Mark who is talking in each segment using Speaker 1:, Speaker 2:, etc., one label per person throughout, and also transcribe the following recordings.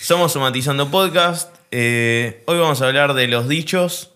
Speaker 1: Somos Somatizando Podcast. Eh, hoy vamos a hablar de los dichos,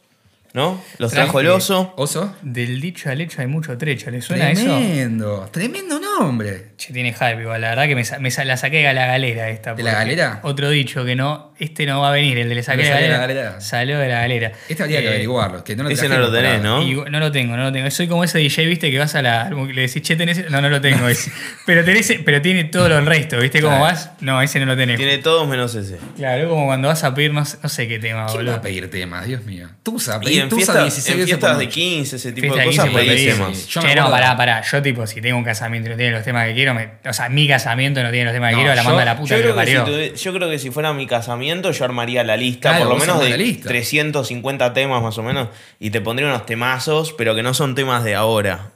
Speaker 1: ¿no? Los trajo el oso.
Speaker 2: ¿Oso?
Speaker 3: Del dicho al hecho hay mucho trecho, ¿le suena eso?
Speaker 2: Tremendo, tremendo nombre.
Speaker 3: Che, tiene hype igual, la verdad que me, sa- me sa- la saqué a la galera esta.
Speaker 2: ¿De la
Speaker 3: porque
Speaker 2: galera?
Speaker 3: Otro dicho que no, este no va a venir, el de le saqué
Speaker 2: Le
Speaker 3: a la
Speaker 2: saqué a la
Speaker 3: galera.
Speaker 2: galera.
Speaker 3: Salió de la galera.
Speaker 2: Este habría que
Speaker 3: Eh,
Speaker 2: averiguarlo, que no lo
Speaker 1: Ese no lo
Speaker 2: trajimos
Speaker 1: tenés,
Speaker 2: preparado.
Speaker 1: ¿no?
Speaker 3: Y no lo tengo, no lo tengo. Soy como ese DJ, viste, que vas a la. Le decís, che, tenés. ese?". No, no lo tengo. ese. pero, tenés, e, pero tiene todo lo el resto, viste cómo
Speaker 2: Claro.
Speaker 3: vas. No, ese no lo tenés.
Speaker 1: Tiene todos menos ese.
Speaker 3: Claro, como cuando vas a pedir no, sé- no sé qué tema,
Speaker 2: ¿Quién va a
Speaker 3: boludo.
Speaker 2: pedir temas? Dios mío. Tusa,
Speaker 1: Y
Speaker 2: pedí
Speaker 1: en
Speaker 2: Tusa
Speaker 1: fiestas,
Speaker 2: 16
Speaker 1: en
Speaker 2: veces
Speaker 1: fiestas
Speaker 2: por
Speaker 1: de
Speaker 2: noche.
Speaker 1: 15, ese tipo de
Speaker 3: Fiesta de
Speaker 1: cosas, pues,
Speaker 3: 15
Speaker 1: pedís
Speaker 3: pedís.
Speaker 1: temas.
Speaker 2: Yo
Speaker 3: che,
Speaker 2: me
Speaker 3: no,
Speaker 2: acuerdo-
Speaker 3: pará, pará. Yo, tipo, si tengo un casamiento y no tiene los temas que quiero, me- o sea, mi casamiento no tiene los temas que
Speaker 2: No,
Speaker 3: quiero, la
Speaker 2: yo-
Speaker 3: manda a la puta
Speaker 1: Yo
Speaker 3: que lo
Speaker 1: creo, que si
Speaker 3: parió.
Speaker 1: tuvi- yo creo que si fuera mi casamiento, yo armaría la lista,
Speaker 2: Claro,
Speaker 1: por lo
Speaker 2: vos
Speaker 1: menos
Speaker 2: armás
Speaker 1: de
Speaker 2: la lista.
Speaker 1: 350 temas más o menos, y te pondría unos temazos, pero que no son temas de ahora.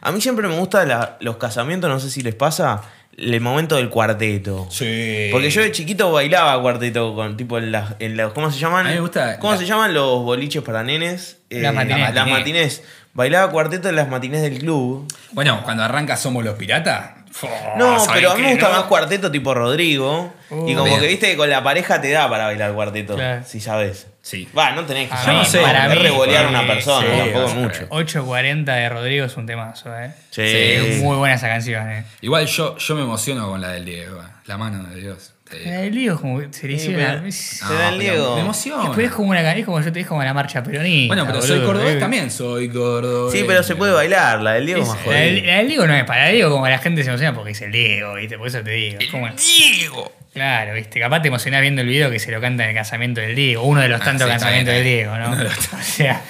Speaker 1: A mí siempre me gustan los casamientos, no sé si les pasa, el momento del cuarteto.
Speaker 2: Sí.
Speaker 1: Porque yo de chiquito bailaba cuarteto con tipo en las, en las- ¿cómo se llaman?
Speaker 2: A mí me gusta
Speaker 1: ¿Cómo
Speaker 2: la-
Speaker 1: se llaman los boliches para nenes? Eh,
Speaker 3: Las matinés.
Speaker 1: Las matinés. Bailaba cuarteto en las matinés del club.
Speaker 2: Bueno, cuando arranca Somos los Piratas. fo,
Speaker 1: No,
Speaker 2: ¿saben
Speaker 1: pero a mí me
Speaker 2: Ah, qué,
Speaker 1: gusta
Speaker 2: no?
Speaker 1: más cuarteto tipo Rodrigo.
Speaker 3: Uh.
Speaker 1: y como
Speaker 2: Bien.
Speaker 1: que viste que con la pareja te da para bailar cuarteto,
Speaker 3: Claro.
Speaker 1: si sabes.
Speaker 2: Sí.
Speaker 1: Va, no tenés que
Speaker 3: Ah,
Speaker 1: saber,
Speaker 3: no sé,
Speaker 1: ¿no?
Speaker 3: para
Speaker 1: Es
Speaker 3: mí,
Speaker 1: revolear a
Speaker 3: para
Speaker 1: una
Speaker 3: mí,
Speaker 1: persona,
Speaker 3: sí,
Speaker 1: tampoco
Speaker 2: vas a
Speaker 1: mucho.
Speaker 2: creer.
Speaker 3: 8.40 de Rodrigo es un temazo, ¿eh? Es
Speaker 1: Sí.
Speaker 3: muy buena esa canción, ¿eh?
Speaker 2: Igual yo, yo me emociono con la del Diego. eh. La mano de Dios. te digo.
Speaker 3: El lío es como que se le
Speaker 1: Sí,
Speaker 3: hicieron
Speaker 1: pero-
Speaker 3: a- es-
Speaker 1: Se da el
Speaker 2: pero
Speaker 1: Diego.
Speaker 2: Me emociono.
Speaker 3: Pero es como una es como yo te dije como la marcha peronista.
Speaker 2: Bueno, pero soy
Speaker 3: boludo,
Speaker 2: cordobés
Speaker 3: ¿eh?
Speaker 2: también. Soy cordobés.
Speaker 1: Sí, pero se puede bailar, la del Diego es
Speaker 3: Es-
Speaker 1: más
Speaker 3: la, del-
Speaker 1: jodida.
Speaker 3: la del Diego no es para el Diego, como la gente se emociona porque es el Diego, ¿viste? Por eso te digo. es como-
Speaker 2: Diego.
Speaker 3: claro, ¿viste? Capaz te emocionás viendo el video que se lo canta en el casamiento del Diego, uno de los
Speaker 2: Ah,
Speaker 3: tantos
Speaker 2: sí, está
Speaker 3: casamientos
Speaker 2: bien,
Speaker 3: del
Speaker 2: está
Speaker 3: Diego, ¿no? o sea,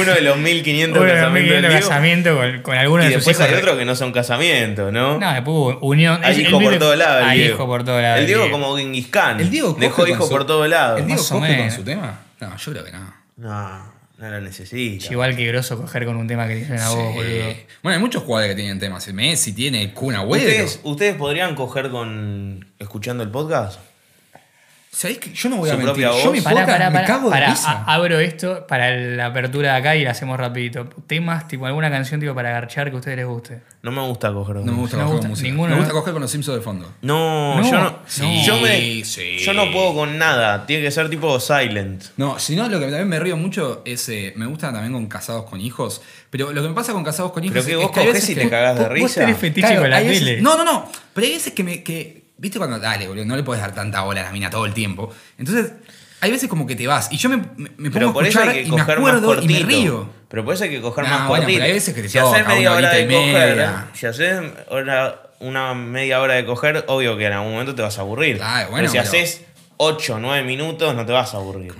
Speaker 1: Uno de los 1500
Speaker 3: uno de los
Speaker 1: casamientos del
Speaker 3: 1500
Speaker 1: Diego.
Speaker 3: casamientos con, con alguno
Speaker 1: Y
Speaker 3: de sus
Speaker 1: después
Speaker 3: hijos.
Speaker 1: hay otros que no son casamientos, ¿no?
Speaker 3: No, después hubo unión. es-
Speaker 1: Hay
Speaker 3: el
Speaker 1: hijo por
Speaker 3: video-
Speaker 1: todos lados. el
Speaker 3: Hay
Speaker 1: Diego.
Speaker 3: hijo por todos lados.
Speaker 1: El Diego
Speaker 3: del
Speaker 1: como Genghis Khan.
Speaker 2: El Diego
Speaker 1: Dejó
Speaker 2: coge
Speaker 1: hijo
Speaker 2: con su-
Speaker 1: por todos lados.
Speaker 2: ¿El Diego
Speaker 3: Más o
Speaker 2: coge con
Speaker 3: menos.
Speaker 2: su tema? No, yo creo que no.
Speaker 1: No, no lo necesita.
Speaker 3: Igual que grosso coger con un tema que dicen a vos,
Speaker 2: Sí.
Speaker 3: boludo.
Speaker 2: Bueno, hay muchos jugadores que tienen temas. El Messi tiene el Kun Agüero.
Speaker 1: ¿Ustedes, ¿Ustedes podrían coger con. escuchando el podcast?
Speaker 2: ¿Sabés que yo no voy a
Speaker 1: Su
Speaker 2: mentir?
Speaker 1: propia
Speaker 2: Yo
Speaker 1: voz.
Speaker 2: mi
Speaker 3: Pará,
Speaker 2: podcast
Speaker 3: pará,
Speaker 2: me cago
Speaker 3: pará.
Speaker 2: de
Speaker 3: pará.
Speaker 1: ah,
Speaker 2: risa.
Speaker 3: A- abro esto para la apertura de acá y la hacemos rapidito. Temas, tipo alguna canción tipo para garchar que a ustedes les guste.
Speaker 1: No me gusta coger con.
Speaker 2: no me gusta
Speaker 3: No me
Speaker 2: coger
Speaker 3: gusta
Speaker 2: con música.
Speaker 3: ninguno,
Speaker 2: me gusta
Speaker 3: ¿no?
Speaker 2: coger con los Simpsons de fondo.
Speaker 1: No,
Speaker 3: No,
Speaker 1: yo no.
Speaker 2: sí,
Speaker 1: yo, me-
Speaker 2: sí.
Speaker 1: yo no puedo con nada. Tiene que ser tipo silent.
Speaker 2: No, sino lo que también me río mucho es. eh, me gusta también con casados con hijos. Pero lo que me pasa con casados con hijos.
Speaker 1: Pero que
Speaker 2: es
Speaker 1: vos
Speaker 2: hay
Speaker 1: cogés
Speaker 2: veces
Speaker 1: y
Speaker 2: que-
Speaker 1: te cagás de
Speaker 2: vos-
Speaker 1: risa.
Speaker 3: Vos tenés fetiche
Speaker 2: Claro,
Speaker 3: con la
Speaker 2: hay veces-
Speaker 3: tele.
Speaker 2: No, no, no. Pero hay veces que me. Que, ¿Viste cuando.? Dale, boludo. No le puedes dar tanta bola a la mina todo el tiempo. Entonces, hay veces como que te vas. Y yo me, me, me pongo
Speaker 1: Pero por
Speaker 2: a
Speaker 1: eso
Speaker 2: escuchar
Speaker 1: hay que
Speaker 2: y me
Speaker 1: coger más
Speaker 2: acuerdo y
Speaker 1: cortito.
Speaker 2: me río.
Speaker 1: Pero por eso hay que coger
Speaker 2: No,
Speaker 1: más
Speaker 2: bueno, pero
Speaker 1: cortito.
Speaker 2: hay veces que te
Speaker 1: si haces
Speaker 2: toca
Speaker 1: media
Speaker 2: una
Speaker 1: hora
Speaker 2: horita
Speaker 1: de
Speaker 2: y
Speaker 1: coger,
Speaker 2: media.
Speaker 1: si haces hora- una media hora de coger, obvio que en algún momento te vas a aburrir.
Speaker 2: Ah,
Speaker 1: pero
Speaker 2: bueno,
Speaker 1: si
Speaker 2: pero-
Speaker 1: haces 8 o 9 minutos, no te vas a aburrir.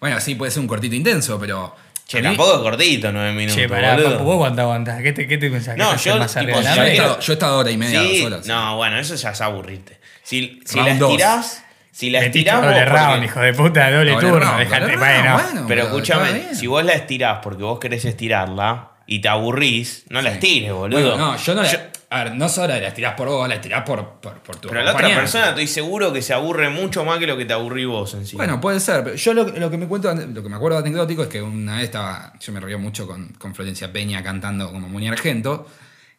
Speaker 2: Bueno, sí, puede ser un cortito intenso, pero.
Speaker 1: Che,
Speaker 2: a mí-
Speaker 1: tampoco es cortito 9 minutos.
Speaker 3: Che, pará,
Speaker 1: boludo.
Speaker 3: Papu, vos cuánto aguantás. ¿Qué te, qué te pensás? que
Speaker 1: No,
Speaker 3: estás
Speaker 1: yo,
Speaker 3: el más
Speaker 1: tipo, este
Speaker 3: arriba de
Speaker 1: Dame.
Speaker 3: la
Speaker 2: Yo he, estado, yo he estado hora y media,
Speaker 1: Sí,
Speaker 2: dos horas.
Speaker 1: no, bueno, eso ya es aburrirte. Si, si la
Speaker 2: Round dos.
Speaker 1: estirás, si la
Speaker 3: Metiste
Speaker 1: estirás.
Speaker 3: doble
Speaker 1: vos,
Speaker 3: round,
Speaker 1: porque-
Speaker 3: hijo de puta, doble,
Speaker 2: Doble
Speaker 3: turno.
Speaker 2: round,
Speaker 3: dejate,
Speaker 2: doble
Speaker 3: bueno.
Speaker 2: round, bueno.
Speaker 1: Pero
Speaker 2: pero está
Speaker 1: escúchame,
Speaker 2: bien.
Speaker 1: si vos la estirás porque vos querés estirarla y te aburrís, no la estires, boludo.
Speaker 2: Bueno, no, yo no la. A ver, no solo la estirás por vos, la estirás por, por, por tu
Speaker 1: Pero la otra
Speaker 2: compañero.
Speaker 1: persona estoy seguro que se aburre mucho más que lo que te aburrí vos en sí.
Speaker 2: Bueno, puede ser. pero Yo lo, lo que me cuento, lo que me acuerdo anecdótico es que una vez estaba. Yo me río mucho con, con Florencia Peña cantando como Muni Argento.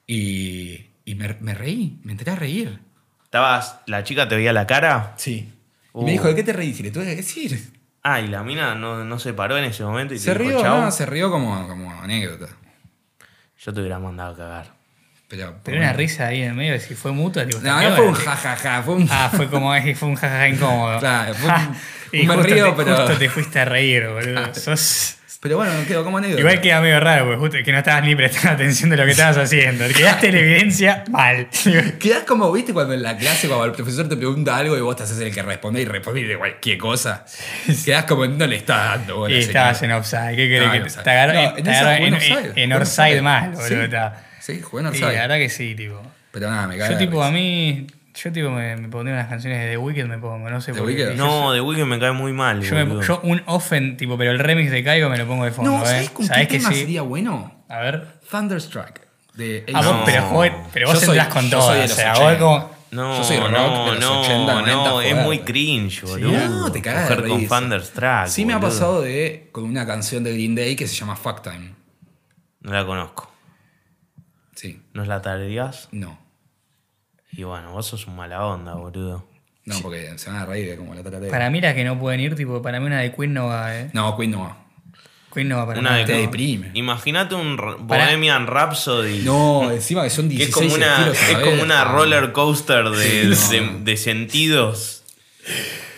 Speaker 2: Y. y me, me reí, me entré a reír.
Speaker 1: Estabas, la chica te veía la cara.
Speaker 2: Sí. Y
Speaker 1: Uh.
Speaker 2: me dijo, ¿de qué te reís? Y le tuve que decir.
Speaker 1: Ah, y la mina no, no se paró en ese momento y te
Speaker 2: Se
Speaker 1: dijo,
Speaker 2: rió,
Speaker 1: "Chau".
Speaker 2: no, se rió como, como anécdota.
Speaker 1: Yo te hubiera mandado a cagar.
Speaker 2: Pero,
Speaker 3: Pero una risa ahí en el medio, si fue mutua, tipo.
Speaker 2: No,
Speaker 3: ¿qué
Speaker 2: no fue un
Speaker 3: onda?
Speaker 2: jajaja, fue un.
Speaker 3: Ah, fue como fue un jajaja incómodo.
Speaker 2: Claro, fue un-
Speaker 3: Ja, y
Speaker 2: un me
Speaker 3: justo,
Speaker 2: río,
Speaker 3: te,
Speaker 2: pero-
Speaker 3: justo te fuiste a reír, boludo. Sos-
Speaker 2: Pero bueno, quedó como anécdota.
Speaker 3: Igual queda medio raro, porque justo que no estabas ni prestando atención de lo que estabas haciendo. Quedaste en evidencia mal.
Speaker 2: Quedás como, viste, cuando en la clase, cuando el profesor te pregunta algo y vos te haces el que responde y respondís de cualquier cosa. Quedás como, no le estás dando bola,
Speaker 3: y
Speaker 2: señor.
Speaker 3: estabas en offside. ¿Qué querés
Speaker 2: No,
Speaker 3: que
Speaker 2: en
Speaker 3: te-
Speaker 2: offside.
Speaker 3: te agarró?
Speaker 2: No,
Speaker 3: eh,
Speaker 2: en
Speaker 3: te
Speaker 2: esa
Speaker 3: agarró en,
Speaker 2: jugué en
Speaker 3: en-
Speaker 2: offside, jugué
Speaker 3: en
Speaker 2: en
Speaker 3: offside
Speaker 2: offside.
Speaker 3: mal, boludo.
Speaker 2: Sí.
Speaker 3: está.
Speaker 2: Sí, jugué
Speaker 3: Sí,
Speaker 2: en offside.
Speaker 3: la verdad que sí, tipo.
Speaker 2: Pero nada, me cago.
Speaker 3: Yo, tipo, a mí. Yo, tipo, me, me pondría unas canciones de The Weeknd, me pongo, no sé
Speaker 2: ¿The
Speaker 3: por qué. Yo-
Speaker 2: Weeknd?
Speaker 1: No, de Weekend me cae muy mal.
Speaker 3: Yo, me-
Speaker 1: boludo.
Speaker 3: yo un offen, tipo, pero el remix de Caigo me lo pongo de fondo,
Speaker 2: No,
Speaker 3: ¿eh?
Speaker 2: ¿sabés con
Speaker 3: ¿Sabés
Speaker 2: qué
Speaker 3: que
Speaker 2: tema
Speaker 3: sí?
Speaker 2: sería bueno?
Speaker 3: A ver.
Speaker 2: Thunderstruck. De
Speaker 1: Eh,
Speaker 3: Ah,
Speaker 2: AC/DC.
Speaker 3: vos, pero, joder, pero
Speaker 2: Yo
Speaker 3: vos
Speaker 2: soy-
Speaker 3: entras con
Speaker 2: yo
Speaker 3: todo.
Speaker 2: soy de
Speaker 3: O
Speaker 2: los
Speaker 3: sea, vos
Speaker 2: 80.
Speaker 3: como.
Speaker 1: No,
Speaker 2: Yo soy rock
Speaker 1: no,
Speaker 2: de los
Speaker 1: no,
Speaker 2: 80, 90,
Speaker 1: no, es
Speaker 2: joder.
Speaker 1: muy cringe, boludo.
Speaker 2: No, te cagás de
Speaker 1: Coger con
Speaker 2: risa.
Speaker 1: Thunderstruck.
Speaker 2: Sí me ha
Speaker 1: boludo.
Speaker 2: pasado de con una canción de Green Day que se llama Fuck Time.
Speaker 1: No la conozco.
Speaker 2: Sí,
Speaker 1: ¿Nos la tareas?
Speaker 2: no.
Speaker 1: Y bueno, vos sos un mala onda, boludo.
Speaker 2: No, porque se van a reír de como la traté.
Speaker 3: Para mí las que no pueden ir, tipo, para mí una de Queen no va, eh.
Speaker 2: No, Queen no va.
Speaker 3: Queen no va para
Speaker 1: Una
Speaker 3: nada.
Speaker 1: de
Speaker 2: Te
Speaker 1: no.
Speaker 2: deprime.
Speaker 1: Imagínate un r-
Speaker 3: Pará.
Speaker 1: Bohemian Rhapsody.
Speaker 2: No, encima que son
Speaker 1: que
Speaker 2: 16
Speaker 1: es como una,
Speaker 2: estilos a
Speaker 1: es
Speaker 2: la
Speaker 1: como
Speaker 2: vez.
Speaker 1: una roller coaster de,
Speaker 2: ah. Sí, no.
Speaker 1: de- de sentidos.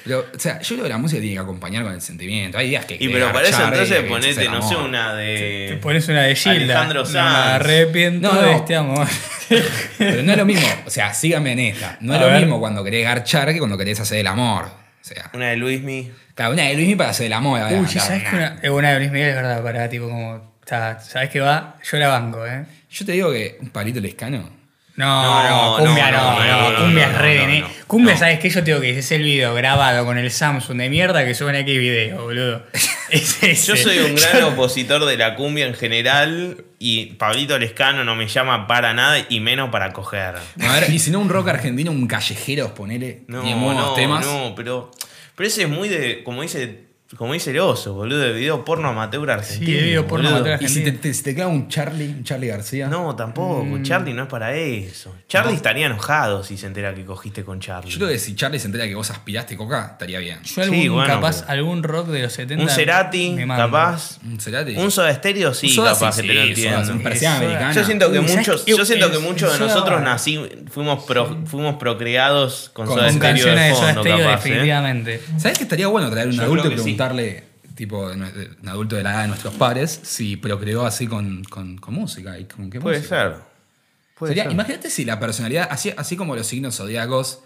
Speaker 2: Pero, o sea, yo creo que la música tiene que acompañar con el sentimiento. Hay días que.
Speaker 1: Y pero para eso
Speaker 2: garchar, hay días
Speaker 1: entonces
Speaker 2: que
Speaker 1: ponete,
Speaker 2: haces el
Speaker 1: no sé,
Speaker 2: amor.
Speaker 1: una de.
Speaker 3: Te pones una de Gilda.
Speaker 1: Alejandro
Speaker 3: No,
Speaker 1: Sanz.
Speaker 3: Me arrepiento
Speaker 2: No, no.
Speaker 3: de este amor.
Speaker 2: Pero no es lo mismo. O sea, sígame en esta. No es
Speaker 3: A
Speaker 2: lo
Speaker 3: ver.
Speaker 2: mismo cuando querés garchar que cuando querés hacer el amor. O sea,
Speaker 1: Una de Luismi.
Speaker 2: claro, una de Luismi para hacer el amor.
Speaker 3: Uy,
Speaker 2: ¿verdad?
Speaker 3: sí, ¿sabes que una, eh, una de Luis Miguel es verdad? Para, tipo, como. está, ¿Sabes qué va? Yo la banco, ¿eh?
Speaker 2: Yo te digo que un palito lescano.
Speaker 3: No, no,
Speaker 1: No,
Speaker 3: cumbia
Speaker 1: no, no,
Speaker 3: no, no,
Speaker 1: no,
Speaker 3: cumbia
Speaker 1: no,
Speaker 3: es
Speaker 1: no,
Speaker 3: re
Speaker 1: no,
Speaker 3: de ne-
Speaker 1: no.
Speaker 3: Cumbia,
Speaker 1: No.
Speaker 3: ¿sabes qué? Yo tengo que es el video grabado con el Samsung de mierda que suben aquí video, boludo. Es
Speaker 1: Yo
Speaker 3: ese.
Speaker 1: soy un gran opositor de la cumbia en general y Pablito Lescano no me llama para nada y menos para coger.
Speaker 2: A ver, y si no un rock argentino, un callejeros, ponele.
Speaker 1: No,
Speaker 2: tiene buenos
Speaker 1: no,
Speaker 2: temas.
Speaker 1: no, pero, pero ese es muy de, como dice, como dice el oso, boludo, de video porno amateur argentino.
Speaker 3: de video porno
Speaker 1: boludo.
Speaker 3: amateur.
Speaker 2: Y si te, te- si te clava un Charlie, un Charlie García.
Speaker 1: No, tampoco,
Speaker 3: Mm.
Speaker 1: Charlie no es para eso. Charlie estaría enojado si se entera que cogiste con Charlie.
Speaker 2: Yo creo que si Charlie se entera que vos aspiraste coca, estaría bien.
Speaker 3: Yo algún,
Speaker 1: Sí, bueno,
Speaker 3: capaz,
Speaker 1: pero-
Speaker 3: algún rock de los 70.
Speaker 1: un Cerati,
Speaker 3: me mando.
Speaker 1: capaz.
Speaker 2: Un Cerati.
Speaker 1: Un Soda Stereo, sí,
Speaker 2: Un Soda
Speaker 1: capaz
Speaker 2: sí,
Speaker 1: que te lo
Speaker 2: sí,
Speaker 1: entiendo.
Speaker 2: Soda, un persiana
Speaker 3: Soda.
Speaker 2: americana.
Speaker 1: Yo siento que
Speaker 3: Uy, ¿sabes
Speaker 1: muchos,
Speaker 3: qué?
Speaker 1: yo siento que
Speaker 3: Es-
Speaker 1: muchos de
Speaker 3: Soda.
Speaker 1: nosotros nací, fuimos pro- fuimos procreados con,
Speaker 2: Con-
Speaker 1: Soda
Speaker 2: con
Speaker 1: Stereo
Speaker 3: canciones
Speaker 1: de
Speaker 3: de Soda
Speaker 1: fondo,
Speaker 3: Stereo,
Speaker 1: capaz, ¿eh?
Speaker 3: definitivamente.
Speaker 2: ¿Sabés que estaría bueno traer un
Speaker 1: Yo
Speaker 2: adulto y
Speaker 1: creo que sí.
Speaker 2: preguntarle, tipo, de nue- de- un adulto de la edad de nuestros padres, si procreó así con, con- con música y con qué
Speaker 1: Puede
Speaker 2: música?
Speaker 1: ser. Puede
Speaker 2: Sería-
Speaker 1: ser.
Speaker 2: Imagínate si la personalidad, así, así como los signos zodiacos,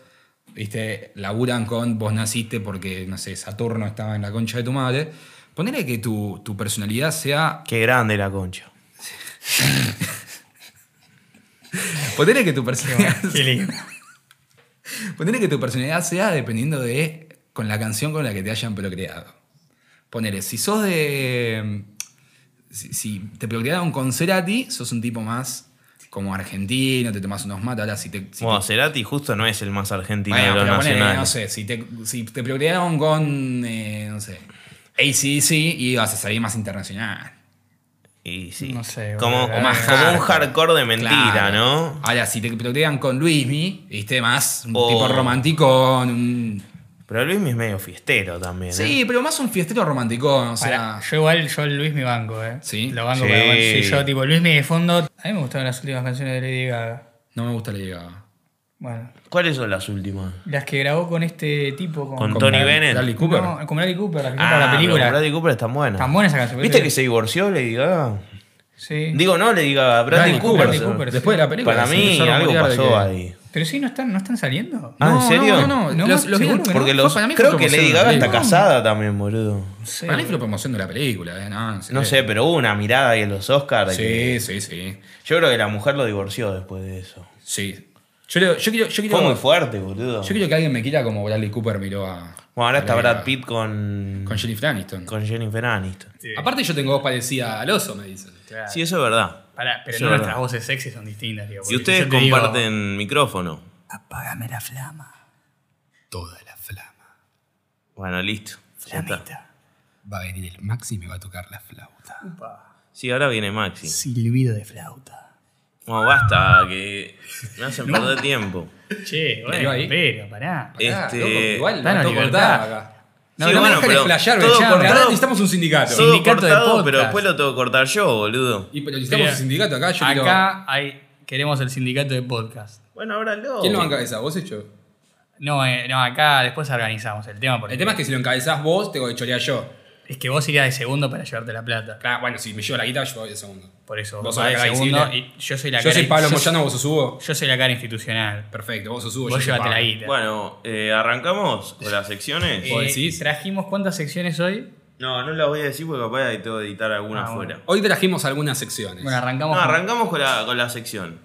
Speaker 2: viste, laburan con vos naciste porque, no sé, Saturno estaba en la concha de tu madre. Ponele que tu, tu personalidad sea.
Speaker 1: Qué grande la concha.
Speaker 2: Ponele que tu
Speaker 3: Qué bueno,
Speaker 2: personalidad.
Speaker 3: qué lindo.
Speaker 2: Ponele que tu personalidad sea dependiendo de con la canción con la que te hayan procreado. Ponele, si sos de. Si, si te procrearon con Cerati, sos un tipo más como argentino, te tomás unos matas. Ahora, si te. si
Speaker 1: Bueno,
Speaker 2: te-
Speaker 1: Cerati justo no es el más argentino
Speaker 2: Bueno,
Speaker 1: de los
Speaker 2: pero ponele,
Speaker 1: nacionales.
Speaker 2: no sé, si te, si te procrearon con. eh, no sé. ACDC y vas a salir más internacional.
Speaker 1: Y sí.
Speaker 3: No sé,
Speaker 1: como,
Speaker 3: boludo.
Speaker 1: como
Speaker 3: O más
Speaker 1: un hardcore de mentira,
Speaker 2: Claro.
Speaker 1: ¿no?
Speaker 2: Ahora, si te procrean con Luismi, viste, más un
Speaker 1: O-
Speaker 2: tipo romántico, un.
Speaker 1: Pero Luis es medio fiestero también. ¿eh?
Speaker 2: Sí, pero más un fiestero romántico, o sea.
Speaker 3: Pará, yo igual, yo Luis me banco, ¿eh?
Speaker 2: Sí.
Speaker 3: Lo banco
Speaker 1: Sí.
Speaker 3: para sí, yo, tipo, Luis me de fondo. A mí me gustaban las últimas canciones de Lady Gaga.
Speaker 2: No me gusta la llegada.
Speaker 3: Bueno,
Speaker 1: ¿Cuáles son las últimas?
Speaker 3: las que grabó con este tipo. Con,
Speaker 1: Con Tony
Speaker 2: Brad-
Speaker 1: Bennett.
Speaker 2: Bradley Cooper.
Speaker 3: No, con Bradley Cooper, las que para la película.
Speaker 1: Ah, pero Bradley Cooper está buena.
Speaker 3: Tan buena esa canción.
Speaker 1: ¿Viste que se divorció le diga
Speaker 3: Sí.
Speaker 1: Digo, no le diga Bradley,
Speaker 2: Bradley Cooper,
Speaker 1: Cooper.
Speaker 3: Bradley
Speaker 1: o sea,
Speaker 3: Cooper.
Speaker 2: Después de la película.
Speaker 1: Para
Speaker 2: se
Speaker 1: mí
Speaker 2: empezaron a
Speaker 1: algo
Speaker 2: pelear de
Speaker 1: pasó
Speaker 2: que-
Speaker 1: ahí.
Speaker 3: Pero sí, no están, no están saliendo.
Speaker 1: Ah, ¿en
Speaker 2: No,
Speaker 1: serio?
Speaker 2: No,
Speaker 3: No,
Speaker 2: no, no. Los, los vi-
Speaker 3: seguro que no.
Speaker 1: Porque
Speaker 2: fue-
Speaker 1: los,
Speaker 2: para mí fue
Speaker 1: creo que
Speaker 2: promoción
Speaker 1: Lady
Speaker 2: de la
Speaker 1: Gaga está
Speaker 2: película.
Speaker 1: casada también, boludo.
Speaker 3: sé,
Speaker 2: Para mí fue
Speaker 3: boludo.
Speaker 2: promoción de la película, eh, No, no sé.
Speaker 1: No sé, pero hubo una mirada ahí en los Oscars.
Speaker 2: Sí, sí, sí.
Speaker 1: Yo creo que la mujer lo divorció después de eso.
Speaker 2: Sí. Yo, creo- yo, quiero, yo, quiero,
Speaker 1: Fue muy fuerte, boludo.
Speaker 2: yo quiero que alguien me quiera como Bradley Cooper miró a.
Speaker 1: Bueno, ahora
Speaker 2: a
Speaker 1: está
Speaker 2: la-
Speaker 1: Brad Pitt con,
Speaker 2: Con Jennifer Aniston.
Speaker 1: con Jennifer Aniston.
Speaker 2: Aparte, yo tengo voz parecida al oso, me dicen.
Speaker 3: Claro.
Speaker 1: Sí, eso es verdad.
Speaker 3: Pará, pero
Speaker 1: Yo
Speaker 3: no
Speaker 1: no.
Speaker 3: nuestras voces sexy son distintas, tío.
Speaker 1: Si ustedes comparten micrófono.
Speaker 3: Apágame la flama.
Speaker 2: Toda la flama.
Speaker 1: Bueno, listo. Ya está.
Speaker 3: Flamita.
Speaker 2: Va a venir el Maxi y me va a tocar la flauta.
Speaker 1: Sí, ahora viene Maxi.
Speaker 3: Silbido de flauta.
Speaker 1: Bueno, basta, que me hacen perder tiempo.
Speaker 3: Che,
Speaker 2: Pero
Speaker 3: bueno,
Speaker 2: ahí-
Speaker 3: pero pará.
Speaker 2: Pará,
Speaker 1: Este-
Speaker 2: loco, igual
Speaker 3: Danos
Speaker 2: la tengo
Speaker 3: libertad.
Speaker 2: cortada acá. No,
Speaker 1: Sí,
Speaker 2: no
Speaker 1: bueno,
Speaker 2: me dejan
Speaker 1: pero
Speaker 2: explayar,
Speaker 1: todo
Speaker 2: Becham. Ahora
Speaker 1: cortado-
Speaker 2: necesitamos un sindicato.
Speaker 1: Todo
Speaker 3: Sindicato de
Speaker 1: cortado,
Speaker 3: podcast.
Speaker 1: pero después lo tengo que cortar yo, boludo.
Speaker 2: Y pero necesitamos
Speaker 3: Mira,
Speaker 2: un sindicato acá, yo quiero-
Speaker 3: Acá hay, queremos el sindicato de podcast.
Speaker 1: Bueno, ahora lo.
Speaker 2: ¿Quién lo va a encabezar? ¿Vos hecho?
Speaker 3: No, eh, no, acá después organizamos el tema. Porque
Speaker 2: El tema es que si lo encabezás vos, tengo que chorear yo.
Speaker 3: es que vos irías de segundo para llevarte la plata.
Speaker 2: Claro, bueno, si me llevo la guitarra, yo voy de segundo.
Speaker 3: Por eso
Speaker 2: Vos
Speaker 3: vos
Speaker 2: sos la
Speaker 3: vas de
Speaker 2: cara
Speaker 3: segundo
Speaker 2: visible.
Speaker 3: y yo soy la
Speaker 2: Yo
Speaker 3: cara
Speaker 2: soy Pablo
Speaker 3: yo-
Speaker 2: Moyano, vos sos Hugo.
Speaker 3: Yo soy la cara institucional.
Speaker 2: Perfecto, vos sos Hugo. yo
Speaker 3: Vos
Speaker 2: soy
Speaker 3: llévate
Speaker 2: Pablo.
Speaker 3: la guita. Eh,
Speaker 1: Bueno, eh, arrancamos con las secciones.
Speaker 2: ¿vos decís?
Speaker 3: ¿Trajimos cuántas secciones hoy?
Speaker 1: No, no las voy a decir porque capaz que tengo que editar alguna
Speaker 3: Ah,
Speaker 1: afuera.
Speaker 2: Hoy trajimos algunas secciones.
Speaker 3: Bueno, arrancamos.
Speaker 1: No,
Speaker 3: con-
Speaker 1: arrancamos con la, con la sección.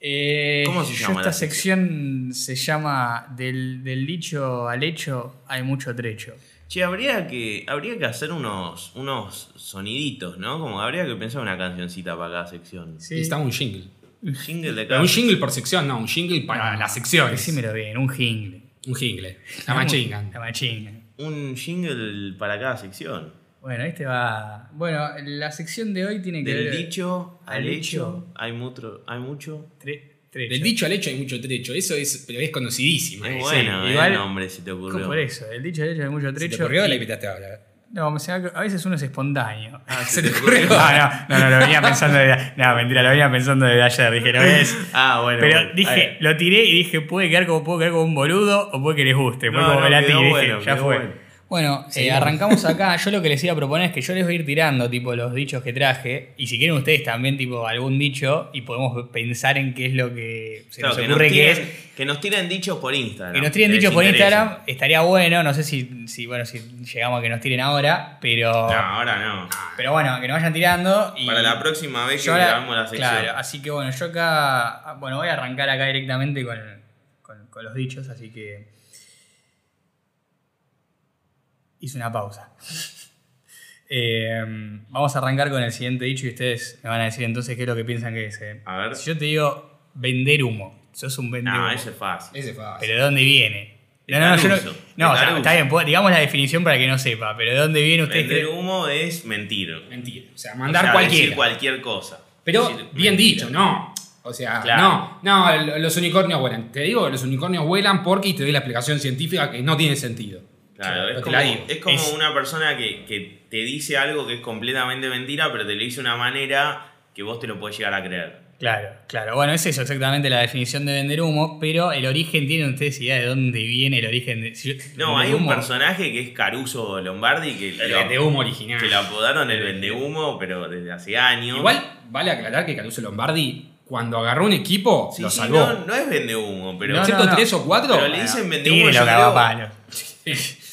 Speaker 3: Eh,
Speaker 1: ¿Cómo se
Speaker 3: yo
Speaker 1: llama
Speaker 3: Esta
Speaker 1: la
Speaker 3: sección se llama Del, del dicho al hecho hay mucho trecho.
Speaker 1: Che, habría que, habría que hacer unos, unos soniditos, ¿no? Como habría que pensar una cancioncita para cada sección.
Speaker 2: Necesitamos un jingle.
Speaker 1: Jingle de
Speaker 2: Pero
Speaker 1: cada
Speaker 2: un jingle por sección, no, un jingle para
Speaker 3: No,
Speaker 2: las secciones.
Speaker 3: Decímelo bien, un jingle.
Speaker 2: Un jingle. La machingan.
Speaker 3: La machinga.
Speaker 1: Un jingle para cada sección.
Speaker 3: Bueno, este va. Bueno, la sección de hoy tiene que
Speaker 1: Del
Speaker 3: ver.
Speaker 1: dicho al
Speaker 3: al
Speaker 1: hecho
Speaker 3: hecho.
Speaker 1: hay mucho, hay mucho
Speaker 3: tre- trecho.
Speaker 4: Del dicho al hecho hay mucho trecho. Eso es, pero es conocidísima.
Speaker 1: Es
Speaker 4: ¿eh?
Speaker 1: bueno,
Speaker 3: sí,
Speaker 1: eh,
Speaker 3: igual-
Speaker 1: el nombre si te
Speaker 3: ¿Cómo
Speaker 1: ocurrió.
Speaker 3: por eso? Del dicho al hecho hay mucho
Speaker 4: ¿Se te
Speaker 3: trecho.
Speaker 4: ocurrió o la
Speaker 3: y-
Speaker 4: invitaste ahora?
Speaker 3: No, me se me ocur- a veces uno es espontáneo.
Speaker 4: ¿Se te ocurrió?
Speaker 3: Ah, no, no, no, lo venía pensando desde. No, mentira, lo venía pensando desde ayer. Dije, no es.
Speaker 1: Ah, bueno.
Speaker 3: Pero
Speaker 1: bueno.
Speaker 4: a
Speaker 3: dije,
Speaker 4: ver.
Speaker 3: lo tiré y dije, puede quedar como, puedo quedar como un boludo o puede que les guste. Fue
Speaker 1: No,
Speaker 3: como
Speaker 1: no,
Speaker 3: la
Speaker 1: quedó
Speaker 3: tiré,
Speaker 1: bueno,
Speaker 3: dije, ya
Speaker 1: quedó
Speaker 3: fue.
Speaker 1: bueno.
Speaker 3: Bueno, eh,
Speaker 4: Seguimos.
Speaker 3: arrancamos acá. Yo lo que les iba a proponer es que yo les voy a ir tirando, tipo, los dichos que traje. Y si quieren ustedes también, tipo, algún dicho y podemos pensar en qué es lo que se
Speaker 1: Claro,
Speaker 3: nos
Speaker 1: que,
Speaker 3: ocurre
Speaker 1: nos
Speaker 3: que
Speaker 1: tiren,
Speaker 3: es.
Speaker 1: que nos tiren dichos por Instagram.
Speaker 3: Que nos tiren
Speaker 1: les
Speaker 3: dichos por
Speaker 1: interesa.
Speaker 3: Instagram estaría bueno. No sé si, si, bueno, si llegamos a que nos tiren ahora, pero.
Speaker 1: No, ahora no.
Speaker 3: Pero bueno, que nos vayan tirando. Y
Speaker 1: Ah, Para la próxima vez que
Speaker 3: yo ahora-
Speaker 1: grabamos la sección.
Speaker 3: Claro, así que bueno, yo acá. Bueno, voy a arrancar acá directamente con, con- con los dichos, así que. Hice una pausa. Eh, vamos a arrancar con el siguiente dicho y ustedes me van a decir entonces qué es lo que piensan que es. eh.
Speaker 1: A ver.
Speaker 3: Si yo te digo vender humo, sos un vende
Speaker 1: No,
Speaker 3: humo.
Speaker 1: eso es fácil.
Speaker 4: Ese fue fácil.
Speaker 3: Pero ¿de dónde viene?
Speaker 1: De
Speaker 3: No, no, no, yo no,
Speaker 1: Caruso.
Speaker 3: no,
Speaker 1: De
Speaker 3: o sea,
Speaker 1: Caruso.
Speaker 3: está bien, pues, digamos la definición para que no sepa, pero ¿de dónde viene usted?
Speaker 1: Vender humo es mentir.
Speaker 4: Mentira. O sea, mandar
Speaker 1: O sea,
Speaker 4: cualquiera.
Speaker 1: Decir cualquier cosa.
Speaker 4: Pero
Speaker 1: Decir
Speaker 4: bien
Speaker 1: mentira.
Speaker 4: dicho, no. O sea,
Speaker 1: Claro.
Speaker 4: no, no, lo- los unicornios vuelan. Te digo, los unicornios vuelan porque y te doy la explicación científica que no tiene sentido.
Speaker 1: Claro, es
Speaker 4: Pero te
Speaker 1: como,
Speaker 4: la digo.
Speaker 1: es como
Speaker 3: Es-
Speaker 1: una persona que, que te dice algo que es completamente mentira, pero te lo dice de una manera que vos te lo podés llegar a creer.
Speaker 3: Claro, claro. Bueno, es eso exactamente la definición de vender humo, pero el origen, ¿tienen ustedes idea de dónde viene el origen de.? si yo-
Speaker 1: No,
Speaker 3: vender
Speaker 1: hay un
Speaker 3: humo?
Speaker 1: personaje que es Caruso Lombardi que,
Speaker 4: El
Speaker 1: lo,
Speaker 4: de humo original.
Speaker 1: que lo apodaron el vendehumo, pero desde hace años.
Speaker 4: Igual vale aclarar que Caruso Lombardi, cuando agarró un equipo,
Speaker 1: Sí,
Speaker 4: lo
Speaker 1: sí,
Speaker 4: salvó.
Speaker 1: no, no es vendehumo, pero,
Speaker 3: No, no,
Speaker 4: Excepto
Speaker 3: no.
Speaker 4: tres o cuatro.
Speaker 1: pero le
Speaker 4: bueno,
Speaker 1: dicen vendehumo.
Speaker 3: Tigre
Speaker 1: yo
Speaker 3: lo cagó a
Speaker 1: creo-
Speaker 3: palo.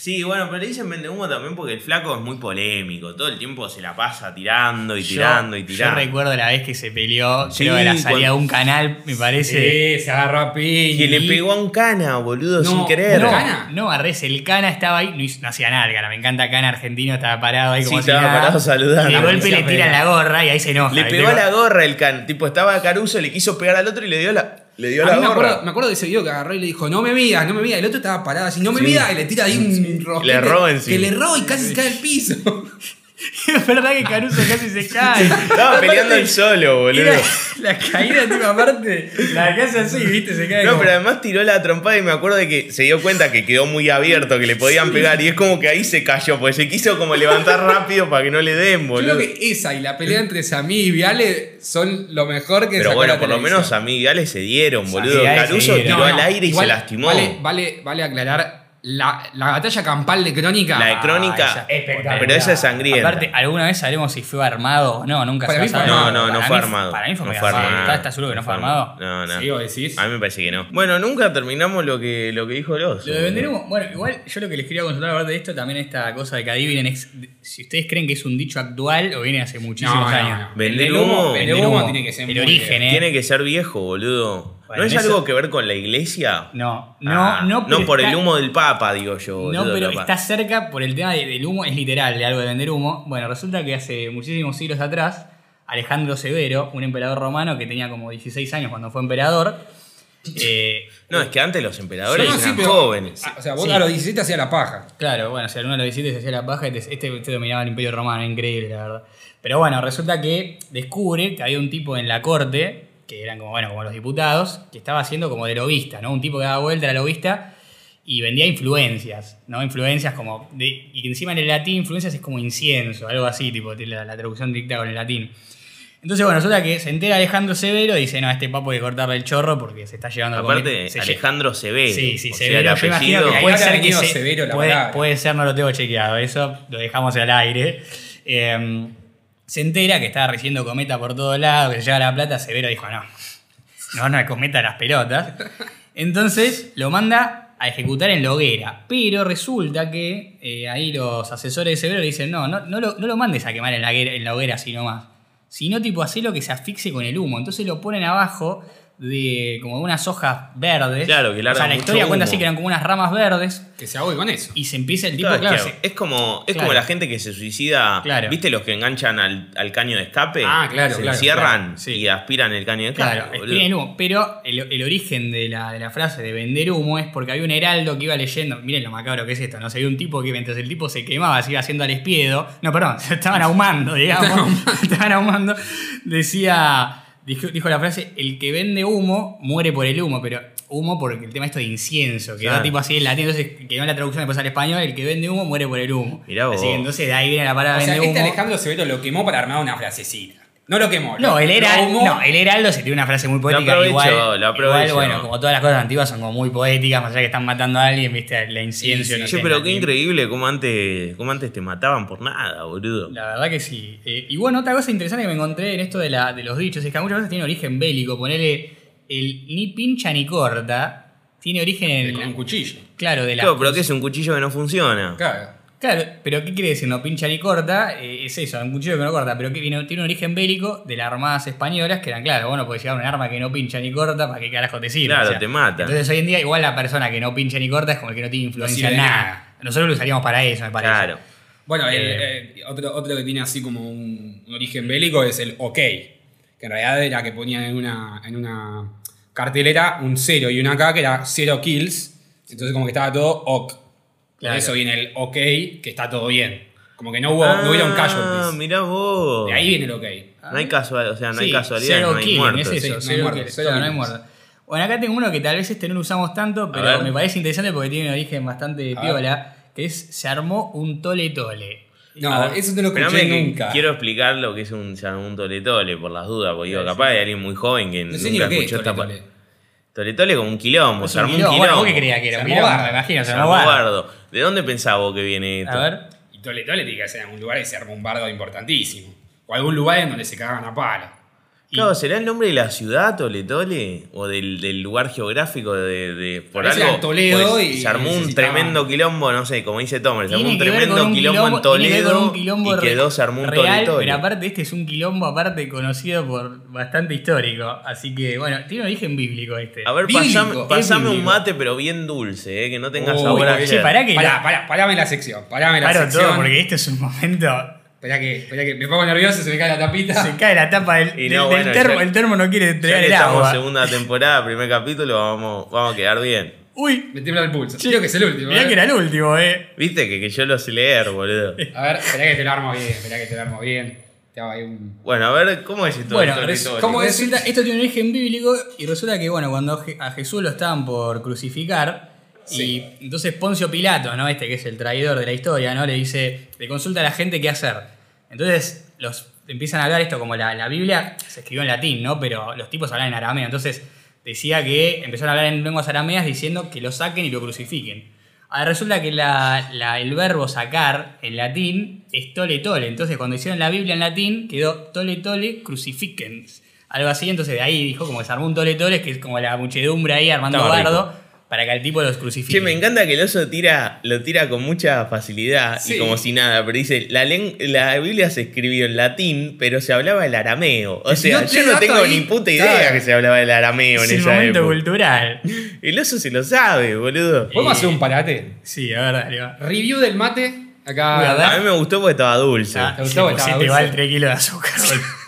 Speaker 1: Sí, bueno, pero le dicen vendehumo también porque el flaco es muy polémico. Todo el tiempo se la pasa tirando y tirando y
Speaker 3: Yo-
Speaker 1: tirando.
Speaker 3: Yo recuerdo la vez que se peleó,
Speaker 1: Sí,
Speaker 3: creo, de la salida
Speaker 1: cuando-
Speaker 3: de un canal, me parece.
Speaker 4: Sí, se agarró a piña.
Speaker 1: que le pegó a un cana, boludo,
Speaker 4: No,
Speaker 1: sin querer.
Speaker 4: ¿el
Speaker 3: No,
Speaker 4: Cana?
Speaker 3: no, Arres, el Cana estaba ahí, no, hizo- no hacía nada, el Cana, me encanta Cana argentino, estaba parado ahí
Speaker 1: Sí,
Speaker 3: como si
Speaker 1: estaba
Speaker 3: nada.
Speaker 1: parado saludando.
Speaker 3: Y de golpe
Speaker 4: Parecía
Speaker 3: le tira
Speaker 4: pena.
Speaker 3: la gorra y ahí se enoja.
Speaker 1: Le
Speaker 3: ¿viste?
Speaker 1: pegó a la gorra el can. Tipo, estaba Caruso, le quiso pegar al otro y le dio la, le dio
Speaker 4: A
Speaker 1: la
Speaker 4: mí me
Speaker 1: gorra.
Speaker 4: acuerdo, me acuerdo de ese video que agarró y le dijo, no me midas, no me midas. El otro estaba parado así, no me midas, y le tira ahí un rosquete
Speaker 1: Le erró
Speaker 4: Que
Speaker 1: encima.
Speaker 4: le erró y casi se cae al piso.
Speaker 3: Es verdad que Caruso casi se cae.
Speaker 1: Estaba peleando él solo, boludo.
Speaker 3: Mira, la caída, tipo, aparte, la que hace así, viste, se cae.
Speaker 1: No,
Speaker 3: como-
Speaker 1: pero además tiró la trompada y me acuerdo de que se dio cuenta que quedó muy abierto, que le podían pegar. Y es como que ahí se cayó, porque se quiso como levantar rápido para que no le den,
Speaker 4: Yo creo
Speaker 1: boludo.
Speaker 4: que esa y la pelea entre Sammy y Viale son lo mejor que
Speaker 1: Pero
Speaker 4: sacó
Speaker 1: bueno,
Speaker 4: la
Speaker 1: por lo
Speaker 4: televisión.
Speaker 1: menos a Miguel se dieron, boludo.
Speaker 3: Miguel se
Speaker 1: Caruso
Speaker 3: dieron.
Speaker 1: tiró
Speaker 3: No,
Speaker 1: al aire y
Speaker 4: igual
Speaker 1: se lastimó.
Speaker 4: Vale, vale, vale aclarar la, la batalla campal de Crónica.
Speaker 1: La de Crónica,
Speaker 3: Ah, esa es espectacular.
Speaker 1: pero esa es sangrienta.
Speaker 3: Aparte, ¿alguna vez sabremos si fue armado o no? Nunca
Speaker 4: Para
Speaker 3: se
Speaker 4: mí
Speaker 3: va a
Speaker 4: fue
Speaker 3: saber.
Speaker 1: no, no, no
Speaker 3: Para
Speaker 1: fue
Speaker 3: mí-
Speaker 1: armado.
Speaker 3: Para mí fue
Speaker 1: no
Speaker 3: medio
Speaker 1: fue
Speaker 3: armado.
Speaker 1: armado.
Speaker 3: ¿Estás, estás seguro que no fue armado?
Speaker 1: No, no.
Speaker 4: Sí, vos decís.
Speaker 1: A mí me parece que no. Bueno, nunca terminamos lo que, lo que dijo el oso.
Speaker 3: Lo de vender humo, bueno, igual yo lo que les quería consultar aparte de esto, también esta cosa de que adivinen es si ustedes creen que es un dicho actual o viene hace muchísimos
Speaker 4: No, no,
Speaker 3: años.
Speaker 4: no.
Speaker 1: Vender
Speaker 4: Vender humo,
Speaker 1: humo,
Speaker 4: vender
Speaker 3: Vender
Speaker 4: humo
Speaker 3: humo,
Speaker 4: tiene que ser
Speaker 3: el
Speaker 4: muy
Speaker 3: origen, eh.
Speaker 1: Tiene que ser viejo, boludo.
Speaker 3: Bueno,
Speaker 1: ¿No es
Speaker 3: eso-
Speaker 1: algo que ver con la iglesia?
Speaker 3: No, no,
Speaker 1: Ah,
Speaker 3: no, pero
Speaker 1: por el
Speaker 3: está-
Speaker 1: humo del Papa, digo yo.
Speaker 3: No,
Speaker 1: boludo,
Speaker 3: pero
Speaker 1: capaz.
Speaker 3: está cerca por el tema de- del humo, es literal, de algo de vender humo. Bueno, resulta que hace muchísimos siglos atrás, Alejandro Severo, un emperador romano que tenía como 16 años cuando fue emperador, eh,
Speaker 1: No, es que antes los
Speaker 4: Yo
Speaker 1: emperadores
Speaker 4: no, sí,
Speaker 1: eran
Speaker 4: pero-
Speaker 1: jóvenes.
Speaker 4: O sea, vos
Speaker 3: Sí.
Speaker 4: a los 17 hacías la paja.
Speaker 3: Claro, bueno, si alguno de los 17 se hacía la paja, este, este, este dominaba el Imperio Romano, increíble, la verdad. Pero bueno, resulta que descubre que había un tipo en la corte, que eran como, bueno, como los diputados, que estaba haciendo como de lobista, ¿no? Un tipo que daba vuelta a lobista y vendía influencias, ¿no? Influencias como. de- y que encima en el latín, influencias es como incienso, algo así, tipo, tiene la, la traducción directa con el latín. Entonces, bueno, resulta que se entera Alejandro Severo y dice, no, a este papo hay que cortarle el chorro Ah, porque se está llevando el
Speaker 1: Aparte,
Speaker 3: comi- se lle-
Speaker 1: Alejandro Severo.
Speaker 3: Sí, sí,
Speaker 1: o sea, el
Speaker 3: Severo. Yo imagino
Speaker 1: apellido-
Speaker 3: que
Speaker 4: Ahí
Speaker 3: puede
Speaker 4: habrá
Speaker 3: ser que
Speaker 4: venido
Speaker 3: se-
Speaker 4: Severo la
Speaker 3: puede,
Speaker 4: palabra.
Speaker 3: puede ser, no lo tengo chequeado. Eso lo dejamos al aire. Eh, se entera que estaba recibiendo cometa por todos lados, que se lleva la plata. Severo dijo, no, no, no, cometa las pelotas. Entonces lo manda a ejecutar en la hoguera. Pero resulta que eh, ahí los asesores de Severo le dicen, no, no, no, lo, no lo mandes a quemar en la, guer- en la hoguera así nomás. Sino tipo, hacelo que se asfixie con el humo. Entonces lo ponen abajo de como de unas hojas verdes.
Speaker 1: Claro, que
Speaker 3: O sea,
Speaker 1: largan
Speaker 3: la
Speaker 1: mucho
Speaker 3: historia cuenta así
Speaker 1: humo.
Speaker 3: que eran como unas ramas verdes.
Speaker 4: Que se ahogue con eso.
Speaker 3: Y se empieza el tipo,
Speaker 1: Claro, es
Speaker 3: claro,
Speaker 1: que
Speaker 3: se-
Speaker 1: es como, es
Speaker 3: Claro.
Speaker 1: como la gente que se suicida.
Speaker 3: Claro.
Speaker 1: ¿Viste los que enganchan al, al caño de escape?
Speaker 4: Ah, claro,
Speaker 1: Se
Speaker 4: claro,
Speaker 1: encierran
Speaker 3: claro, sí.
Speaker 1: y aspiran el caño de escape.
Speaker 3: Claro,
Speaker 1: boludo.
Speaker 3: espina el humo. Pero el, el origen de la, de la frase de vender humo es porque había un heraldo que iba leyendo. Miren lo macabro que es esto, ¿no? Se vio un tipo que mientras el tipo se quemaba, se iba haciendo al espiedo. No, perdón, se estaban ahumando, digamos. estaban ahumando. Decía. dijo, dijo la frase, el que vende humo muere por el humo, pero humo porque el tema esto de incienso, que
Speaker 1: Claro.
Speaker 3: tipo así en latín, entonces quedó en la traducción después al español, el que vende humo muere por el humo.
Speaker 1: Mirá vos.
Speaker 3: Así que entonces de ahí viene la palabra
Speaker 2: O sea,
Speaker 3: vende
Speaker 2: este
Speaker 3: humo.
Speaker 2: Alejandro Severo lo quemó para armar una frasecita. No lo quemó.
Speaker 3: No, el
Speaker 2: era
Speaker 3: Heraldo, no, el Heraldo se tiene una frase muy poética.
Speaker 1: aprovecho,
Speaker 3: igual,
Speaker 1: lo aprovecho.
Speaker 3: igual, bueno, como todas las cosas antiguas son como muy poéticas, más allá que están matando a alguien, viste, la incienso.
Speaker 2: Sí, sí.
Speaker 3: no
Speaker 1: Che,
Speaker 3: sé,
Speaker 1: pero
Speaker 3: la-
Speaker 1: qué increíble cómo antes, cómo antes te mataban por nada, boludo.
Speaker 3: La verdad que sí. Eh, y bueno, otra cosa interesante que me encontré en esto de, la, de los dichos es que muchas veces tiene origen bélico. Ponerle el ni pincha ni corta tiene origen en.
Speaker 2: Con un cuchillo.
Speaker 3: claro, de la.
Speaker 1: Claro, pero que es un cuchillo que no funciona.
Speaker 2: Claro.
Speaker 3: Claro, pero ¿qué quiere decir? No pincha ni corta, eh, es eso, un cuchillo que no corta, pero que viene- tiene un origen bélico de las armadas españolas que eran, claro, bueno, puede llegar un arma que no pincha ni corta, ¿para qué carajo te sirve?
Speaker 1: Claro, te mata.
Speaker 3: Entonces hoy en día igual la persona que no pincha ni corta es como el que no tiene influencia
Speaker 2: sirve
Speaker 3: en
Speaker 2: de
Speaker 3: nada.
Speaker 2: nada.
Speaker 3: Nosotros lo usaríamos para eso, me parece.
Speaker 1: Claro.
Speaker 2: Bueno, el, eh, otro, otro que tiene así como un, un origen bélico es el OK, que en realidad era que ponían en una, en una cartelera un 0 y una K que era 0 kills, entonces como que estaba todo OK.
Speaker 3: Claro.
Speaker 2: Por eso viene el OK, que está todo bien. Como que no hubo, no hubo un
Speaker 1: Ah,
Speaker 2: casualties.
Speaker 1: mirá vos.
Speaker 2: De ahí viene el OK.
Speaker 1: No hay casual, o sea, Ah, no hay
Speaker 3: Sí,
Speaker 1: casualidad,
Speaker 3: cero
Speaker 1: no hay
Speaker 3: killing,
Speaker 1: muertos.
Speaker 3: Es eso,
Speaker 2: Sí, no hay
Speaker 3: cero
Speaker 2: muertos,
Speaker 3: killing,
Speaker 2: cero
Speaker 3: claro, no hay
Speaker 2: killings.
Speaker 3: muertos. Bueno, acá tengo uno que tal vez este no lo usamos tanto, pero
Speaker 1: ver.
Speaker 3: me parece interesante porque tiene un origen bastante piola, que es se armó un tole tole.
Speaker 2: No, eso no lo escuché
Speaker 1: Esperame que
Speaker 2: nunca.
Speaker 1: quiero explicar lo que es un, un toletole, por las dudas, porque digo, capaz hay alguien muy joven que
Speaker 2: no sé ni
Speaker 1: nunca
Speaker 2: lo que es
Speaker 1: escuchó esta
Speaker 2: Tole
Speaker 1: pa-
Speaker 2: Tole.
Speaker 1: Toletole como un quilombo,
Speaker 3: Es
Speaker 1: se
Speaker 3: un
Speaker 1: armó un
Speaker 3: quilombo.
Speaker 1: quilombo.
Speaker 3: Bueno, ¿vos qué creías que era?
Speaker 2: Se
Speaker 3: Un
Speaker 2: armó
Speaker 3: quilombo,
Speaker 2: bardo.
Speaker 3: me imagino, se
Speaker 1: Se
Speaker 3: armó
Speaker 1: armó
Speaker 3: bardo.
Speaker 1: bardo. ¿De dónde pensás vos que viene esto?
Speaker 3: A ver.
Speaker 2: Y Tole Tole tiene que ser en algún lugar y se armó un bardo importantísimo. O algún lugar en donde se cagaban a palo.
Speaker 1: Claro, ¿será el nombre de la ciudad Toletole? ¿O del, del lugar geográfico de, de- por
Speaker 2: Parece
Speaker 1: algo?
Speaker 2: era Toledo
Speaker 1: Pues,
Speaker 2: y
Speaker 1: se armó un
Speaker 2: necesitaban-
Speaker 1: tremendo quilombo, no sé, como dice Tom, se armó
Speaker 3: Tiene
Speaker 1: un
Speaker 3: que ver
Speaker 1: tremendo
Speaker 3: con un
Speaker 1: quilombo, en
Speaker 3: tiene que ver con
Speaker 1: Toledo
Speaker 3: un quilombo
Speaker 1: y
Speaker 3: re-
Speaker 1: quedó, se armó un
Speaker 3: real, Pero
Speaker 1: Toletole.
Speaker 3: aparte, este es un quilombo, aparte conocido por bastante histórico. Así que, bueno, tiene un origen bíblico este.
Speaker 1: A ver,
Speaker 2: Bíblico,
Speaker 1: pasame,
Speaker 2: es
Speaker 1: pasame un
Speaker 2: bíblico.
Speaker 1: mate, pero bien dulce, eh, que no tenga
Speaker 2: Uy,
Speaker 1: sabor a
Speaker 3: che,
Speaker 1: ayer.
Speaker 3: pará que.
Speaker 2: Pará, pará, parame la sección, parame la
Speaker 3: paro
Speaker 2: sección.
Speaker 3: todo porque este es un momento.
Speaker 2: Esperá que, esperá que me pongo nervioso, se me cae la tapita.
Speaker 3: Se cae la tapa del,
Speaker 1: Y
Speaker 3: del-
Speaker 1: no,
Speaker 3: del
Speaker 1: bueno,
Speaker 3: termo.
Speaker 1: ya-
Speaker 3: el termo no quiere
Speaker 1: Ya
Speaker 3: entregar
Speaker 1: que
Speaker 3: el
Speaker 1: estamos
Speaker 3: agua.
Speaker 1: segunda temporada, primer capítulo, vamos, vamos a quedar bien.
Speaker 3: Uy,
Speaker 2: Me tiembla el pulso. Creo que es el último.
Speaker 3: mirá
Speaker 2: ¿eh?
Speaker 3: que era el último, eh.
Speaker 1: Viste que, que yo lo sé leer, boludo.
Speaker 2: A ver, esperá que te lo armo bien, esperá que te lo armo bien. Te hago ahí un.
Speaker 1: Bueno, a ver, ¿cómo es esto?
Speaker 3: Bueno,
Speaker 1: del
Speaker 3: res-
Speaker 1: Toletole?
Speaker 3: como resulta, esto tiene un origen bíblico y resulta que, bueno, cuando Je- a Jesús lo estaban por crucificar,
Speaker 2: Sí.
Speaker 3: y entonces Poncio Pilato, ¿no? Este que es el traidor de la historia, ¿no? Le dice, le consulta a la gente qué hacer. Entonces, los empiezan a hablar esto como la, la Biblia se escribió en latín, ¿no? Pero los tipos hablan en arameo. Entonces, decía que empezaron a hablar en lenguas arameas diciendo que lo saquen y lo crucifiquen. Ahora resulta que la- la- el verbo sacar en latín es tole tole. Entonces, cuando hicieron la Biblia en latín, quedó tole tole crucifiquen. Algo así, entonces de ahí dijo como que se armó un tole tole, que es como la muchedumbre ahí armando
Speaker 1: Estaba rico.
Speaker 3: bardo para que al tipo los crucifique.
Speaker 1: Che, me encanta que el oso tira, lo tira con mucha facilidad y
Speaker 2: Sí.
Speaker 1: como si nada, pero dice, la, len- la Biblia se escribió en latín, pero se hablaba el arameo. O sea,
Speaker 2: No te
Speaker 1: yo no
Speaker 2: dato
Speaker 1: tengo
Speaker 2: ahí,
Speaker 1: ni puta idea
Speaker 2: claro.
Speaker 1: que se hablaba el arameo
Speaker 3: Es
Speaker 1: en
Speaker 3: el
Speaker 1: esa
Speaker 3: momento
Speaker 1: época.
Speaker 3: cultural.
Speaker 1: El oso se lo sabe, boludo.
Speaker 2: ¿Podemos hacer un parate?
Speaker 3: Sí, a ver, dale, va.
Speaker 2: Review del mate.
Speaker 3: Voy a
Speaker 2: Acá,
Speaker 3: ver.
Speaker 1: A mí me gustó porque estaba dulce.
Speaker 3: Ah,
Speaker 2: ¿Te
Speaker 3: le
Speaker 2: gustó?
Speaker 3: pusiste
Speaker 2: Estaba dulce.
Speaker 3: igual 3 kilos de azúcar. boludo.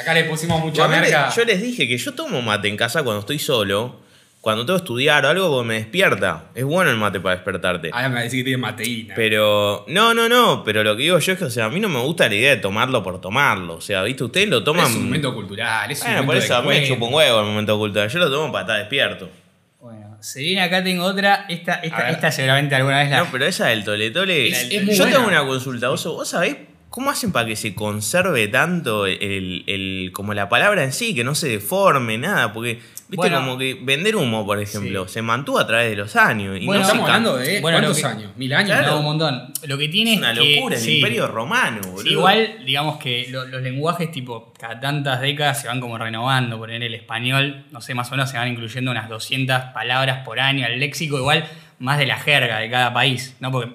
Speaker 2: acá le pusimos mucha
Speaker 1: Igualmente,
Speaker 2: merca.
Speaker 1: Yo les dije que yo tomo mate en casa cuando estoy solo, cuando tengo que estudiar o algo, porque me despierta. Es bueno el mate para despertarte.
Speaker 2: Ahora Ah, me va a decir que tiene mateína.
Speaker 1: Pero, no, no, no, pero lo que digo yo es que, o sea, a mí no me gusta la idea de tomarlo por tomarlo. O sea, ¿viste? Ustedes lo
Speaker 2: Pero
Speaker 1: toman.
Speaker 2: es un momento cultural, es un
Speaker 1: Bueno, por
Speaker 2: momento
Speaker 1: eso a
Speaker 2: de
Speaker 1: mí me
Speaker 2: encuentro.
Speaker 1: chupa un huevo el momento cultural. Yo lo tomo para estar despierto.
Speaker 3: Bueno, se viene acá, tengo otra. Esta,
Speaker 2: A
Speaker 3: esta,
Speaker 2: ver.
Speaker 3: esta seguramente alguna vez la.
Speaker 1: No, pero esa del toletole.
Speaker 2: Es-
Speaker 1: Yo
Speaker 2: es muy
Speaker 1: tengo
Speaker 2: buena.
Speaker 1: una consulta, Oso. ¿Vos sabés cómo hacen para que se conserve tanto el, el- como la palabra en sí, que no se deforme, nada? Porque, viste,
Speaker 3: Bueno.
Speaker 1: como que vender humo, por ejemplo, se mantuvo a través de los años. Y
Speaker 3: Bueno,
Speaker 1: no se
Speaker 2: Estamos
Speaker 1: ca-
Speaker 2: hablando de
Speaker 3: Bueno,
Speaker 2: cuántos
Speaker 3: lo que-
Speaker 2: años, mil años.
Speaker 1: Claro.
Speaker 3: No, un montón. Lo que tiene
Speaker 1: Es
Speaker 3: es.
Speaker 1: una
Speaker 3: que-
Speaker 1: locura, el
Speaker 3: sí.
Speaker 1: imperio romano, boludo.
Speaker 3: Sí, igual, digamos que lo- los lenguajes, tipo, cada tantas décadas se van como renovando. Por ejemplo, el español, no sé, más o menos se van incluyendo unas 200 palabras por año al léxico, igual más de la jerga de cada país, ¿no? Porque,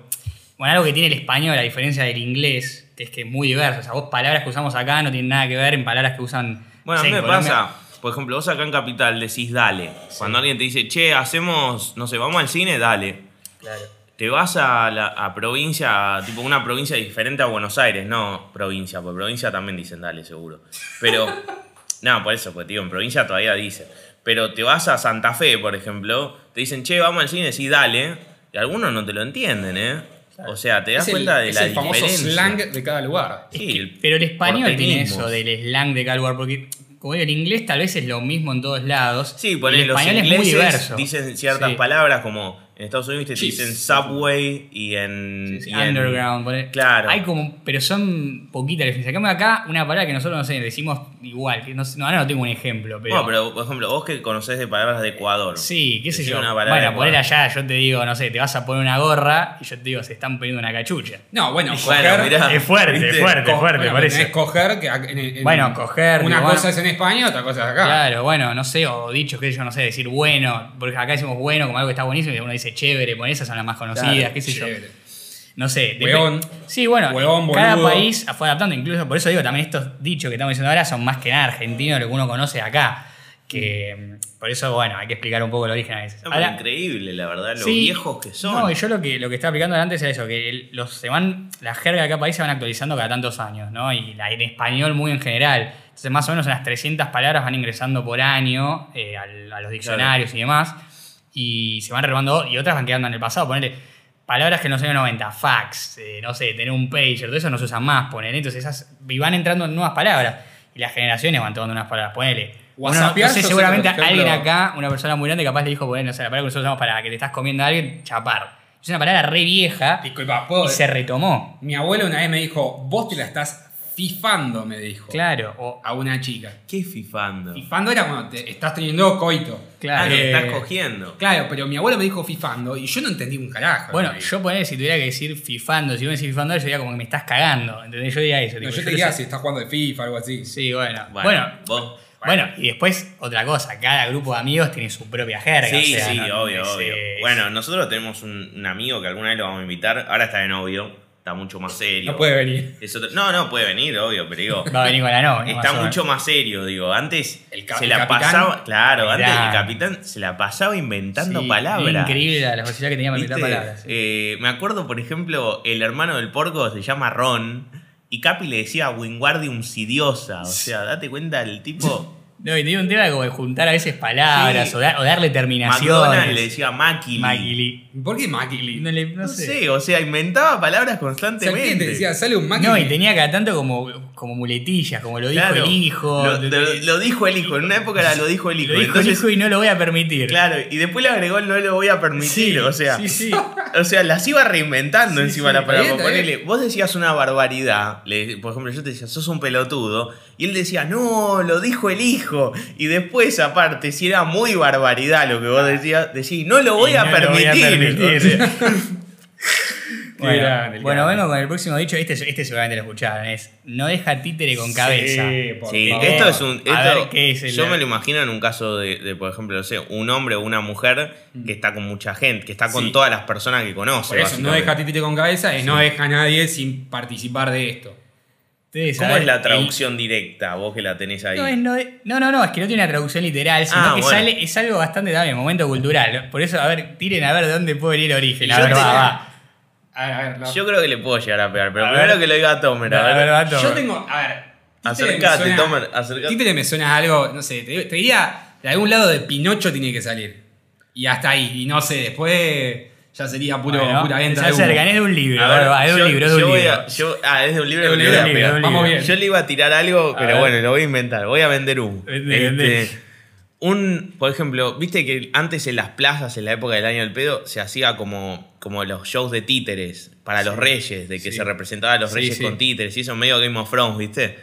Speaker 3: bueno, algo que tiene el español, a diferencia del inglés, que es que es muy diverso. O sea, vos palabras que usamos acá no tienen nada que ver en palabras que usan.
Speaker 1: Bueno,
Speaker 3: no sé,
Speaker 1: a mí me
Speaker 3: en Colombia.
Speaker 1: pasa, por ejemplo, vos acá en Capital decís dale. Cuando alguien te dice, che, hacemos, no sé, vamos al cine, dale. Te vas a, la, a provincia, tipo una provincia diferente a Buenos Aires, no provincia, porque provincia también dicen dale, seguro. Pero, no, por eso, porque digo, en provincia todavía dicen. Pero te vas a Santa Fe, por ejemplo, te dicen, che, vamos al cine, decís dale. Y algunos no te lo entienden, ¿eh? O sea, te das
Speaker 2: Es el,
Speaker 1: cuenta de
Speaker 2: es
Speaker 1: la
Speaker 2: el famoso
Speaker 1: diferencia.
Speaker 2: slang de cada lugar.
Speaker 1: Sí, el
Speaker 3: Pero el español tiene
Speaker 1: porteñismo.
Speaker 3: eso del slang de cada lugar, porque como digo, el inglés tal vez es lo mismo en todos lados.
Speaker 1: Sí,
Speaker 3: Y
Speaker 1: ponen
Speaker 3: el
Speaker 1: los
Speaker 3: español es muy
Speaker 1: ingleses
Speaker 3: diverso.
Speaker 1: dicen ciertas
Speaker 3: Sí.
Speaker 1: palabras como en Estados Unidos te
Speaker 4: Chips.
Speaker 1: dicen subway y en,
Speaker 3: Sí, sí,
Speaker 1: y en-
Speaker 3: underground, poner-
Speaker 1: Claro.
Speaker 3: Hay como, pero son poquitas las diferencias. En cambio acá una palabra que nosotros no sé, decimos igual, que no, sé- no, ahora no tengo un ejemplo, pero,
Speaker 1: Bueno, pero por ejemplo, vos que conocés de palabras de Ecuador.
Speaker 3: sí, qué sé
Speaker 1: Decime
Speaker 3: yo.
Speaker 1: una palabra
Speaker 3: Bueno,
Speaker 1: de
Speaker 3: poner
Speaker 1: Ecuador.
Speaker 3: allá, yo te digo, no sé, te vas a poner una gorra y yo te digo, se están poniendo una cachucha.
Speaker 4: No, bueno,
Speaker 1: Bueno,
Speaker 4: coger-
Speaker 1: mirá.
Speaker 3: Es fuerte,
Speaker 1: ¿viste?
Speaker 3: es fuerte, es
Speaker 4: co-
Speaker 3: fuerte,
Speaker 4: bueno,
Speaker 3: por eso.
Speaker 4: tenés coger que ac- en- en-
Speaker 3: Bueno, coger,
Speaker 4: Una
Speaker 3: digo,
Speaker 4: cosa
Speaker 3: bueno.
Speaker 4: es en España, otra cosa es acá.
Speaker 3: Claro, bueno, no sé, o dicho, qué sé yo, no sé, decir bueno, porque acá decimos bueno como algo que está buenísimo y uno dice chévere, bueno, esas son las más conocidas,
Speaker 4: Claro,
Speaker 3: qué sé
Speaker 4: chévere.
Speaker 3: yo. No sé. dep-
Speaker 4: Huevón.
Speaker 3: Sí, bueno,
Speaker 4: Huevón,
Speaker 3: cada
Speaker 4: boludo.
Speaker 3: país fue adaptando, incluso por eso digo, también estos dichos que estamos diciendo ahora son más que nada argentinos, lo que uno conoce acá. Que mm, por eso, bueno, hay que explicar un poco el origen a veces.
Speaker 1: No, pero
Speaker 3: Ahora-
Speaker 1: increíble, la verdad, lo
Speaker 3: Sí.
Speaker 1: viejos que son.
Speaker 3: No, y yo lo que, lo que estaba explicando antes era eso, que el- los, se van, la jerga de cada país se van actualizando cada tantos años, ¿no? Y la, en español muy en general. Entonces, más o menos unas 300 palabras van ingresando por año eh, al- a los diccionarios y demás. Y se van renovando, y otras van quedando en el pasado. Ponele palabras que no son de 90, fax, eh, no sé, tener un pager, todo eso no se usa más, ponele. Entonces, esas, y van entrando en nuevas palabras. Y las generaciones van tomando unas palabras, ponele. Uno no- no,
Speaker 4: Whatsappear,
Speaker 3: sé,
Speaker 4: yo sé que,
Speaker 3: seguramente
Speaker 4: por
Speaker 3: alguien
Speaker 4: ejemplo-
Speaker 3: acá, una persona muy grande, capaz le dijo, bueno, no sé, la palabra que nosotros usamos para que te estás comiendo a alguien, chapar. Es una palabra re vieja
Speaker 4: Disculpa,
Speaker 3: y
Speaker 4: ¿puedo?
Speaker 3: se retomó.
Speaker 4: Mi abuelo una vez me dijo, vos te la estás fifando, me dijo.
Speaker 3: Claro, o
Speaker 4: A una chica.
Speaker 1: ¿Qué fifando?
Speaker 4: Fifando era cuando te estás teniendo coito.
Speaker 1: Ah,
Speaker 3: claro.
Speaker 1: que
Speaker 4: Eh,
Speaker 1: estás cogiendo.
Speaker 4: Claro, pero mi abuelo me dijo fifando y yo no entendí un carajo.
Speaker 3: Bueno,
Speaker 4: Me dijo.
Speaker 3: yo poner si tuviera que decir fifando, si vos me decís fifando, yo diría como que me estás cagando. ¿Entendés? Yo diría
Speaker 4: No,
Speaker 3: eso. tipo,
Speaker 4: yo te
Speaker 3: no
Speaker 4: diría
Speaker 3: sé-
Speaker 4: si estás jugando de FIFA o algo así.
Speaker 3: Sí, bueno. Bueno,
Speaker 1: Bueno, vos.
Speaker 3: bueno, y después otra cosa, cada grupo de amigos tiene su propia jerga.
Speaker 1: Sí,
Speaker 3: o sea,
Speaker 1: sí,
Speaker 3: no-
Speaker 1: obvio,
Speaker 3: es,
Speaker 1: obvio.
Speaker 3: eh,
Speaker 1: Bueno, nosotros tenemos un, un amigo que alguna vez lo vamos a invitar. Ahora está de novio, está mucho más serio.
Speaker 4: No puede venir.
Speaker 1: Es otro- No, no, puede venir, obvio, pero digo.
Speaker 3: va a venir con la novia.
Speaker 1: Está
Speaker 3: más o
Speaker 1: mucho más serio, digo. Antes
Speaker 4: El ca-
Speaker 1: se
Speaker 4: el
Speaker 1: la
Speaker 4: capitán.
Speaker 1: pasaba. Claro, antes el
Speaker 3: Mirá.
Speaker 1: capitán se la pasaba inventando
Speaker 3: menos. Sí,
Speaker 1: palabras.
Speaker 3: Increíble la la facilidad que tenía para inventar
Speaker 1: ¿Viste?
Speaker 3: palabras. sí.
Speaker 1: Eh, me acuerdo, por ejemplo, el hermano del porco se llama Ron y Capi le decía Wingardium Sidiosa. O sea, date cuenta, el tipo.
Speaker 3: No, y tenía un tema como de juntar a veces palabras
Speaker 1: Sí.
Speaker 3: o, dar- o darle terminaciones.
Speaker 1: McDonald's le decía Maquili.
Speaker 3: Maquili.
Speaker 4: ¿Por qué Maquili?
Speaker 3: No, le- no
Speaker 1: No
Speaker 3: sé.
Speaker 1: sé, o sea, inventaba
Speaker 4: O sea,
Speaker 1: palabras
Speaker 4: ¿quién
Speaker 1: constantemente.
Speaker 4: te decía, sale un Maquili.
Speaker 3: No, y tenía cada tanto como, como muletillas, como lo dijo
Speaker 1: Claro.
Speaker 3: el hijo.
Speaker 1: Lo,
Speaker 3: te-
Speaker 1: lo-
Speaker 3: te-
Speaker 1: lo dijo el hijo. En una época era lo dijo el hijo.
Speaker 3: lo dijo el
Speaker 1: Entonces,
Speaker 3: hijo y no lo voy a permitir.
Speaker 1: Claro, y después le agregó el no lo voy a permitir.
Speaker 3: Sí,
Speaker 1: o sea.
Speaker 3: sí, sí.
Speaker 1: O sea, las iba reinventando encima la palabra.
Speaker 4: está bien, está
Speaker 1: Ponele, vos decías una barbaridad. le- por ejemplo, yo te decía, sos un pelotudo. Y él decía, no, lo dijo el hijo. Y después, aparte, si era muy barbaridad lo que vos decías, decís, no lo voy,
Speaker 3: Ah. Y
Speaker 1: a,
Speaker 3: no lo voy
Speaker 1: permitir.
Speaker 3: a permitir.
Speaker 4: Qué
Speaker 3: Bueno,
Speaker 4: grande, el
Speaker 3: bueno,
Speaker 4: grande.
Speaker 3: vengo con el próximo dicho. Este, este seguramente lo escucharon. Es no deja títere con
Speaker 4: Sí,
Speaker 3: cabeza.
Speaker 4: por
Speaker 1: Sí,
Speaker 4: favor.
Speaker 1: que esto es un.
Speaker 3: A
Speaker 1: esto-
Speaker 3: ver, ¿qué es el-
Speaker 1: yo me lo imagino en un caso de, de, por ejemplo, no sé, un hombre o una mujer
Speaker 3: Mm.
Speaker 1: que está con mucha gente, que está con
Speaker 4: Sí.
Speaker 1: todas las personas que conoce.
Speaker 4: Por eso, no
Speaker 1: básicamente.
Speaker 4: deja títere con cabeza y no deja a nadie sin participar de esto.
Speaker 3: Ustedes
Speaker 1: ¿Cómo
Speaker 3: saben,
Speaker 1: es la
Speaker 3: el-
Speaker 1: traducción directa? Vos que la tenés ahí.
Speaker 3: No, es no, de- no, no, no, es que no tiene una traducción literal, sino
Speaker 1: Ah,
Speaker 3: que
Speaker 1: bueno.
Speaker 3: sale, es algo bastante también, momento cultural. Por eso, a ver, tiren a ver de dónde puede venir el origen. A
Speaker 1: Yo
Speaker 3: ver,
Speaker 1: te-
Speaker 3: va, va.
Speaker 4: A ver, a ver, la-
Speaker 1: Yo creo que le puedo llegar a pegar, pero
Speaker 3: A
Speaker 1: primero
Speaker 3: ver.
Speaker 1: que lo diga Tomer. A
Speaker 3: A ver,
Speaker 1: ver.
Speaker 3: va, Tomer.
Speaker 4: Yo tengo. A ver. títere me
Speaker 1: Acercate,
Speaker 4: suena-
Speaker 1: Tomer. Acercate.
Speaker 4: Títere me suena a algo, no sé, te, te diría, de algún lado de Pinocho tiene que salir. Y hasta ahí. Y no sé, después ya sería puro,
Speaker 3: Bueno,
Speaker 4: pura venta
Speaker 3: se
Speaker 4: de humo.
Speaker 3: acercan, es de un libro.
Speaker 1: A
Speaker 3: a ver,
Speaker 1: ver,
Speaker 3: va, es de
Speaker 1: yo-
Speaker 3: un libro, es de
Speaker 1: yo
Speaker 3: un
Speaker 1: voy
Speaker 3: libro.
Speaker 1: a- yo- ah, es de un libro.
Speaker 3: Es de un
Speaker 1: le voy a
Speaker 3: libro, es de un
Speaker 1: pegar.
Speaker 3: libro.
Speaker 4: Vamos bien.
Speaker 1: Yo le iba a tirar algo, pero
Speaker 3: ver.
Speaker 1: bueno, lo voy a inventar. Voy a vender humo.
Speaker 3: Vende, vende.
Speaker 1: Este, un, por ejemplo, viste que antes en las plazas, en la época del año del pedo, se hacía como, como los shows de títeres para los reyes, de que se representaba a los
Speaker 4: Sí,
Speaker 1: reyes
Speaker 4: sí.
Speaker 1: con títeres, y eso medio Game of Thrones, viste.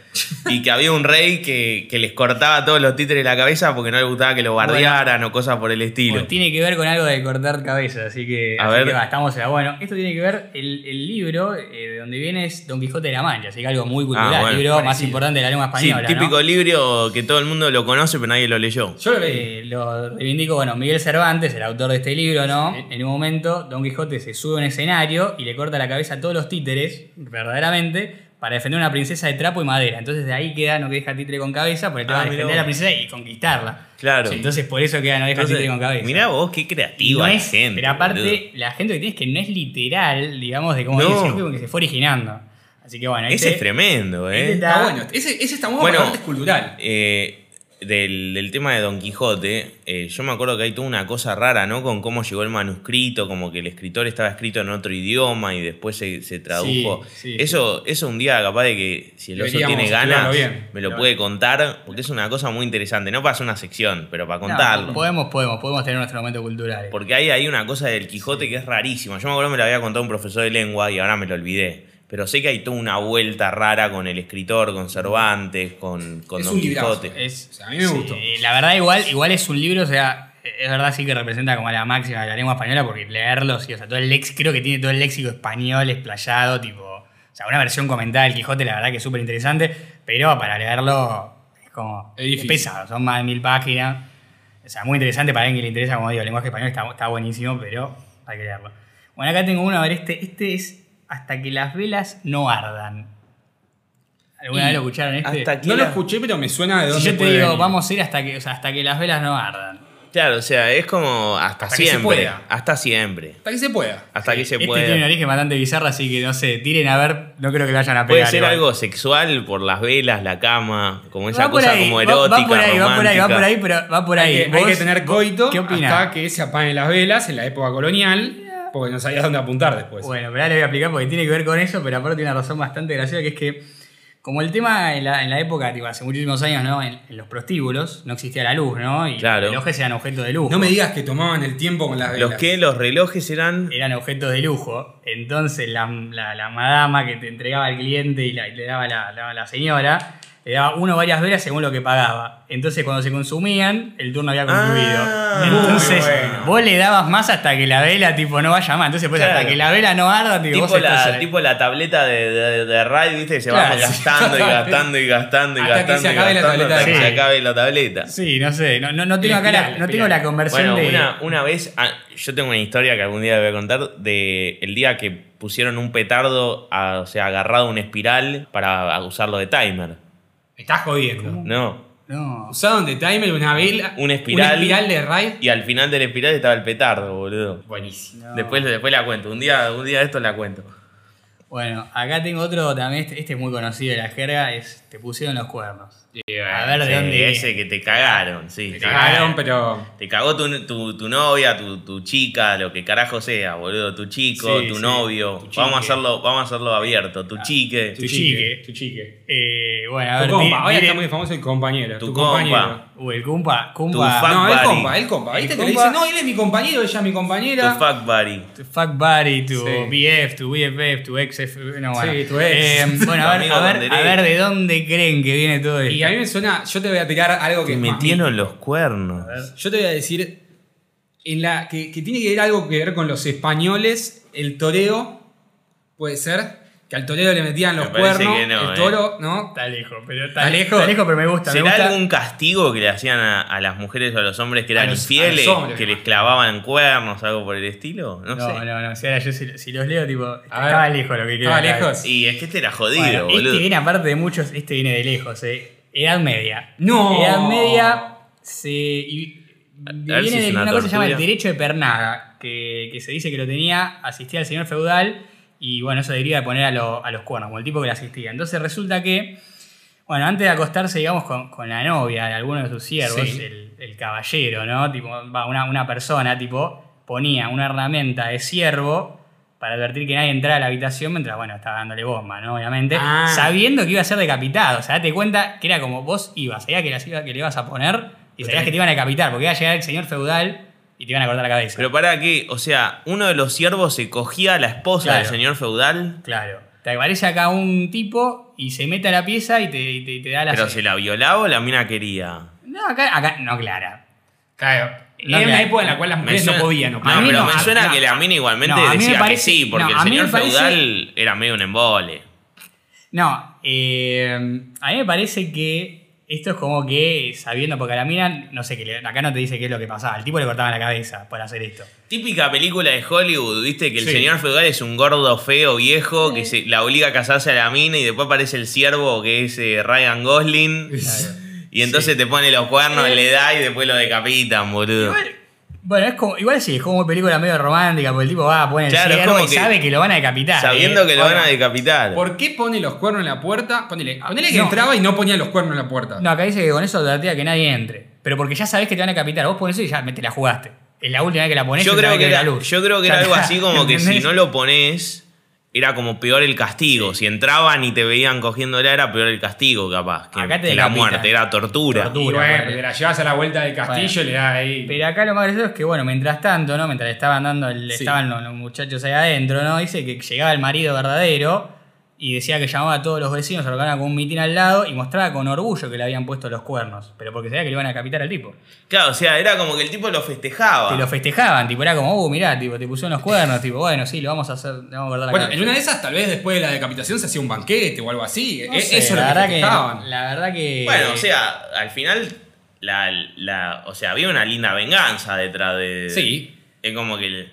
Speaker 1: y que había un rey que, que les cortaba a todos los títeres la cabeza porque no le gustaba que lo bardearan o cosas por el estilo.
Speaker 3: Pues tiene que ver con algo de cortar cabeza, así que,
Speaker 1: A
Speaker 3: así
Speaker 1: ver.
Speaker 3: que va, estamos a- Bueno, esto tiene que ver, el, el libro eh, de donde viene es Don Quijote de la Mancha, así que algo muy cultural,
Speaker 1: Ah, bueno.
Speaker 3: libro más
Speaker 4: Parecido.
Speaker 3: importante de la lengua española.
Speaker 1: sí, típico
Speaker 3: ¿no?
Speaker 1: libro que todo el mundo lo conoce, pero nadie lo leyó.
Speaker 4: Yo lo leí.
Speaker 3: Eh, lo reivindico, bueno, Miguel Cervantes, el autor de este libro, ¿no? En un momento, Don Quijote se sube a un escenario y le corta la cabeza a todos los títeres, verdaderamente, para defender a una princesa de trapo y madera. Entonces de ahí queda no que deja títere con cabeza, por el tema
Speaker 1: Ah,
Speaker 3: de
Speaker 1: mirá
Speaker 3: defender a la
Speaker 1: vos.
Speaker 3: princesa y conquistarla.
Speaker 1: Claro.
Speaker 3: Sí, Entonces por eso queda no deja
Speaker 1: Entonces,
Speaker 3: títere con cabeza.
Speaker 1: Mirá vos, qué
Speaker 3: Y
Speaker 1: creativa
Speaker 3: no
Speaker 1: la
Speaker 3: es-
Speaker 1: gente.
Speaker 3: pero aparte,
Speaker 1: boludo.
Speaker 3: la gente que tiene es que no es literal, digamos, de cómo
Speaker 1: No.
Speaker 3: viene, sino que como que se fue originando. Así que bueno,
Speaker 1: Ese
Speaker 3: este,
Speaker 1: es tremendo,
Speaker 3: este
Speaker 1: ¿eh?
Speaker 3: está-
Speaker 4: Está bueno. Ese, ese está bueno,
Speaker 1: Bueno.
Speaker 4: porque aparte es cultural.
Speaker 1: Eh, del, del tema de Don Quijote, eh, yo me acuerdo que hay toda una cosa rara, ¿no? Con cómo llegó el manuscrito, como que el escritor estaba escrito en otro idioma y después se, se tradujo.
Speaker 4: Sí, sí,
Speaker 1: eso, eso un día capaz de que si el oso
Speaker 4: Deberíamos
Speaker 1: tiene
Speaker 4: estudiarlo
Speaker 1: ganas,
Speaker 4: bien.
Speaker 1: me lo puede contar, porque es una cosa muy interesante. No para hacer una sección, pero para contarlo.
Speaker 3: podemos, podemos, podemos tener nuestro momento cultural.
Speaker 1: Porque hay ahí una cosa del Quijote que es rarísima. Yo me acuerdo que me la había contado un profesor de lengua y ahora me lo olvidé. Pero sé que hay toda una vuelta rara con el escritor, con Cervantes, con, con
Speaker 4: Es
Speaker 1: Don
Speaker 4: un librazo, Eh,
Speaker 1: Quijote.
Speaker 3: Es-
Speaker 4: O sea, a mí me
Speaker 3: sí,
Speaker 4: gustó.
Speaker 3: La verdad, igual, igual es un libro, o sea, es verdad sí que representa como la máxima de la lengua española, porque leerlo, sí, o sea, todo el léxico, creo que tiene todo el léxico español explayado, tipo, o sea, una versión comentada del Quijote, la verdad que es súper interesante, pero para leerlo es como
Speaker 4: Es difícil.
Speaker 3: pesado, son más de mil páginas. O sea, muy interesante para alguien que le interesa, como digo, el lenguaje español está, está buenísimo, pero hay que leerlo. Bueno, acá tengo uno, a ver, este, este es Hasta que las velas no ardan. ¿Alguna vez lo escucharon este?
Speaker 1: hasta que
Speaker 4: eh, No lo
Speaker 1: la-
Speaker 4: escuché, pero me suena de
Speaker 3: Si
Speaker 4: dónde
Speaker 3: yo te
Speaker 4: puede
Speaker 3: digo,
Speaker 4: venir.
Speaker 3: vamos a ir hasta que, o sea, hasta que las velas no ardan.
Speaker 1: Claro, o sea, es como hasta,
Speaker 4: Hasta que se
Speaker 1: siempre.
Speaker 4: pueda.
Speaker 1: Hasta siempre.
Speaker 4: Hasta que se pueda.
Speaker 1: Hasta que se
Speaker 3: este
Speaker 1: pueda.
Speaker 3: tiene un origen bastante bizarro, así que no sé, tiren a ver, no creo que lo vayan a pegar.
Speaker 1: Puede ser
Speaker 3: igual.
Speaker 1: algo sexual por las velas, la cama, como esa
Speaker 3: Va por
Speaker 1: cosa
Speaker 3: ahí,
Speaker 1: como
Speaker 3: va-
Speaker 1: erótica,
Speaker 3: va, por ahí, va por ahí, va por ahí,
Speaker 1: romántica.
Speaker 3: pero va por ahí.
Speaker 4: Hay que, hay
Speaker 3: Vos-
Speaker 4: que tener coito
Speaker 3: ¿Qué opinás?
Speaker 4: hasta que se apaguen las velas en la época colonial, porque no sabías dónde apuntar después.
Speaker 3: Bueno, pero ahora le voy a explicar porque tiene que ver con eso, pero aparte tiene una razón bastante graciosa, que es que como el tema en la, en la época, tipo, hace muchísimos años, ¿no? En, en los prostíbulos no existía la luz, ¿no? Y
Speaker 1: Claro.
Speaker 3: los relojes eran objetos de lujo.
Speaker 4: no me digas que tomaban el tiempo con las velas.
Speaker 1: Los que los relojes eran.
Speaker 3: eran objetos de lujo. Entonces la, la- la madama que te entregaba el cliente y, la- y le daba la, la- la señora, le daba uno o varias velas según lo que pagaba. Entonces cuando se consumían, el turno había concluido.
Speaker 1: Ah,
Speaker 3: Entonces
Speaker 4: muy bueno.
Speaker 3: vos le dabas más hasta que la vela tipo no vaya más. Entonces pues
Speaker 1: Claro.
Speaker 3: hasta que la vela no arda, tipo,
Speaker 1: Tipo
Speaker 3: vos estás
Speaker 1: la,
Speaker 3: ahí.
Speaker 1: tipo la tableta de, de, de radio, ¿viste? Que se
Speaker 3: Claro,
Speaker 1: va
Speaker 3: sí.
Speaker 1: gastando y gastando y gastando y
Speaker 4: Hasta que
Speaker 1: gastando.
Speaker 4: se
Speaker 1: y
Speaker 4: acabe la
Speaker 1: gastando
Speaker 4: tableta
Speaker 1: hasta
Speaker 3: de
Speaker 1: que se
Speaker 3: radio.
Speaker 1: acabe la tableta.
Speaker 3: Sí, no sé, no, no, no tengo
Speaker 4: El
Speaker 3: acá la,
Speaker 4: espiral,
Speaker 3: no
Speaker 4: el
Speaker 3: tengo la
Speaker 4: espiral.
Speaker 3: conversión
Speaker 1: Bueno,
Speaker 3: de...
Speaker 1: una, una vez, ah, yo tengo una historia que algún día voy a contar de el día que pusieron un petardo, a- o sea, agarrado a una espiral para usarlo de timer.
Speaker 4: Me estás jodiendo.
Speaker 1: No.
Speaker 3: No.
Speaker 4: Usaron de timer una vela.
Speaker 1: Una espiral.
Speaker 4: de raid.
Speaker 1: Y al final de la espiral estaba el petardo, boludo.
Speaker 4: Buenísimo.
Speaker 1: Después, después la cuento. Un día, un día de esto la cuento.
Speaker 3: Bueno, acá tengo otro también, este, este es muy conocido de la jerga, es te pusieron los cuernos. A ver de
Speaker 1: Ah, Sí,
Speaker 3: dónde...
Speaker 1: Ese que te cagaron, sí.
Speaker 4: Me
Speaker 1: Te,
Speaker 4: Ah, cagaron, pero.
Speaker 1: te cagó tu, tu- tu novia, tu, tu chica, lo que carajo sea, boludo. Tu chico,
Speaker 4: Sí,
Speaker 1: tu
Speaker 4: sí.
Speaker 1: novio.
Speaker 4: Tu chique.
Speaker 1: vamos, a hacerlo, vamos a hacerlo abierto. Tu chique,
Speaker 3: Tu
Speaker 1: tu,
Speaker 3: chique.
Speaker 4: Tu chique.
Speaker 3: Eh, bueno, a
Speaker 4: Tu
Speaker 3: ver,
Speaker 4: compa.
Speaker 3: di-
Speaker 4: Ahora
Speaker 3: dire-
Speaker 4: está muy famoso el compañero.
Speaker 1: Tu
Speaker 4: Tu, compañero.
Speaker 1: compa.
Speaker 3: Uy, el Cumpa,
Speaker 1: Tu
Speaker 3: Cumpa,
Speaker 1: fuck
Speaker 4: No, el
Speaker 1: buddy.
Speaker 4: compa, el compa.
Speaker 3: El
Speaker 4: ¿Viste que le
Speaker 3: compa-
Speaker 4: dice, no, él es mi compañero, ella es mi compañera.
Speaker 1: fuck buddy.
Speaker 3: tu fuck buddy, tu
Speaker 4: Sí.
Speaker 3: BF, tu BFF, tu ex, no, bueno.
Speaker 4: Sí, tu ex.
Speaker 3: Eh, bueno, a ver,
Speaker 1: Amigo
Speaker 3: a ver,
Speaker 1: banderero.
Speaker 3: a ver de dónde creen que viene todo esto.
Speaker 4: Y a mí me suena, yo te voy a tirar algo que
Speaker 1: Te
Speaker 4: es más
Speaker 1: metieron los cuernos.
Speaker 4: Yo te voy a decir en la que, que tiene que ver algo que ver con los españoles, el toreo puede ser que al toreo le metían los
Speaker 1: Me parece
Speaker 4: cuernos,
Speaker 1: que no,
Speaker 4: el
Speaker 1: eh.
Speaker 4: toro, ¿no?
Speaker 3: Está lejos, pero
Speaker 4: ¿Está
Speaker 3: está
Speaker 4: lejos?
Speaker 3: lejos. pero me gusta, me
Speaker 1: ¿Será
Speaker 3: gusta.
Speaker 1: algún castigo que le hacían a, a las mujeres o a los hombres que eran
Speaker 4: A los-
Speaker 1: infieles?
Speaker 4: a los hombres.
Speaker 1: que les clavaban cuernos, algo por el estilo. No,
Speaker 3: No,
Speaker 1: sé.
Speaker 3: no, no, si ahora yo si, si los leo, tipo,
Speaker 4: ver.
Speaker 3: estaba lejos lo que queda.
Speaker 4: Estaba lejos.
Speaker 1: Y es que este era jodido,
Speaker 3: Bueno,
Speaker 1: boludo.
Speaker 3: este viene aparte de muchos, este viene de lejos, eh. Edad Media.
Speaker 4: No.
Speaker 3: Edad Media se. y-
Speaker 1: a ver
Speaker 3: viene
Speaker 1: si es
Speaker 3: de
Speaker 1: una
Speaker 3: una, cosa que se llama el
Speaker 1: tortura.
Speaker 3: derecho de pernada, que, que se dice que lo tenía, asistía al señor feudal, y bueno, eso deriva de poner a, lo- a los cuernos, como el tipo que le asistía. Entonces resulta que, bueno, antes de acostarse, digamos, con, con la novia de alguno de sus siervos,
Speaker 4: Sí.
Speaker 3: el, el caballero, ¿no? Tipo, va, una, una persona, tipo, ponía una herramienta de siervo para advertir que nadie entrara a la habitación mientras, bueno, estaba dándole bomba, ¿no? Obviamente.
Speaker 4: Ah.
Speaker 3: Sabiendo que iba a ser decapitado. O sea, date cuenta que era como vos ibas, sabías que, las iba- que le ibas a poner y sabías que te iban a decapitar, porque iba a llegar el señor feudal y te iban a cortar la cabeza.
Speaker 1: Pero para que, o sea, uno de los siervos se cogía a la esposa
Speaker 3: Claro.
Speaker 1: del señor feudal,
Speaker 3: Claro. Te aparece acá un tipo y se mete a la pieza y te, y te- y te da la...
Speaker 1: pero se la violaba o la mina quería.
Speaker 3: No, acá, acá no, Clara.
Speaker 4: Claro.
Speaker 3: No,
Speaker 4: era una
Speaker 3: mira,
Speaker 4: época en la cual las
Speaker 1: Me
Speaker 4: mujeres
Speaker 1: suena-
Speaker 4: no podían. No,
Speaker 1: No,
Speaker 4: podían.
Speaker 1: pero
Speaker 3: no,
Speaker 1: me
Speaker 3: a-
Speaker 1: suena
Speaker 3: no.
Speaker 1: que la mina igualmente
Speaker 3: No, a mí me
Speaker 1: decía
Speaker 3: parece-
Speaker 1: que sí, porque
Speaker 3: no,
Speaker 1: el
Speaker 3: a mí me
Speaker 1: señor
Speaker 3: parece-
Speaker 1: feudal era medio un embole.
Speaker 3: No, eh, a mí me parece que esto es como que sabiendo, porque a la mina, no sé, que le- acá no te dice qué es lo que pasaba. Al tipo le cortaban la cabeza por hacer esto.
Speaker 1: Típica película de Hollywood, viste, que el
Speaker 4: Sí.
Speaker 1: señor feudal es un gordo feo viejo que se, la obliga a casarse a la mina y después aparece el siervo que es eh, Ryan Gosling. Y entonces te pone los cuernos, le da y después lo decapitan, boludo.
Speaker 3: Igual, Bueno, es como, igual sí, es como película medio romántica, porque el tipo va a poner
Speaker 1: Claro,
Speaker 3: el
Speaker 1: es
Speaker 3: ciervo
Speaker 1: como
Speaker 3: y
Speaker 1: que-
Speaker 3: sabe que lo van a decapitar.
Speaker 1: Sabiendo
Speaker 3: ¿eh?
Speaker 1: que lo
Speaker 3: Ahora,
Speaker 1: van a decapitar.
Speaker 2: ¿Por qué pone los cuernos en la puerta? Ponele, ponele que
Speaker 3: No.
Speaker 2: entraba y no ponía los cuernos en la puerta.
Speaker 3: No, acá dice que con eso tratea que nadie entre. Pero porque ya sabés que te van a decapitar. Vos pones eso y ya me- te la jugaste. Es la última vez que la ponés
Speaker 1: Yo
Speaker 3: y te
Speaker 1: creo,
Speaker 3: va a
Speaker 1: que
Speaker 3: caer
Speaker 1: era,
Speaker 3: la luz.
Speaker 1: yo creo que
Speaker 3: Ya
Speaker 1: era algo
Speaker 3: está.
Speaker 1: así como que si
Speaker 3: ¿Entendés?
Speaker 1: no lo pones, era como peor el castigo. Si entraban y te veían cogiéndola, era peor el castigo, capaz. Que,
Speaker 3: Acá te
Speaker 1: que la
Speaker 3: decapitan.
Speaker 1: muerte, era tortura.
Speaker 3: Tortura.
Speaker 2: Y bueno,
Speaker 3: bueno.
Speaker 2: porque la llevas a la vuelta del castillo y le das ahí.
Speaker 3: Pero acá lo más gracioso es que, bueno, mientras tanto, ¿no? Mientras estaban dando el-
Speaker 2: Sí.
Speaker 3: estaban los, los muchachos ahí adentro, ¿no? Dice que llegaba el marido verdadero y decía que llamaba a todos los vecinos, organizaba con un mitin al lado y mostraba con orgullo que le habían puesto los cuernos. Pero porque sabía que le iban a decapitar al tipo.
Speaker 1: Claro, o sea, era como que el tipo lo festejaba.
Speaker 3: Te lo festejaban, tipo, era como, uh, mirá, tipo, te pusieron los cuernos, tipo, bueno, sí, lo vamos a hacer, le vamos a guardar la
Speaker 2: Bueno,
Speaker 3: cabeza.
Speaker 2: en una de esas, tal vez después de la decapitación se hacía un banquete o algo así.
Speaker 3: No
Speaker 2: E-
Speaker 3: sé,
Speaker 2: Eso
Speaker 3: la
Speaker 2: era lo
Speaker 3: verdad
Speaker 2: que
Speaker 3: que,
Speaker 2: festejaban.
Speaker 3: La verdad que.
Speaker 1: Bueno, o sea, al final, la, la- o sea, había una linda venganza detrás de.
Speaker 2: Sí.
Speaker 1: Es como que el-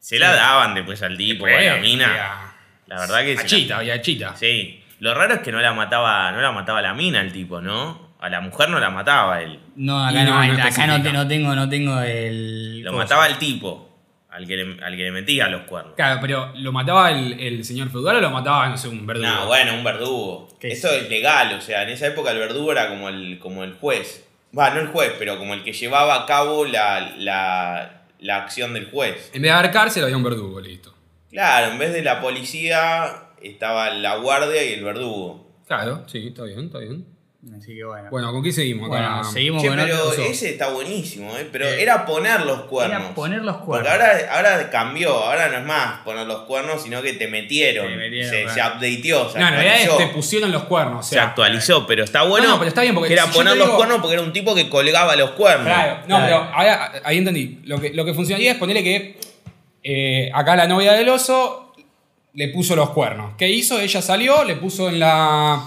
Speaker 1: se la daban después al tipo,
Speaker 2: Bueno,
Speaker 1: a la mina. La verdad que
Speaker 2: había-
Speaker 1: se
Speaker 2: A
Speaker 1: la-
Speaker 2: Chita, había Chita.
Speaker 1: Sí. Lo raro es que no la mataba, no la mataba la mina el tipo, ¿no? A la mujer no la mataba él.
Speaker 3: No,
Speaker 2: Y
Speaker 3: acá no,
Speaker 2: no, no
Speaker 3: acá no, te-
Speaker 2: especifica.
Speaker 3: no tengo, no tengo el.
Speaker 1: Lo
Speaker 3: coso.
Speaker 1: mataba el tipo al que le, al que le metía los cuernos.
Speaker 2: Claro, pero ¿lo mataba el, el señor feudal o lo mataba, no sé, un verdugo?
Speaker 1: No, bueno, un verdugo.
Speaker 3: ¿Qué
Speaker 1: Eso es legal, o sea, en esa época el verdugo era como el, como el juez. Va, no el juez, pero como el que llevaba a cabo la, la, la acción del juez.
Speaker 2: En vez de haber cárcel, había un verdugo, listo.
Speaker 1: Claro, en vez de la policía estaba la guardia y el verdugo.
Speaker 2: Claro, sí, está bien, está bien.
Speaker 3: Así que bueno.
Speaker 2: Bueno, ¿con qué seguimos?
Speaker 3: Bueno,
Speaker 2: Acá-
Speaker 3: seguimos
Speaker 1: Che,
Speaker 3: con
Speaker 1: pero
Speaker 3: otro.
Speaker 1: ese está buenísimo, ¿eh? Pero era poner los cuernos.
Speaker 3: Era poner los
Speaker 1: Porque
Speaker 3: cuernos.
Speaker 1: ahora, ahora cambió, ahora no es más poner los cuernos, sino que te metieron.
Speaker 3: Te metieron,
Speaker 1: se, se
Speaker 3: claro.
Speaker 1: updateó, se
Speaker 2: No, en realidad
Speaker 1: actualizó.
Speaker 2: es, te
Speaker 3: este
Speaker 2: pusieron los cuernos. O
Speaker 1: se
Speaker 2: sea,
Speaker 1: actualizó, pero está bueno.
Speaker 2: No, no, pero está bien, porque
Speaker 1: que era
Speaker 2: si yo
Speaker 1: poner
Speaker 2: te
Speaker 1: los
Speaker 2: digo-
Speaker 1: cuernos porque era un tipo que colgaba los cuernos.
Speaker 2: Claro, no,
Speaker 3: Claro.
Speaker 2: pero ahora, ahí entendí. Lo que, lo que funcionaría es ponerle que eh, acá la novia del oso le puso los cuernos. ¿Qué hizo? Ella salió, le puso en la,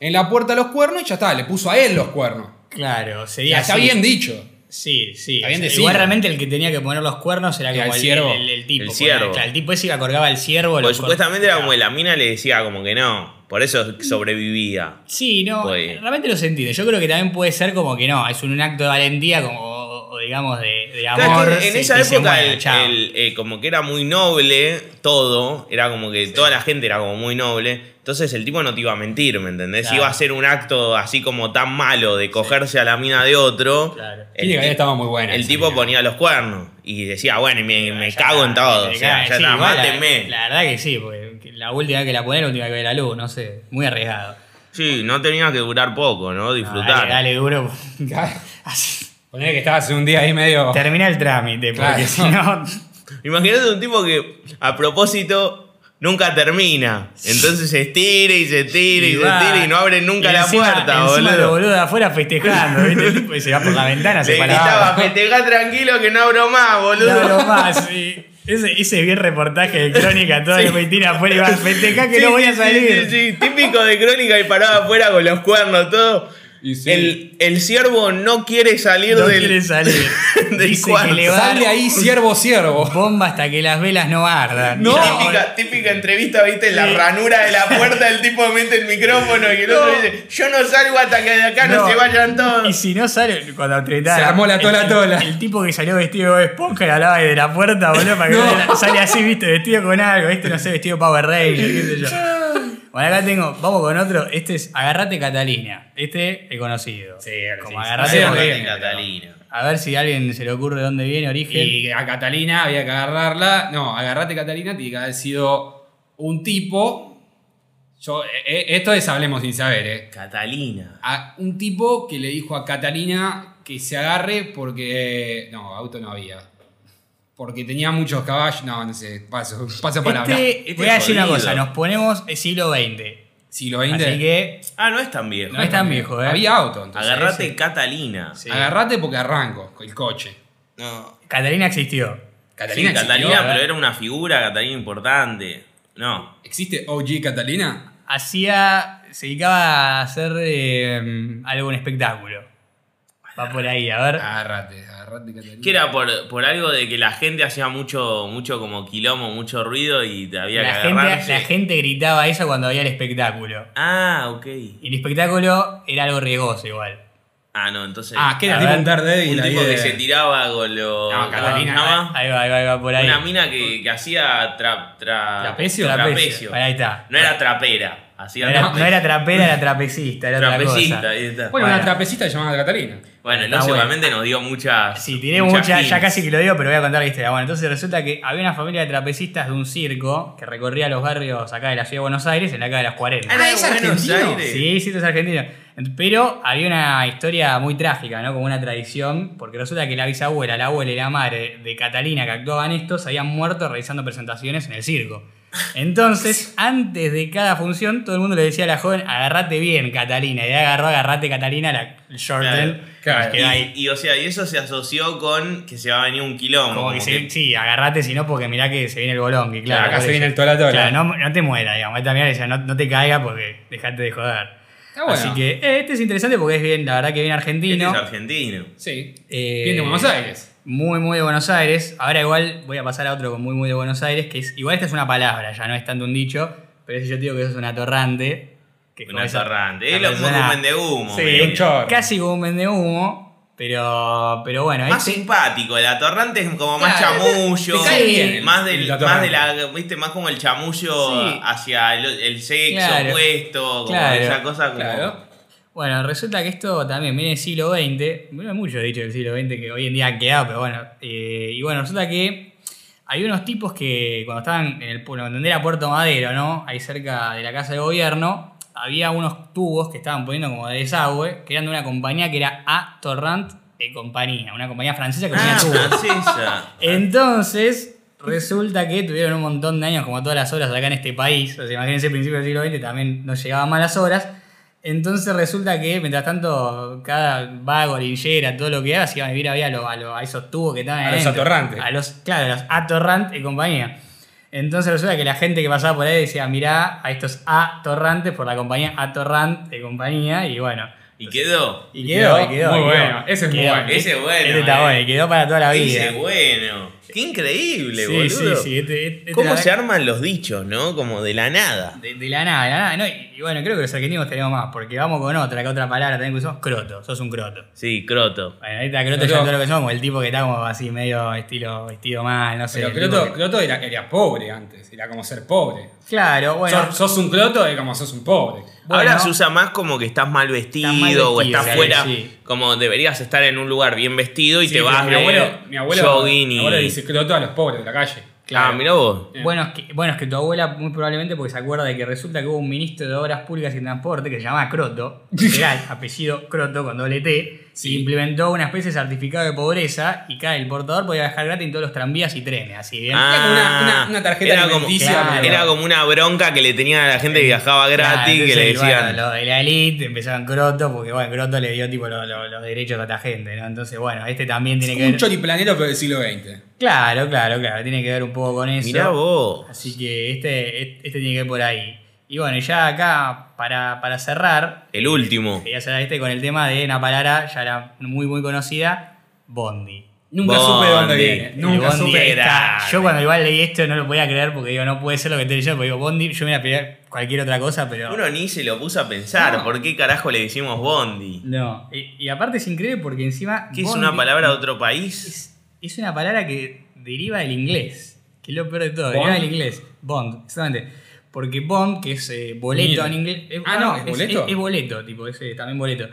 Speaker 2: en la puerta los cuernos y ya está, le puso a él los cuernos.
Speaker 3: Claro, sería.
Speaker 2: Ya está
Speaker 3: así.
Speaker 2: bien dicho.
Speaker 3: Sí, sí.
Speaker 2: Está
Speaker 3: O
Speaker 2: bien
Speaker 3: sea,
Speaker 2: decido.
Speaker 3: igual realmente el que tenía que poner los cuernos era
Speaker 2: Era
Speaker 3: como
Speaker 2: el ciervo.
Speaker 3: El, el tipo.
Speaker 1: El
Speaker 3: porque,
Speaker 1: ciervo.
Speaker 3: claro, el tipo ese que acorgaba el ciervo.
Speaker 1: Porque
Speaker 3: los
Speaker 1: supuestamente
Speaker 3: cuernos.
Speaker 1: era como que la mina le decía como que no. Por eso sobrevivía.
Speaker 3: Sí, no,
Speaker 1: Puede-
Speaker 3: realmente lo sentí. Yo creo que también puede ser como que no, es un acto de valentía como, o, o digamos de, de
Speaker 1: Claro,
Speaker 3: amor.
Speaker 1: es que en
Speaker 3: sí,
Speaker 1: esa
Speaker 3: que se
Speaker 1: época,
Speaker 3: muera,
Speaker 1: el-
Speaker 3: chao.
Speaker 1: el, eh, como que era muy noble todo, era como que toda la gente era como muy noble, entonces el tipo no te iba a mentir, ¿me entendés?
Speaker 3: Claro.
Speaker 1: Iba a ser un acto así como tan malo de cogerse a la mina de otro.
Speaker 3: Claro.
Speaker 1: El,
Speaker 2: Y
Speaker 1: ti-
Speaker 2: estaba muy buena.
Speaker 1: el
Speaker 2: esa
Speaker 1: tipo
Speaker 2: mina.
Speaker 1: ponía los cuernos y decía, bueno, me, me
Speaker 3: Ya
Speaker 1: cago
Speaker 3: está,
Speaker 1: en todo,
Speaker 3: me
Speaker 1: o sea,
Speaker 3: Ah, cago-
Speaker 1: ya
Speaker 3: sí,
Speaker 1: está,
Speaker 3: igual eh, la-
Speaker 1: mátenme.
Speaker 3: La, verdad que sí, porque que la última vez que la poné, la última vez que ve la luz, no sé, muy arriesgado.
Speaker 1: Sí, no tenía que durar poco, ¿no? Disfrutar.
Speaker 3: Dale, dale duro.
Speaker 2: Ponele que estabas un día ahí medio.
Speaker 3: Termina el trámite, porque
Speaker 2: Claro.
Speaker 3: si no.
Speaker 1: Imagínate un tipo que a propósito nunca termina. Entonces se estira y se estira y, se
Speaker 3: va.
Speaker 1: estira y no abre nunca
Speaker 3: Y
Speaker 1: la
Speaker 3: encima-
Speaker 1: puerta,
Speaker 3: encima
Speaker 1: boludo.
Speaker 3: Los boludos de afuera festejando, ¿viste? El tipo y se va por la ventana, se
Speaker 1: Le
Speaker 3: paraba.
Speaker 1: gritaba, festejá tranquilo que no abro más, boludo.
Speaker 3: No, no más, sí. Ese, ese bien reportaje de crónica, toda la mentira afuera y va, festejá que
Speaker 1: Sí,
Speaker 3: no voy
Speaker 1: sí,
Speaker 3: a
Speaker 1: sí,
Speaker 3: salir.
Speaker 1: sí, sí. Típico de crónica y paraba afuera con los cuernos, todo.
Speaker 2: Y sí.
Speaker 1: El, el ciervo no quiere salir
Speaker 3: No
Speaker 1: del.
Speaker 3: quiere salir.
Speaker 1: del
Speaker 3: Dice que
Speaker 1: cuarto.
Speaker 3: le va a
Speaker 2: Sal de
Speaker 3: dar
Speaker 2: ahí, siervo, siervo.
Speaker 3: bomba hasta que las velas no ardan.
Speaker 2: No.
Speaker 1: Típica, típica entrevista, viste, en la
Speaker 3: Sí.
Speaker 1: ranura de la puerta, el tipo mete el micrófono y el otro dice, yo no salgo hasta que de acá no,
Speaker 3: No.
Speaker 1: se vayan
Speaker 3: Y
Speaker 1: todos.
Speaker 3: si no sale, cuando
Speaker 2: Se
Speaker 3: apretaron.
Speaker 2: armó la tola,
Speaker 3: el,
Speaker 2: tola.
Speaker 3: El tipo que salió vestido de Bob esponja y hablaba de la puerta, boludo, para que
Speaker 2: No.
Speaker 3: no le- sale así, viste, vestido con algo, este no sé, vestido Power Ranger, qué sé yo. Bueno, acá tengo, vamos con otro. Este es Agarrate Catalina. Este he conocido. Sí, Como Agarrate
Speaker 2: Sí,
Speaker 3: Catalina.
Speaker 1: Catalina.
Speaker 3: A ver si a alguien se le ocurre dónde viene origen. Este,
Speaker 2: Y a Catalina había que agarrarla. No, agarrate Catalina, tiene que haber sido un tipo. Yo, eh, eh, esto es hablemos sin saber, ¿eh?
Speaker 1: Catalina.
Speaker 2: a un tipo que le dijo a Catalina que se agarre porque. No, auto no había. Porque tenía muchos caballos. No, no sé, paso, paso palabra.
Speaker 3: Este,
Speaker 1: Este
Speaker 3: voy a decir una
Speaker 1: jodido.
Speaker 3: cosa, nos ponemos el siglo XX.
Speaker 2: Siglo XX.
Speaker 3: Así que
Speaker 1: Ah, no es tan viejo.
Speaker 3: no es tan viejo, ¿eh?
Speaker 2: eh, Había auto, entonces.
Speaker 1: Agarrate Catalina.
Speaker 3: Sí.
Speaker 2: Agarrate porque arranco el coche.
Speaker 1: No.
Speaker 3: Catalina existió. ¿eh?
Speaker 1: Catalina,
Speaker 2: Catalina, existió,
Speaker 1: Catalina
Speaker 2: ¿verdad?
Speaker 1: pero era una figura, Catalina importante. No.
Speaker 2: ¿Existe OG Catalina?
Speaker 3: hacía, se dedicaba a hacer eh, algún espectáculo. Va por ahí, a ver.
Speaker 2: Agarrate, agarrate Catalina.
Speaker 1: Que era por, por algo de que la gente hacía mucho, mucho como quilombo, mucho ruido y te había
Speaker 3: La
Speaker 1: que
Speaker 3: gente,
Speaker 1: agarrarse.
Speaker 3: la gente gritaba eso cuando había el espectáculo.
Speaker 1: Ah, ok.
Speaker 3: Y el espectáculo era algo riesgoso igual.
Speaker 1: Ah, no, entonces.
Speaker 4: Ah, que era
Speaker 3: A
Speaker 4: tipo
Speaker 3: ver,
Speaker 4: un Daredevil.
Speaker 1: un
Speaker 4: ahí
Speaker 1: tipo
Speaker 4: de-
Speaker 1: que se tiraba con lo.
Speaker 3: eh. No, eh. Catalina.
Speaker 1: ¿cómo se llama?
Speaker 3: Ahí va, ahí va, ahí va por ahí.
Speaker 1: Una mina que, que hacía tra- tra-
Speaker 3: ¿Trapecio?
Speaker 1: trapecio.
Speaker 3: Ahí está.
Speaker 1: No era trapera. Hacía
Speaker 3: No era,
Speaker 1: trapecio.
Speaker 3: no era trapera, era trapecista, era
Speaker 1: trapecista.
Speaker 3: otra cosa.
Speaker 1: ahí está.
Speaker 4: Bueno, una
Speaker 3: Bueno.
Speaker 4: trapecista llamada Catalina.
Speaker 1: Bueno,
Speaker 3: Está
Speaker 1: no
Speaker 3: bueno.
Speaker 1: seguramente nos dio
Speaker 4: Ah,
Speaker 1: muchas.
Speaker 3: Sí, tiré
Speaker 1: muchas
Speaker 3: mucha, ya
Speaker 1: hints.
Speaker 3: casi que lo digo, pero voy a contar la historia. Bueno, entonces resulta que había una familia de trapecistas de un circo que recorría los barrios acá de la ciudad de Buenos Aires en la década de las 40.
Speaker 1: Era
Speaker 4: Ah, ¿es
Speaker 1: Buenos
Speaker 4: argentino?
Speaker 1: Aires.
Speaker 3: Sí, sí, es argentino. Ent- Pero había una historia muy trágica, ¿no? Como una tradición, porque resulta que la bisabuela, la abuela y la madre de Catalina que actuaban estos habían muerto realizando presentaciones en el circo. Entonces, antes de cada función, todo el mundo le decía a la joven, agarrate bien, Catalina. Y ella agarró, agarrate, Catalina, la shorten.
Speaker 4: Claro,
Speaker 3: y quedó ahí.
Speaker 1: Y, y, o sea, y eso se asoció con que se va a venir un
Speaker 4: Ah,
Speaker 1: quilombo.
Speaker 3: Como que
Speaker 1: como
Speaker 3: se-
Speaker 1: que-
Speaker 3: sí, agarrate, si no, porque mirá que se viene el bolón. Que claro,
Speaker 4: Acá
Speaker 3: por
Speaker 4: se
Speaker 3: eso.
Speaker 4: viene el tolatola.
Speaker 3: Claro, no, no te mueras, digamos. Esta mierda decía, no, no te caiga porque dejate de joder.
Speaker 4: Está Ah, bueno.
Speaker 3: Así que eh, este es interesante porque es bien, la verdad que bien
Speaker 1: este
Speaker 3: argentino.
Speaker 1: es argentino.
Speaker 4: Sí.
Speaker 3: Eh,
Speaker 4: Viene de Buenos Aires.
Speaker 3: Muy, muy de Buenos Aires. Ahora igual voy a pasar a otro con muy, muy de Buenos Aires, que es, igual esta es una palabra, ya no es tanto un dicho, pero si yo te digo que eso es un atorrante. Que
Speaker 1: Un
Speaker 3: como esa-
Speaker 1: atorrante.
Speaker 3: esa
Speaker 1: Es lo mismo
Speaker 3: persona-
Speaker 1: que un vendehumo.
Speaker 3: Sí,
Speaker 1: medio.
Speaker 4: un chorro.
Speaker 3: Casi como un vende humo, pero, pero bueno.
Speaker 4: Ah,
Speaker 1: Más
Speaker 3: este-
Speaker 1: simpático, el atorrante es como más
Speaker 4: Claro,
Speaker 1: chamullo,
Speaker 4: te cae bien el-
Speaker 1: más del,
Speaker 4: el
Speaker 1: más de
Speaker 4: atorrante.
Speaker 1: la, viste, más como el chamullo
Speaker 3: Sí.
Speaker 1: hacia el, el sexo
Speaker 3: Claro.
Speaker 1: opuesto, como
Speaker 3: Claro.
Speaker 1: esa cosa como Ah,
Speaker 4: Claro.
Speaker 3: Bueno, resulta que esto también viene del siglo XX. Bueno, mucho dicho del siglo XX que hoy en día han quedado, pero bueno. Eh, y bueno, resulta que hay unos tipos que cuando estaban en el pueblo, donde era Puerto Madero, ¿no? Ahí cerca de la casa de gobierno, había unos tubos que estaban poniendo como de desagüe, que eran de una compañía que era A Torrent et Compañía, una compañía francesa que ponía
Speaker 1: Ah,
Speaker 3: tubos.
Speaker 1: francesa.
Speaker 3: Entonces, resulta que tuvieron un montón de años, como todas las obras acá en este país. O sea, imagínense, principios del siglo XX también no llegaban malas horas. Entonces resulta que, mientras tanto, cada vago, linchera, todo lo que haga, se iba a vivir ahí a, lo- a lo- a esos tubos que estaban
Speaker 4: A los
Speaker 3: adentro.
Speaker 4: atorrantes.
Speaker 3: A los, claro, a los atorrantes y compañía. Entonces resulta que la gente que pasaba por ahí decía, mirá a estos atorrantes por la compañía atorrante y compañía. Y bueno,
Speaker 1: Y quedó.
Speaker 3: y quedó, y quedó.
Speaker 4: Muy
Speaker 3: y quedó.
Speaker 4: bueno, ese es muy
Speaker 3: Quedó.
Speaker 4: bueno.
Speaker 1: Ese es bueno,
Speaker 3: Este está
Speaker 1: eh.
Speaker 3: bueno, y quedó para toda la vida.
Speaker 1: Dice, bueno. Qué increíble, boludo.
Speaker 3: Sí, sí, este- este- este
Speaker 1: ¿Cómo
Speaker 3: la-
Speaker 1: se arman los dichos, no? Como de la nada.
Speaker 3: De, de la nada, de la nada. ¿no? Y, y bueno, creo que los argentinos tenemos más, porque vamos con otra, que otra palabra también que usamos, croto, sos un croto.
Speaker 1: Sí, croto.
Speaker 3: Bueno, ahorita croto
Speaker 4: Croto.
Speaker 3: ya todo lo que somos, como el tipo que está como así medio estilo, vestido mal, no sé.
Speaker 4: Pero
Speaker 3: el tipo
Speaker 4: Croto,
Speaker 3: que-
Speaker 4: Croto era, era pobre antes. Era como ser pobre.
Speaker 3: Claro, bueno.
Speaker 4: Sos, sos un Croto, es como sos un pobre.
Speaker 3: bueno,
Speaker 1: Ahora se usa más como que estás mal vestido,
Speaker 3: Estás mal
Speaker 1: o
Speaker 3: vestido,
Speaker 1: estás
Speaker 3: sí,
Speaker 1: fuera.
Speaker 3: sí.
Speaker 1: Como deberías estar en un lugar bien vestido y
Speaker 4: Sí,
Speaker 1: te vas
Speaker 4: mi
Speaker 1: de
Speaker 4: abuelo, mi abuelo,
Speaker 1: jogging
Speaker 4: mi
Speaker 1: y-
Speaker 4: abuelo dice Croto a los pobres de la calle.
Speaker 1: Ah, mirá vos.
Speaker 3: eh, Bueno es, que, bueno, es que tu abuela muy probablemente porque se acuerda de que resulta que hubo un ministro de Obras Públicas y Transporte que se llamaba Croto, literal, apellido Croto con doble T,
Speaker 4: Sí.
Speaker 3: y implementó una especie de certificado de pobreza y cada el portador podía viajar gratis en todos los tranvías y trenes, así bien.
Speaker 1: Ah,
Speaker 4: como una- una- una tarjeta
Speaker 1: era como,
Speaker 4: alimenticia,
Speaker 1: claro,
Speaker 3: pero-
Speaker 1: era como una bronca que le tenían a la gente que viajaba
Speaker 3: Claro,
Speaker 1: gratis, que
Speaker 3: entonces,
Speaker 1: le
Speaker 3: y
Speaker 1: decían.
Speaker 3: Bueno, los de la elite empezaron Croto, porque bueno, Croto le dio tipo lo- lo- los derechos a esta gente, ¿no? Entonces, bueno, este también tiene que
Speaker 4: Un
Speaker 3: ver.
Speaker 4: choriplanero pero del siglo XX.
Speaker 3: Claro, claro, claro, tiene que ver un poco con eso.
Speaker 1: Mirá vos.
Speaker 3: Así que este, este tiene que ver por ahí. Y bueno, y ya acá, para, para cerrar,
Speaker 1: El último.
Speaker 3: quería cerrar este con el tema de una palabra ya era muy, muy conocida, Bondi.
Speaker 4: Nunca
Speaker 1: Bondi.
Speaker 4: supe de dónde viene.
Speaker 3: El
Speaker 4: Nunca
Speaker 3: Bondi
Speaker 4: supe.
Speaker 3: está-
Speaker 1: grande.
Speaker 3: Yo cuando igual leí esto no lo podía creer porque digo, no puede ser lo que estoy leyendo, porque digo, Bondi, yo me iba a pegar cualquier otra cosa, pero...
Speaker 1: Uno ni se lo puso a pensar. ¿Por qué carajo le decimos Bondi?
Speaker 3: No, y, y aparte es increíble porque encima.
Speaker 1: ¿Qué es
Speaker 3: bondi
Speaker 1: una palabra de otro país?
Speaker 3: Es, es una palabra que deriva del inglés. Que es lo peor de todo,
Speaker 4: Bond.
Speaker 3: deriva del inglés. Bond, exactamente. Porque bond, que es eh, boleto
Speaker 4: Mira.
Speaker 3: en inglés. es-
Speaker 4: Ah, no, ¿es boleto?
Speaker 3: Es, boleto, tipo, es eh, también boleto.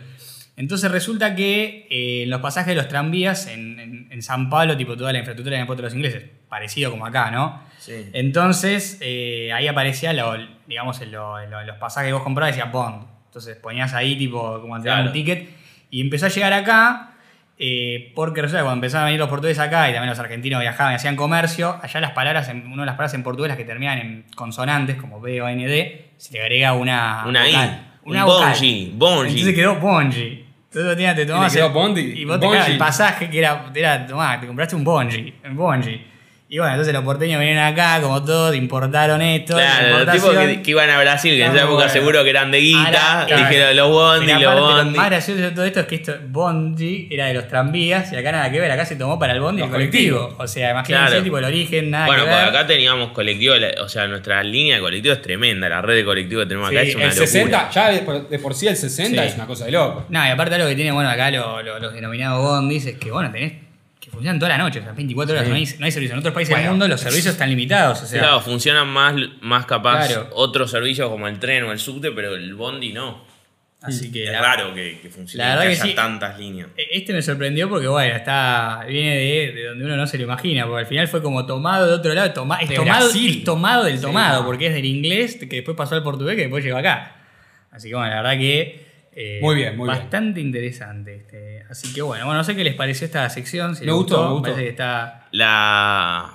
Speaker 3: Entonces resulta que eh, en los pasajes de los tranvías en, en- en San Pablo, tipo, toda la infraestructura la han puesto los ingleses. Parecido como acá, ¿no?
Speaker 1: Sí.
Speaker 3: Entonces, eh, ahí aparecía, lo, digamos, en lo- en lo- en los pasajes que vos comprabas decía Bond. Entonces ponías ahí, tipo, como te daban
Speaker 1: Claro.
Speaker 3: un ticket. Y empezó a llegar acá, eh, porque resulta que cuando empezaron a venir los portugueses acá, y también los argentinos viajaban y hacían comercio, allá las palabras, en, una de las palabras en portugués las que terminan en consonantes, como B o N, D, se le agrega una.
Speaker 1: Una I.
Speaker 3: vocal.
Speaker 1: Un
Speaker 3: Una vocal.
Speaker 1: bonji, bonji.
Speaker 3: Entonces quedó Bonji. Entonces tenía- te tomabas
Speaker 4: quedó
Speaker 3: el-
Speaker 4: bondi,
Speaker 3: Y vos te
Speaker 4: bonji.
Speaker 3: claro, el pasaje que era, era tomá, te compraste un Bonji. Un Bonji. Y Y bueno, entonces los porteños vinieron acá, como todos, importaron esto.
Speaker 1: Claro, los tipos
Speaker 3: importación.
Speaker 1: que, que iban a Brasil, que en esa
Speaker 3: Claro,
Speaker 1: época
Speaker 3: bueno.
Speaker 1: seguro que eran de guita,
Speaker 3: Ahora, claro.
Speaker 1: dijeron los bondi,
Speaker 3: Pero
Speaker 1: los
Speaker 3: aparte, lo
Speaker 1: bondi.
Speaker 3: más gracioso de todo esto es que esto, Bondi era de los tranvías y acá nada que ver, acá se tomó para el Bondi
Speaker 4: Los
Speaker 3: el colectivo. O sea, imagínense
Speaker 1: Claro.
Speaker 3: tipo el origen, nada
Speaker 1: Bueno,
Speaker 3: que
Speaker 1: pues
Speaker 3: ver.
Speaker 1: acá teníamos colectivo, la- o sea, nuestra línea de colectivo es tremenda, la red de colectivo que tenemos acá
Speaker 4: Sí,
Speaker 1: es una
Speaker 4: el 60,
Speaker 1: locura.
Speaker 4: ya de por, de por sí el 60
Speaker 1: Sí.
Speaker 4: es una cosa de loco.
Speaker 3: No, y aparte lo que tiene, bueno, acá lo- lo- los denominados bondis es que, bueno, tenés que funcionan toda la noche, o sea, 24 horas no, hay, no hay servicio. En otros países del
Speaker 4: Bueno.
Speaker 3: mundo los servicios están limitados, o sea.
Speaker 1: Claro, funcionan más, más capaz
Speaker 3: Claro.
Speaker 1: otros servicios como el tren o el subte, pero el bondi no.
Speaker 3: Así que
Speaker 1: Es
Speaker 3: la-
Speaker 1: raro que, que funcione,
Speaker 3: la verdad
Speaker 1: que
Speaker 3: que
Speaker 1: haya
Speaker 3: sí.
Speaker 1: tantas líneas.
Speaker 3: Este me sorprendió porque, bueno, está viene de, de donde uno no se lo imagina, porque al final fue como tomado de otro lado, toma- es,
Speaker 4: De
Speaker 3: tomado,
Speaker 4: Brasil.
Speaker 3: es tomado del
Speaker 4: Sí.
Speaker 3: tomado, porque es del inglés que después pasó al portugués que después llegó acá. Así que, bueno, la verdad que... eh,
Speaker 4: Muy bien, muy bien.
Speaker 3: Bastante interesante. este. Así que, bueno, bueno, no sé qué les pareció esta sección. Si
Speaker 4: Me
Speaker 3: les
Speaker 4: gustó, me gustó.
Speaker 3: Parece que está...
Speaker 1: La,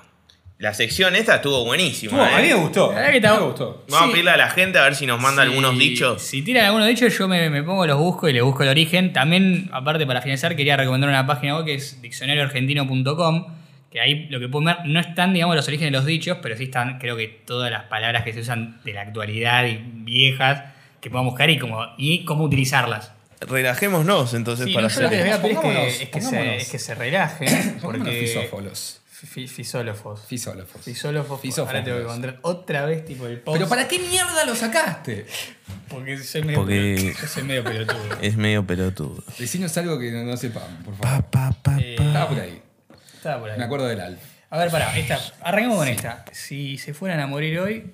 Speaker 1: la sección esta estuvo buenísima.
Speaker 4: Estuvo- a
Speaker 1: ¿eh?
Speaker 4: mí me gustó.
Speaker 3: La verdad que está-
Speaker 4: a mí me gustó.
Speaker 1: Vamos
Speaker 3: Sí.
Speaker 1: a pedirle a la gente a ver si nos manda
Speaker 3: Si-
Speaker 1: algunos dichos.
Speaker 3: Si tiran algunos dichos, yo me, me pongo los busco y les busco el origen. También, aparte, para finalizar, quería recomendar una página web que es diccionarioargentino.com. Que ahí lo que pueden ver no están, digamos, los orígenes de los dichos, pero sí están, creo que todas las palabras que se usan de la actualidad y viejas que puedan buscar y, como, y cómo utilizarles.
Speaker 1: Relajémonos entonces
Speaker 3: Sí,
Speaker 1: para
Speaker 3: no, yo lo que les voy a pedir es
Speaker 4: Pongámonos,
Speaker 3: que, es que se,
Speaker 4: pongámonos.
Speaker 3: es que se relajen,
Speaker 2: Porque...
Speaker 3: porque.
Speaker 2: Fisófolos.
Speaker 3: Fi- Fisólofos.
Speaker 2: Fisólofos.
Speaker 3: Fisólofos. Ahora tengo que
Speaker 2: Fisófonos.
Speaker 3: encontrar otra vez, tipo, el post.
Speaker 2: Pero ¿para qué mierda lo sacaste?
Speaker 3: Porque soy medio,
Speaker 1: Porque-
Speaker 3: pelotudo. Yo soy medio pelotudo.
Speaker 1: Es medio pelotudo.
Speaker 2: Decinos algo que no, no sepan, por favor.
Speaker 3: Eh,
Speaker 2: Estaba por ahí.
Speaker 3: estaba por ahí.
Speaker 2: Ah, Me acuerdo del Alf.
Speaker 3: A ver, pará, esta, arranquemos con esta. Si se fueran a morir hoy,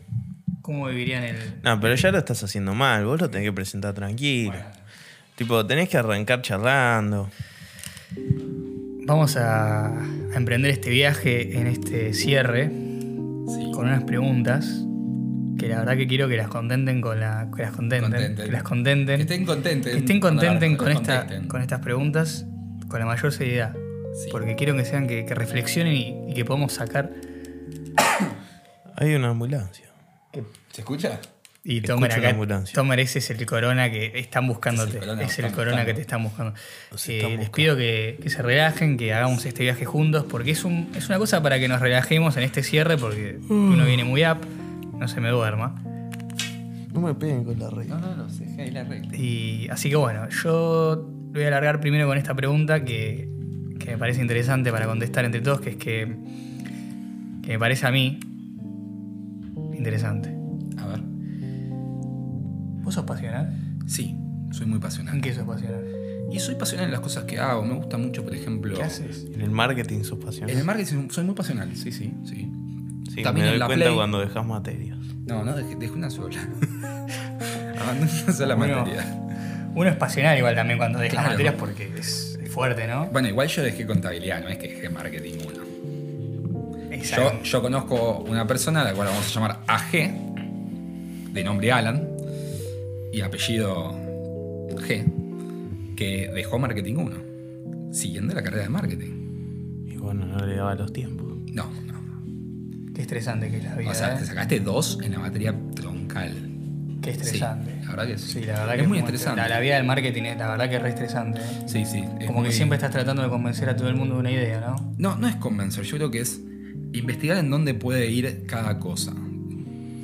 Speaker 3: ¿cómo vivirían el.?
Speaker 1: No, pero ya lo estás haciendo mal, vos lo tenés que presentar tranquilo. Tipo, tenés que arrancar charlando.
Speaker 3: Vamos a, a emprender este viaje en este cierre con unas preguntas que la verdad que quiero que las contenten con la. Que las contenten.
Speaker 2: Contenten.
Speaker 3: Que las contenten.
Speaker 2: Que estén contenten.
Speaker 3: que estén contenten
Speaker 2: Cuando
Speaker 3: con,
Speaker 2: la-
Speaker 3: esta,
Speaker 2: contenten.
Speaker 3: con estas preguntas con la mayor seriedad.
Speaker 2: Sí.
Speaker 3: Porque quiero que sean que, que reflexionen y, y que podamos sacar
Speaker 1: Hay una ambulancia.
Speaker 2: ¿Se escucha?
Speaker 3: Y
Speaker 1: Escucho
Speaker 3: Tomer
Speaker 1: la
Speaker 3: acá,
Speaker 1: ambulancia.
Speaker 3: Tomer, ese es el corona que están buscándote.
Speaker 2: Es el corona,
Speaker 3: Es el
Speaker 2: están
Speaker 3: corona que
Speaker 2: buscando.
Speaker 3: te están buscando.
Speaker 1: Nos
Speaker 3: Eh,
Speaker 1: están
Speaker 3: les
Speaker 1: buscando.
Speaker 3: pido que, que se relajen, que hagamos este viaje juntos, porque es, un, es una cosa para que nos relajemos en este cierre, porque uno viene muy up, no se me duerma.
Speaker 1: No me peguen con la regla.
Speaker 2: No, no, no, sé, ahí la regla.
Speaker 3: Y, así que bueno, yo voy a alargar primero con esta pregunta que, que me parece interesante para contestar entre todos, que es que, que me parece a mí interesante.
Speaker 2: A ver.
Speaker 3: ¿Vos sos pasional?
Speaker 2: Sí, soy muy pasional.
Speaker 3: ¿En qué sos pasional?
Speaker 2: Y soy pasional en las cosas que hago. Me gusta mucho, por ejemplo.
Speaker 3: ¿Qué haces?
Speaker 1: En el marketing sos
Speaker 2: En el
Speaker 1: pasional.
Speaker 2: marketing soy muy pasional, sí, sí, sí.
Speaker 1: Sí,
Speaker 2: también
Speaker 1: me
Speaker 2: en
Speaker 1: doy
Speaker 2: la
Speaker 1: cuenta
Speaker 2: Play.
Speaker 1: cuando dejas materias.
Speaker 2: No, no, dejé, dejé una sola. Abandoné una sola
Speaker 3: Bueno.
Speaker 2: materia.
Speaker 3: Uno es pasional igual también cuando deja
Speaker 2: Claro.
Speaker 3: materias porque es es fuerte, ¿no?
Speaker 2: Bueno, igual yo dejé contabilidad, no es que dejé marketing uno. Yo,
Speaker 3: Exacto.
Speaker 2: yo conozco una persona, a la cual vamos a llamar AG, de nombre Alan, y apellido G, que dejó marketing 1, siguiendo la carrera de marketing.
Speaker 1: Y bueno, no le daba los tiempos.
Speaker 2: No, no.
Speaker 3: Qué estresante que es la vida.
Speaker 2: O sea,
Speaker 3: ¿eh?
Speaker 2: te sacaste dos en la materia troncal.
Speaker 3: Qué estresante.
Speaker 2: Sí, la verdad que sí.
Speaker 3: Sí, la verdad
Speaker 2: Es
Speaker 3: que
Speaker 2: muy estresante.
Speaker 3: La, la vida del marketing es la verdad que es re estresante. ¿eh?
Speaker 2: Sí, sí. es
Speaker 3: Como que
Speaker 2: muy-
Speaker 3: siempre estás tratando de convencer a todo el mundo de una idea, ¿no?
Speaker 2: No, no es convencer, yo creo que es investigar en dónde puede ir cada cosa. Ah.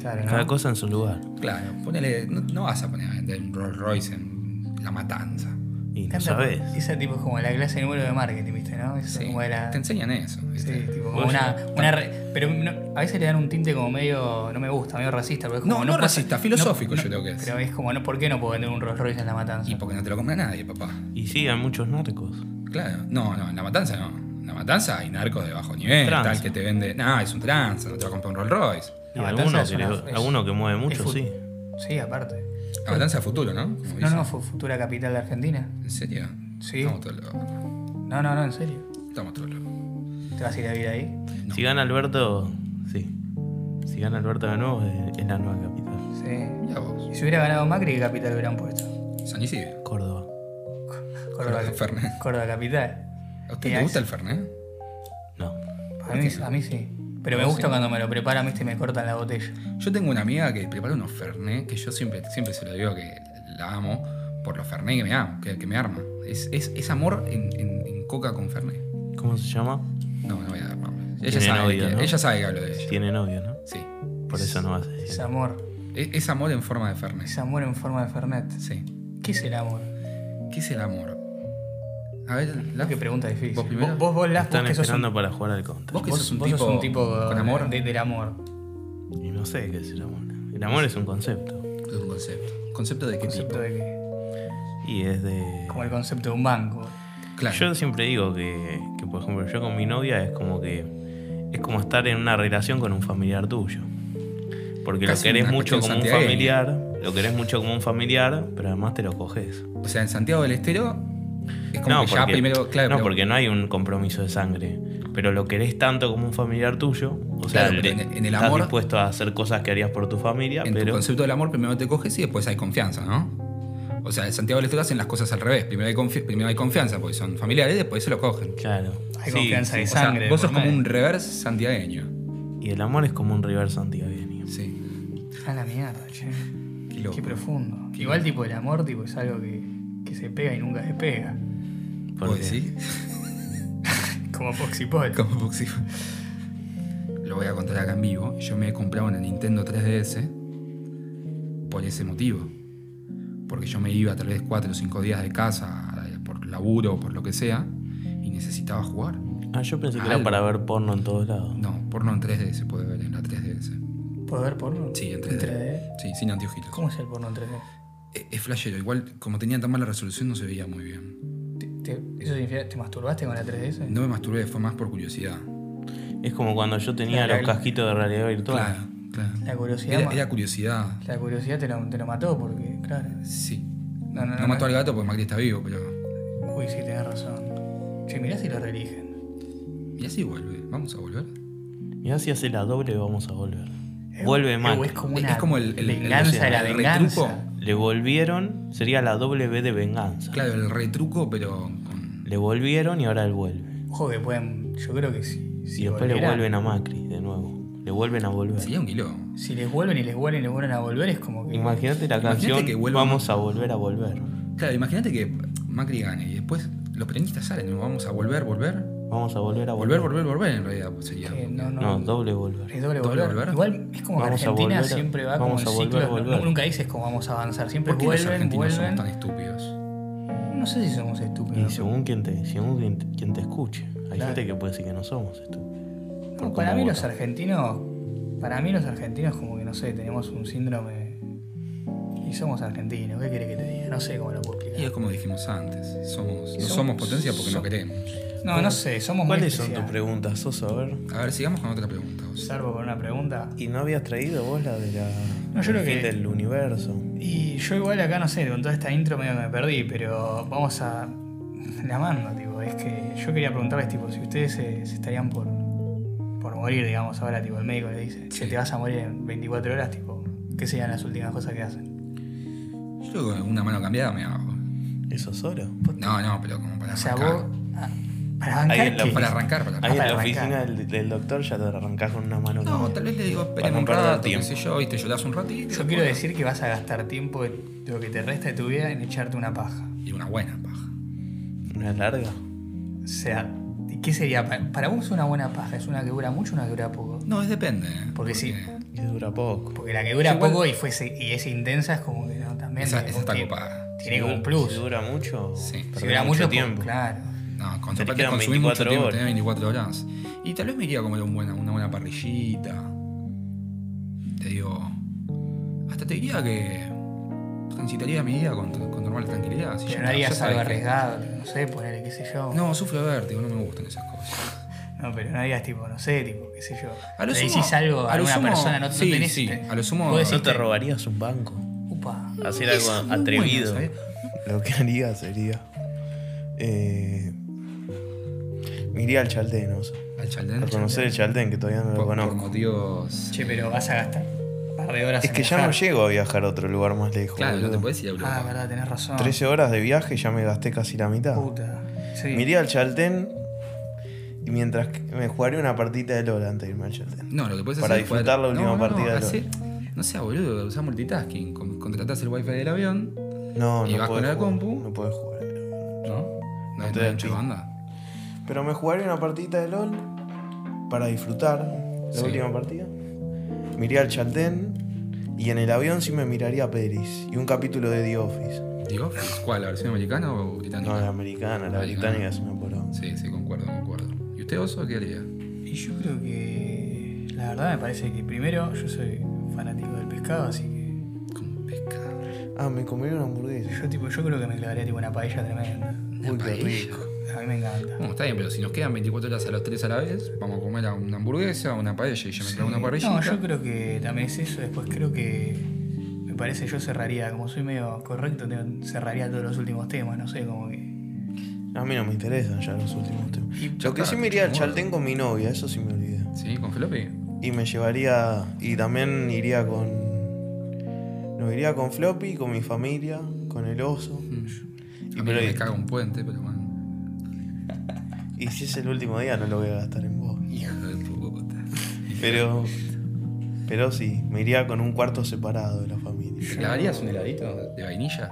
Speaker 3: Claro, ¿no?
Speaker 1: Cada cosa en su lugar.
Speaker 2: Claro, ponele, no, no vas a poner a vender un Rolls Royce en La Matanza.
Speaker 1: Y no
Speaker 3: Canta-
Speaker 1: sabes.
Speaker 3: Esa tipo es como la clase de número de marketing, ¿viste? ¿no? Es
Speaker 2: Sí,
Speaker 3: como de la.
Speaker 2: Te enseñan eso.
Speaker 3: Sí,
Speaker 2: ¿viste?
Speaker 3: tipo como
Speaker 1: Vos-
Speaker 3: una, una re- pero no- a veces le dan un tinte como medio, no me gusta, medio racista. porque es como,
Speaker 2: No, no
Speaker 3: puedo-
Speaker 2: racista, filosófico yo creo que es.
Speaker 3: Pero es como, no, ¿por qué no puedo vender un Rolls Royce en la matanza?
Speaker 2: Y porque no te lo compra nadie, papá.
Speaker 1: Y sí, hay muchos narcos.
Speaker 2: Claro. No, no, en La Matanza no. En La Matanza hay narcos de bajo nivel,
Speaker 1: Tranza.
Speaker 2: tal que te vende. No, es un tranza, no te lo compra un Rolls Royce.
Speaker 1: Y
Speaker 3: La
Speaker 1: alguno
Speaker 3: matanza es
Speaker 1: que, le-
Speaker 3: una- es-
Speaker 1: alguno que mueve mucho,
Speaker 3: fut-
Speaker 1: sí.
Speaker 3: Sí, aparte.
Speaker 2: La Matanza es futuro, ¿no? Como
Speaker 3: No,
Speaker 2: dicen.
Speaker 3: no, fue futura capital de Argentina.
Speaker 2: ¿En serio?
Speaker 3: Sí.
Speaker 2: Estamos todos locos.
Speaker 3: No, no, no, en serio.
Speaker 2: Estamos todos locos.
Speaker 3: ¿Te vas a ir a vivir ahí?
Speaker 1: Si gana Alberto, sí. Si gana Alberto de nuevo, es es la nueva capital.
Speaker 3: Sí.
Speaker 2: Mirá vos.
Speaker 3: Y si hubiera ganado Macri, ¿qué capital hubieran puesto?
Speaker 2: San Isidro.
Speaker 1: Córdoba.
Speaker 3: Córdoba,
Speaker 2: Córdoba, Fernet.
Speaker 3: Córdoba capital.
Speaker 2: ¿A usted
Speaker 3: Y
Speaker 2: le
Speaker 3: ahí-
Speaker 2: gusta el Fernet?
Speaker 1: No.
Speaker 3: A mí, a mí sí. Pero me gusta cuando me lo preparan, viste, y me cortan la botella.
Speaker 2: Yo tengo una amiga que prepara unos Fernet, que yo siempre, siempre se lo digo que la amo por los Fernet que me, amo, que, que me arma. Es, es, es amor en, en- en coca con Fernet.
Speaker 1: ¿Cómo se llama?
Speaker 2: No, no voy a dar nombres. Ella
Speaker 1: Tiene
Speaker 2: sabe,
Speaker 1: novio,
Speaker 2: que-
Speaker 1: ¿no?
Speaker 2: ella sabe que hablo de ella.
Speaker 1: Tiene novio, ¿no?
Speaker 2: Sí.
Speaker 1: Por eso no vas a
Speaker 3: Es
Speaker 1: decir.
Speaker 3: amor.
Speaker 2: E- Es amor en forma de Fernet.
Speaker 3: Es amor en forma de Fernet.
Speaker 2: Sí.
Speaker 3: ¿Qué es el amor?
Speaker 2: ¿Qué es el amor? A ver, la
Speaker 3: Qué pregunta difícil.
Speaker 2: ¿Vos primero?
Speaker 3: Vos, vos, Blas,
Speaker 1: Están
Speaker 3: vos que sos un,
Speaker 1: esperando para jugar al contra.
Speaker 2: ¿Vos que
Speaker 3: vos-
Speaker 2: sos un
Speaker 3: vos
Speaker 2: tipo,
Speaker 3: sos un tipo
Speaker 2: con amor?
Speaker 3: de- del amor.
Speaker 1: Y no sé qué es el amor. El amor es un concepto.
Speaker 2: Es un concepto. ¿Concepto de qué
Speaker 3: Concepto
Speaker 2: tipo?
Speaker 3: de que-
Speaker 1: Y es de.
Speaker 3: como el concepto de un banco.
Speaker 2: Claro.
Speaker 1: Yo siempre digo que, que, por ejemplo, yo con mi novia es como que. Es como estar en una relación con un familiar tuyo. Porque
Speaker 2: Casi
Speaker 1: lo querés
Speaker 2: una
Speaker 1: mucho
Speaker 2: cuestión
Speaker 1: como un
Speaker 2: santiagueña.
Speaker 1: familiar, lo querés mucho como un familiar, pero además te lo coges.
Speaker 2: O sea, en Santiago del Estero es como que ya primero. Claro,
Speaker 1: no,
Speaker 2: pero-
Speaker 1: porque no hay un compromiso de sangre. Pero lo querés tanto como un familiar tuyo. O sea,
Speaker 2: Claro, pero
Speaker 1: le-
Speaker 2: en- en el
Speaker 1: estás
Speaker 2: amor-
Speaker 1: dispuesto a hacer cosas que harías por tu familia,
Speaker 2: en tu
Speaker 1: pero.
Speaker 2: concepto del amor primero te coges y después hay confianza, ¿no? O sea, en Santiago del Estero hacen las cosas al revés. Primero hay, confi- primero hay confianza porque son familiares y después se lo cogen.
Speaker 1: Claro.
Speaker 3: Hay
Speaker 1: Sí,
Speaker 3: confianza
Speaker 1: sí.
Speaker 3: de
Speaker 2: O sea,
Speaker 3: sangre.
Speaker 2: vos sos
Speaker 3: por
Speaker 2: como
Speaker 3: medio.
Speaker 2: un reverse santiagueño.
Speaker 1: Y el amor es como un rival santiagueño.
Speaker 2: Sí.
Speaker 3: A Ah, la mierda, che.
Speaker 2: Qué loco.
Speaker 3: Qué profundo. Igual tipo el amor tipo es algo que, que se pega y nunca despega.
Speaker 1: Porque-
Speaker 2: ¿Vos decís?
Speaker 3: Como Foxipol.
Speaker 2: Como Foxy. Lo voy a contar acá en vivo. Yo me he comprado una Nintendo 3DS por ese motivo. Porque yo me iba tal vez 4 o 5 días de casa eh, por laburo o por lo que sea y necesitaba jugar.
Speaker 1: Ah, yo pensé que
Speaker 2: Algo.
Speaker 1: era para ver porno en todos lados.
Speaker 2: No, porno en 3D se puede ver en la 3DS.
Speaker 3: ¿Puedo ver porno?
Speaker 2: Sí, en 3D.
Speaker 3: ¿En 3D?
Speaker 2: Sí, sin anteojitos. Eh,
Speaker 3: ¿Cómo es el porno en 3D?
Speaker 2: Es, es flashero. Igual, como tenía tan mala resolución, no se veía muy bien.
Speaker 3: ¿Te, te- eso significa te masturbaste con la 3DS?
Speaker 2: No me masturbé, fue más por curiosidad.
Speaker 1: Es como cuando yo tenía
Speaker 3: Claro,
Speaker 1: los
Speaker 3: el-
Speaker 1: casquitos de realidad virtual.
Speaker 2: Claro, claro.
Speaker 3: La curiosidad.
Speaker 2: Era,
Speaker 3: ma-
Speaker 2: era curiosidad.
Speaker 3: La curiosidad te lo, te lo mató porque, claro.
Speaker 2: Sí.
Speaker 3: No, no, no.
Speaker 2: No mató al gato porque Macri está vivo, pero.
Speaker 3: Uy, sí, tenés razón. Che, mirá si lo reeligen.
Speaker 2: Y así vuelve, vamos a volver.
Speaker 1: Mirá si hace la doble, vamos a volver.
Speaker 3: Es-
Speaker 1: Vuelve mal.
Speaker 3: Es como una
Speaker 2: es como el, el- el-
Speaker 3: venganza de la
Speaker 2: el
Speaker 3: venganza.
Speaker 2: retruco.
Speaker 1: Le volvieron, sería la doble B de venganza.
Speaker 2: Claro, el retruco, pero con.
Speaker 1: Le volvieron y ahora él vuelve.
Speaker 3: Ojo que pueden. Yo creo que sí.
Speaker 1: y
Speaker 3: Si
Speaker 1: después le
Speaker 3: volvieran-
Speaker 1: vuelven a Macri de nuevo. Le vuelven a volver.
Speaker 2: Sería un kilo.
Speaker 3: Si les vuelven y les vuelven y les vuelven a volver, es como que.
Speaker 1: Imagínate la
Speaker 2: Imagínate
Speaker 1: canción
Speaker 2: que vuelvan-
Speaker 1: Vamos a volver a volver.
Speaker 2: Claro, imagínate que Macri gane y después los peronistas salen, ¿no? vamos a volver, volver.
Speaker 1: Vamos a volver a volver.
Speaker 2: Volver, volver, volver, en realidad pues, sería.
Speaker 3: Eh, no,
Speaker 1: No,
Speaker 3: no.
Speaker 1: doble volver.
Speaker 3: Es doble
Speaker 2: ¿Doble
Speaker 3: volver.
Speaker 2: volver?
Speaker 3: Igual es como
Speaker 1: Vamos
Speaker 3: que
Speaker 1: a
Speaker 3: Argentina
Speaker 1: volver a-
Speaker 3: siempre va
Speaker 1: vamos
Speaker 3: como
Speaker 1: a
Speaker 3: en
Speaker 1: volver a
Speaker 3: ciclos. no-
Speaker 1: volver.
Speaker 3: nunca dices cómo vamos a avanzar. Siempre
Speaker 2: ¿Por qué los
Speaker 3: vuelven,
Speaker 2: argentinos
Speaker 3: vuelven.
Speaker 2: somos tan estúpidos?
Speaker 3: No sé si somos
Speaker 1: Y
Speaker 3: estúpidos.
Speaker 1: según quien te, según quien te, quien te escuche. Hay
Speaker 3: Claro.
Speaker 1: gente que puede decir que no somos estúpidos.
Speaker 3: No,
Speaker 1: por
Speaker 3: para
Speaker 1: cómo
Speaker 3: mí
Speaker 1: vota.
Speaker 3: los argentinos, para mí los argentinos como que no sé, tenemos un síndrome y somos argentinos, ¿qué querés que te diga? No sé cómo lo puedo
Speaker 2: Y es
Speaker 3: explicar.
Speaker 2: como dijimos antes, somos, no
Speaker 3: Somos-
Speaker 2: somos potencia porque no
Speaker 3: somos-
Speaker 2: queremos.
Speaker 3: No, no sé, somos muy
Speaker 1: ¿Cuáles son tus
Speaker 3: especiales.
Speaker 1: preguntas, Sosa? A ver.
Speaker 2: A ver, sigamos con otra pregunta. vos.
Speaker 3: Salvo con una pregunta.
Speaker 1: ¿Y no habías traído vos la de la
Speaker 3: No, yo
Speaker 1: del
Speaker 3: creo
Speaker 1: fin
Speaker 3: que-
Speaker 1: del universo?
Speaker 3: Y yo igual acá no sé, con toda esta intro medio que me perdí, pero vamos a la mando, tipo, es que yo quería preguntarles tipo si ustedes se, se estarían por por morir, digamos, ahora tipo el médico le dice, "Che,
Speaker 2: Sí.
Speaker 3: te vas a morir en 24 horas", tipo, ¿qué serían las últimas cosas que hacen?
Speaker 2: Yo con una mano cambiada me hago.
Speaker 1: ¿Eso es oro?
Speaker 2: No, no, pero como para
Speaker 3: O sea,
Speaker 2: arrancar.
Speaker 3: vos ah, para bancar
Speaker 1: Ahí en la
Speaker 3: qué?
Speaker 2: Para arrancar, para
Speaker 1: Ahí en
Speaker 2: arrancar.
Speaker 1: la
Speaker 3: arrancar.
Speaker 1: oficina del, del doctor ya te arrancás con una mano.
Speaker 2: No,
Speaker 1: con-
Speaker 2: tal vez le digo, esperen
Speaker 1: Para
Speaker 2: un
Speaker 1: no perder
Speaker 2: rato, qué
Speaker 1: tiempo.
Speaker 2: sé yo, viste, llorás un ratito.
Speaker 3: Yo quiero decir que vas a gastar tiempo de lo que te resta de tu vida en echarte una paja.
Speaker 2: Y una buena paja.
Speaker 1: Una larga.
Speaker 3: O sea, ¿y ¿qué sería? Pa- Para vos una buena paja, ¿es una que dura mucho o una que dura poco?
Speaker 2: No, es depende. ¿eh?
Speaker 3: Porque sí.
Speaker 1: Que dura poco.
Speaker 3: Porque la que dura
Speaker 2: Yo igual-
Speaker 3: poco y, fuese, y es intensa es como que no, también.
Speaker 2: Esa-
Speaker 3: tiene como
Speaker 2: esa está
Speaker 3: que-
Speaker 2: copada.
Speaker 3: Tiene
Speaker 1: Si
Speaker 3: como
Speaker 1: du-
Speaker 3: un plus.
Speaker 1: Si dura mucho,
Speaker 2: Sí. Si
Speaker 1: perdés
Speaker 3: Si dura
Speaker 1: mucho
Speaker 3: mucho
Speaker 1: tiempo.
Speaker 3: tiempo. Claro.
Speaker 2: No, con
Speaker 1: Te
Speaker 2: zapate
Speaker 1: quedan
Speaker 2: consumís mucho
Speaker 1: 24
Speaker 2: tiempo,
Speaker 1: horas.
Speaker 2: tenés 24 horas. Y tal vez me iría a comer un buena, una buena parrillita. Te digo. Hasta te diría que. Transitaría mi vida con, con normal tranquilidad. Si
Speaker 3: Pero
Speaker 2: yo-
Speaker 3: no
Speaker 2: ya
Speaker 3: harías
Speaker 2: sabes
Speaker 3: algo
Speaker 2: que-
Speaker 3: arriesgado, tipo, no sé, ponerle qué sé yo.
Speaker 2: No, sufro de vértigo, no me gustan esas cosas.
Speaker 3: No, pero no harías tipo, no sé, tipo, qué sé yo.
Speaker 2: A lo
Speaker 3: Le
Speaker 2: sumo-
Speaker 3: decís algo a,
Speaker 2: a lo
Speaker 3: una
Speaker 2: sumo-
Speaker 3: persona, no, no
Speaker 2: sí,
Speaker 3: tenés. este,
Speaker 2: sí, a lo sumo-
Speaker 3: vos decís, Uh,
Speaker 1: No te robarías un banco.
Speaker 3: upa.
Speaker 1: Hacer algo
Speaker 2: Esa es muy
Speaker 1: atrevido.
Speaker 2: buena,
Speaker 1: Lo que haría sería. Eh, me iría al Chaldén, o sea,
Speaker 2: Al chaldén.
Speaker 1: A conocer el Chaldén, que todavía no
Speaker 2: Por,
Speaker 1: lo
Speaker 2: por
Speaker 1: conozco.
Speaker 2: motivos.
Speaker 3: Che, pero vas a gastar un par de horas
Speaker 1: Es
Speaker 3: en
Speaker 1: que ya no
Speaker 3: viajar.
Speaker 1: llego a viajar a otro lugar más lejos.
Speaker 2: Claro, no
Speaker 1: boludo.
Speaker 2: te puedes ir a Europa.
Speaker 3: Ah, verdad, tenés razón.
Speaker 1: 13 horas de viaje ya me gasté casi la mitad.
Speaker 2: Uh,
Speaker 3: Puta. Sí.
Speaker 1: Me iría al Chaltén y mientras que- me jugaré una partita de LOL antes de irme al Chaltén.
Speaker 2: No, lo que puedes
Speaker 1: Para
Speaker 2: hacer es
Speaker 1: disfrutar la
Speaker 2: No,
Speaker 1: última
Speaker 2: no,
Speaker 1: partida de
Speaker 2: No, hacé- no sea boludo, usá multitasking. Con- Contratás el wifi del avión,
Speaker 1: No,
Speaker 2: Y
Speaker 1: no
Speaker 2: vas
Speaker 1: puedo
Speaker 2: con la
Speaker 1: jugar,
Speaker 2: compu.
Speaker 1: No puedo jugar. al LOL.
Speaker 2: ¿no? No,
Speaker 1: te
Speaker 2: no
Speaker 1: da
Speaker 2: hay mucha
Speaker 1: pin.
Speaker 2: banda.
Speaker 1: Pero me jugaré una partita de LOL para disfrutar la
Speaker 2: Sí.
Speaker 1: última partida. Miré al Chaltén y en el avión sí me miraría a Peris y un capítulo de The Office.
Speaker 2: Digo, ¿cuál? ¿La versión americana o británica?
Speaker 1: No, la americana, la
Speaker 2: Americana.
Speaker 1: británica es una poronga.
Speaker 2: Sí, sí, concuerdo, concuerdo. ¿Y usted, Oso, qué haría?
Speaker 3: Y yo creo que. La verdad me parece que primero yo soy fanático del pescado, así que.
Speaker 2: Con pescado.
Speaker 1: Ah, me comería una hamburguesa.
Speaker 3: Yo tipo, yo creo que me clavaría tipo una paella tremenda.
Speaker 1: Uy, qué
Speaker 2: paella.
Speaker 1: rico.
Speaker 3: A mí me encanta.
Speaker 2: Bueno, está bien, pero si nos quedan 24 horas a los 3 a la vez, vamos a comer a una hamburguesa, una paella y yo me traigo una parrillita.
Speaker 3: Eh, No, yo creo que también es eso. Después creo que. Me parece yo cerraría, como soy medio correcto, te- cerraría todos los últimos temas, no sé, como que.
Speaker 1: A mí no me interesan ya los últimos temas.
Speaker 3: Y
Speaker 1: Lo que
Speaker 2: está,
Speaker 1: sí me iría al
Speaker 2: mucho
Speaker 1: Chaltén con mi novia, eso sí me olvidé.
Speaker 2: ¿Sí? ¿Con Floppy?
Speaker 1: Y me llevaría. Y también iría con. No, iría con Floppy, con mi familia, con el oso.
Speaker 2: Y
Speaker 1: Y
Speaker 2: Mm. a mí
Speaker 1: pero-
Speaker 2: me cago un puente, pero bueno.
Speaker 1: Y si es el último día, no lo voy a gastar en vos.
Speaker 2: Hijo de puta.
Speaker 1: Pero. Pero sí, me iría con un cuarto separado de la familia.
Speaker 2: ¿Te clavarías un heladito de vainilla?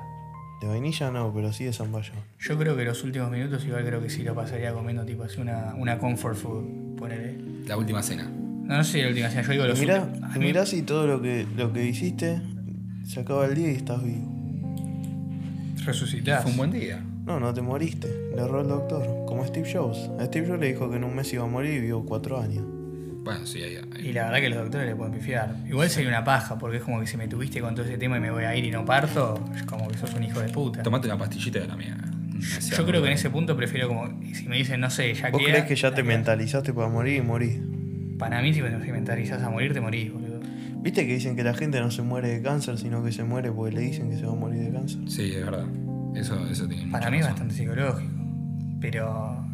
Speaker 1: De vainilla no, pero sí de Zamballón.
Speaker 3: Yo creo que los últimos minutos igual creo que sí lo pasaría comiendo tipo así una, una comfort food, ponele.
Speaker 2: La última cena.
Speaker 3: No, no sé si la última cena, yo digo los
Speaker 1: Mirá,
Speaker 3: últimos. a mí-
Speaker 1: mirá si todo lo que, lo que hiciste se acaba el día y estás vivo.
Speaker 3: Resucitás.
Speaker 2: Fue un buen día.
Speaker 1: No, no te moriste. Le erró el doctor. Como Steve Jobs. A Steve Jobs le dijo que en un mes iba a morir y vivió cuatro años.
Speaker 2: Bueno, sí, ahí. ahí.
Speaker 3: Y la verdad que los doctores le pueden pifiar. Igual sería una paja, porque es como que si me tuviste con todo ese tema y me voy a ir y no parto, es como que sos un hijo de puta.
Speaker 2: Tomate una pastillita de la eh. mierda.
Speaker 3: Yo creo que en ese punto prefiero como, y si me dicen, no sé, ya
Speaker 1: ¿Vos
Speaker 3: queda,
Speaker 1: crees que ya te mentalizaste para morir y morís?
Speaker 3: Para mí si me si mentalizás a morir, te morís, boludo.
Speaker 1: ¿Viste que dicen que la gente no se muere de cáncer, sino que se muere porque le dicen que se va a morir de cáncer?
Speaker 2: Sí, es verdad. Eso, eso tiene
Speaker 3: Para
Speaker 2: mucha
Speaker 3: mí es
Speaker 2: razón.
Speaker 3: bastante psicológico. Pero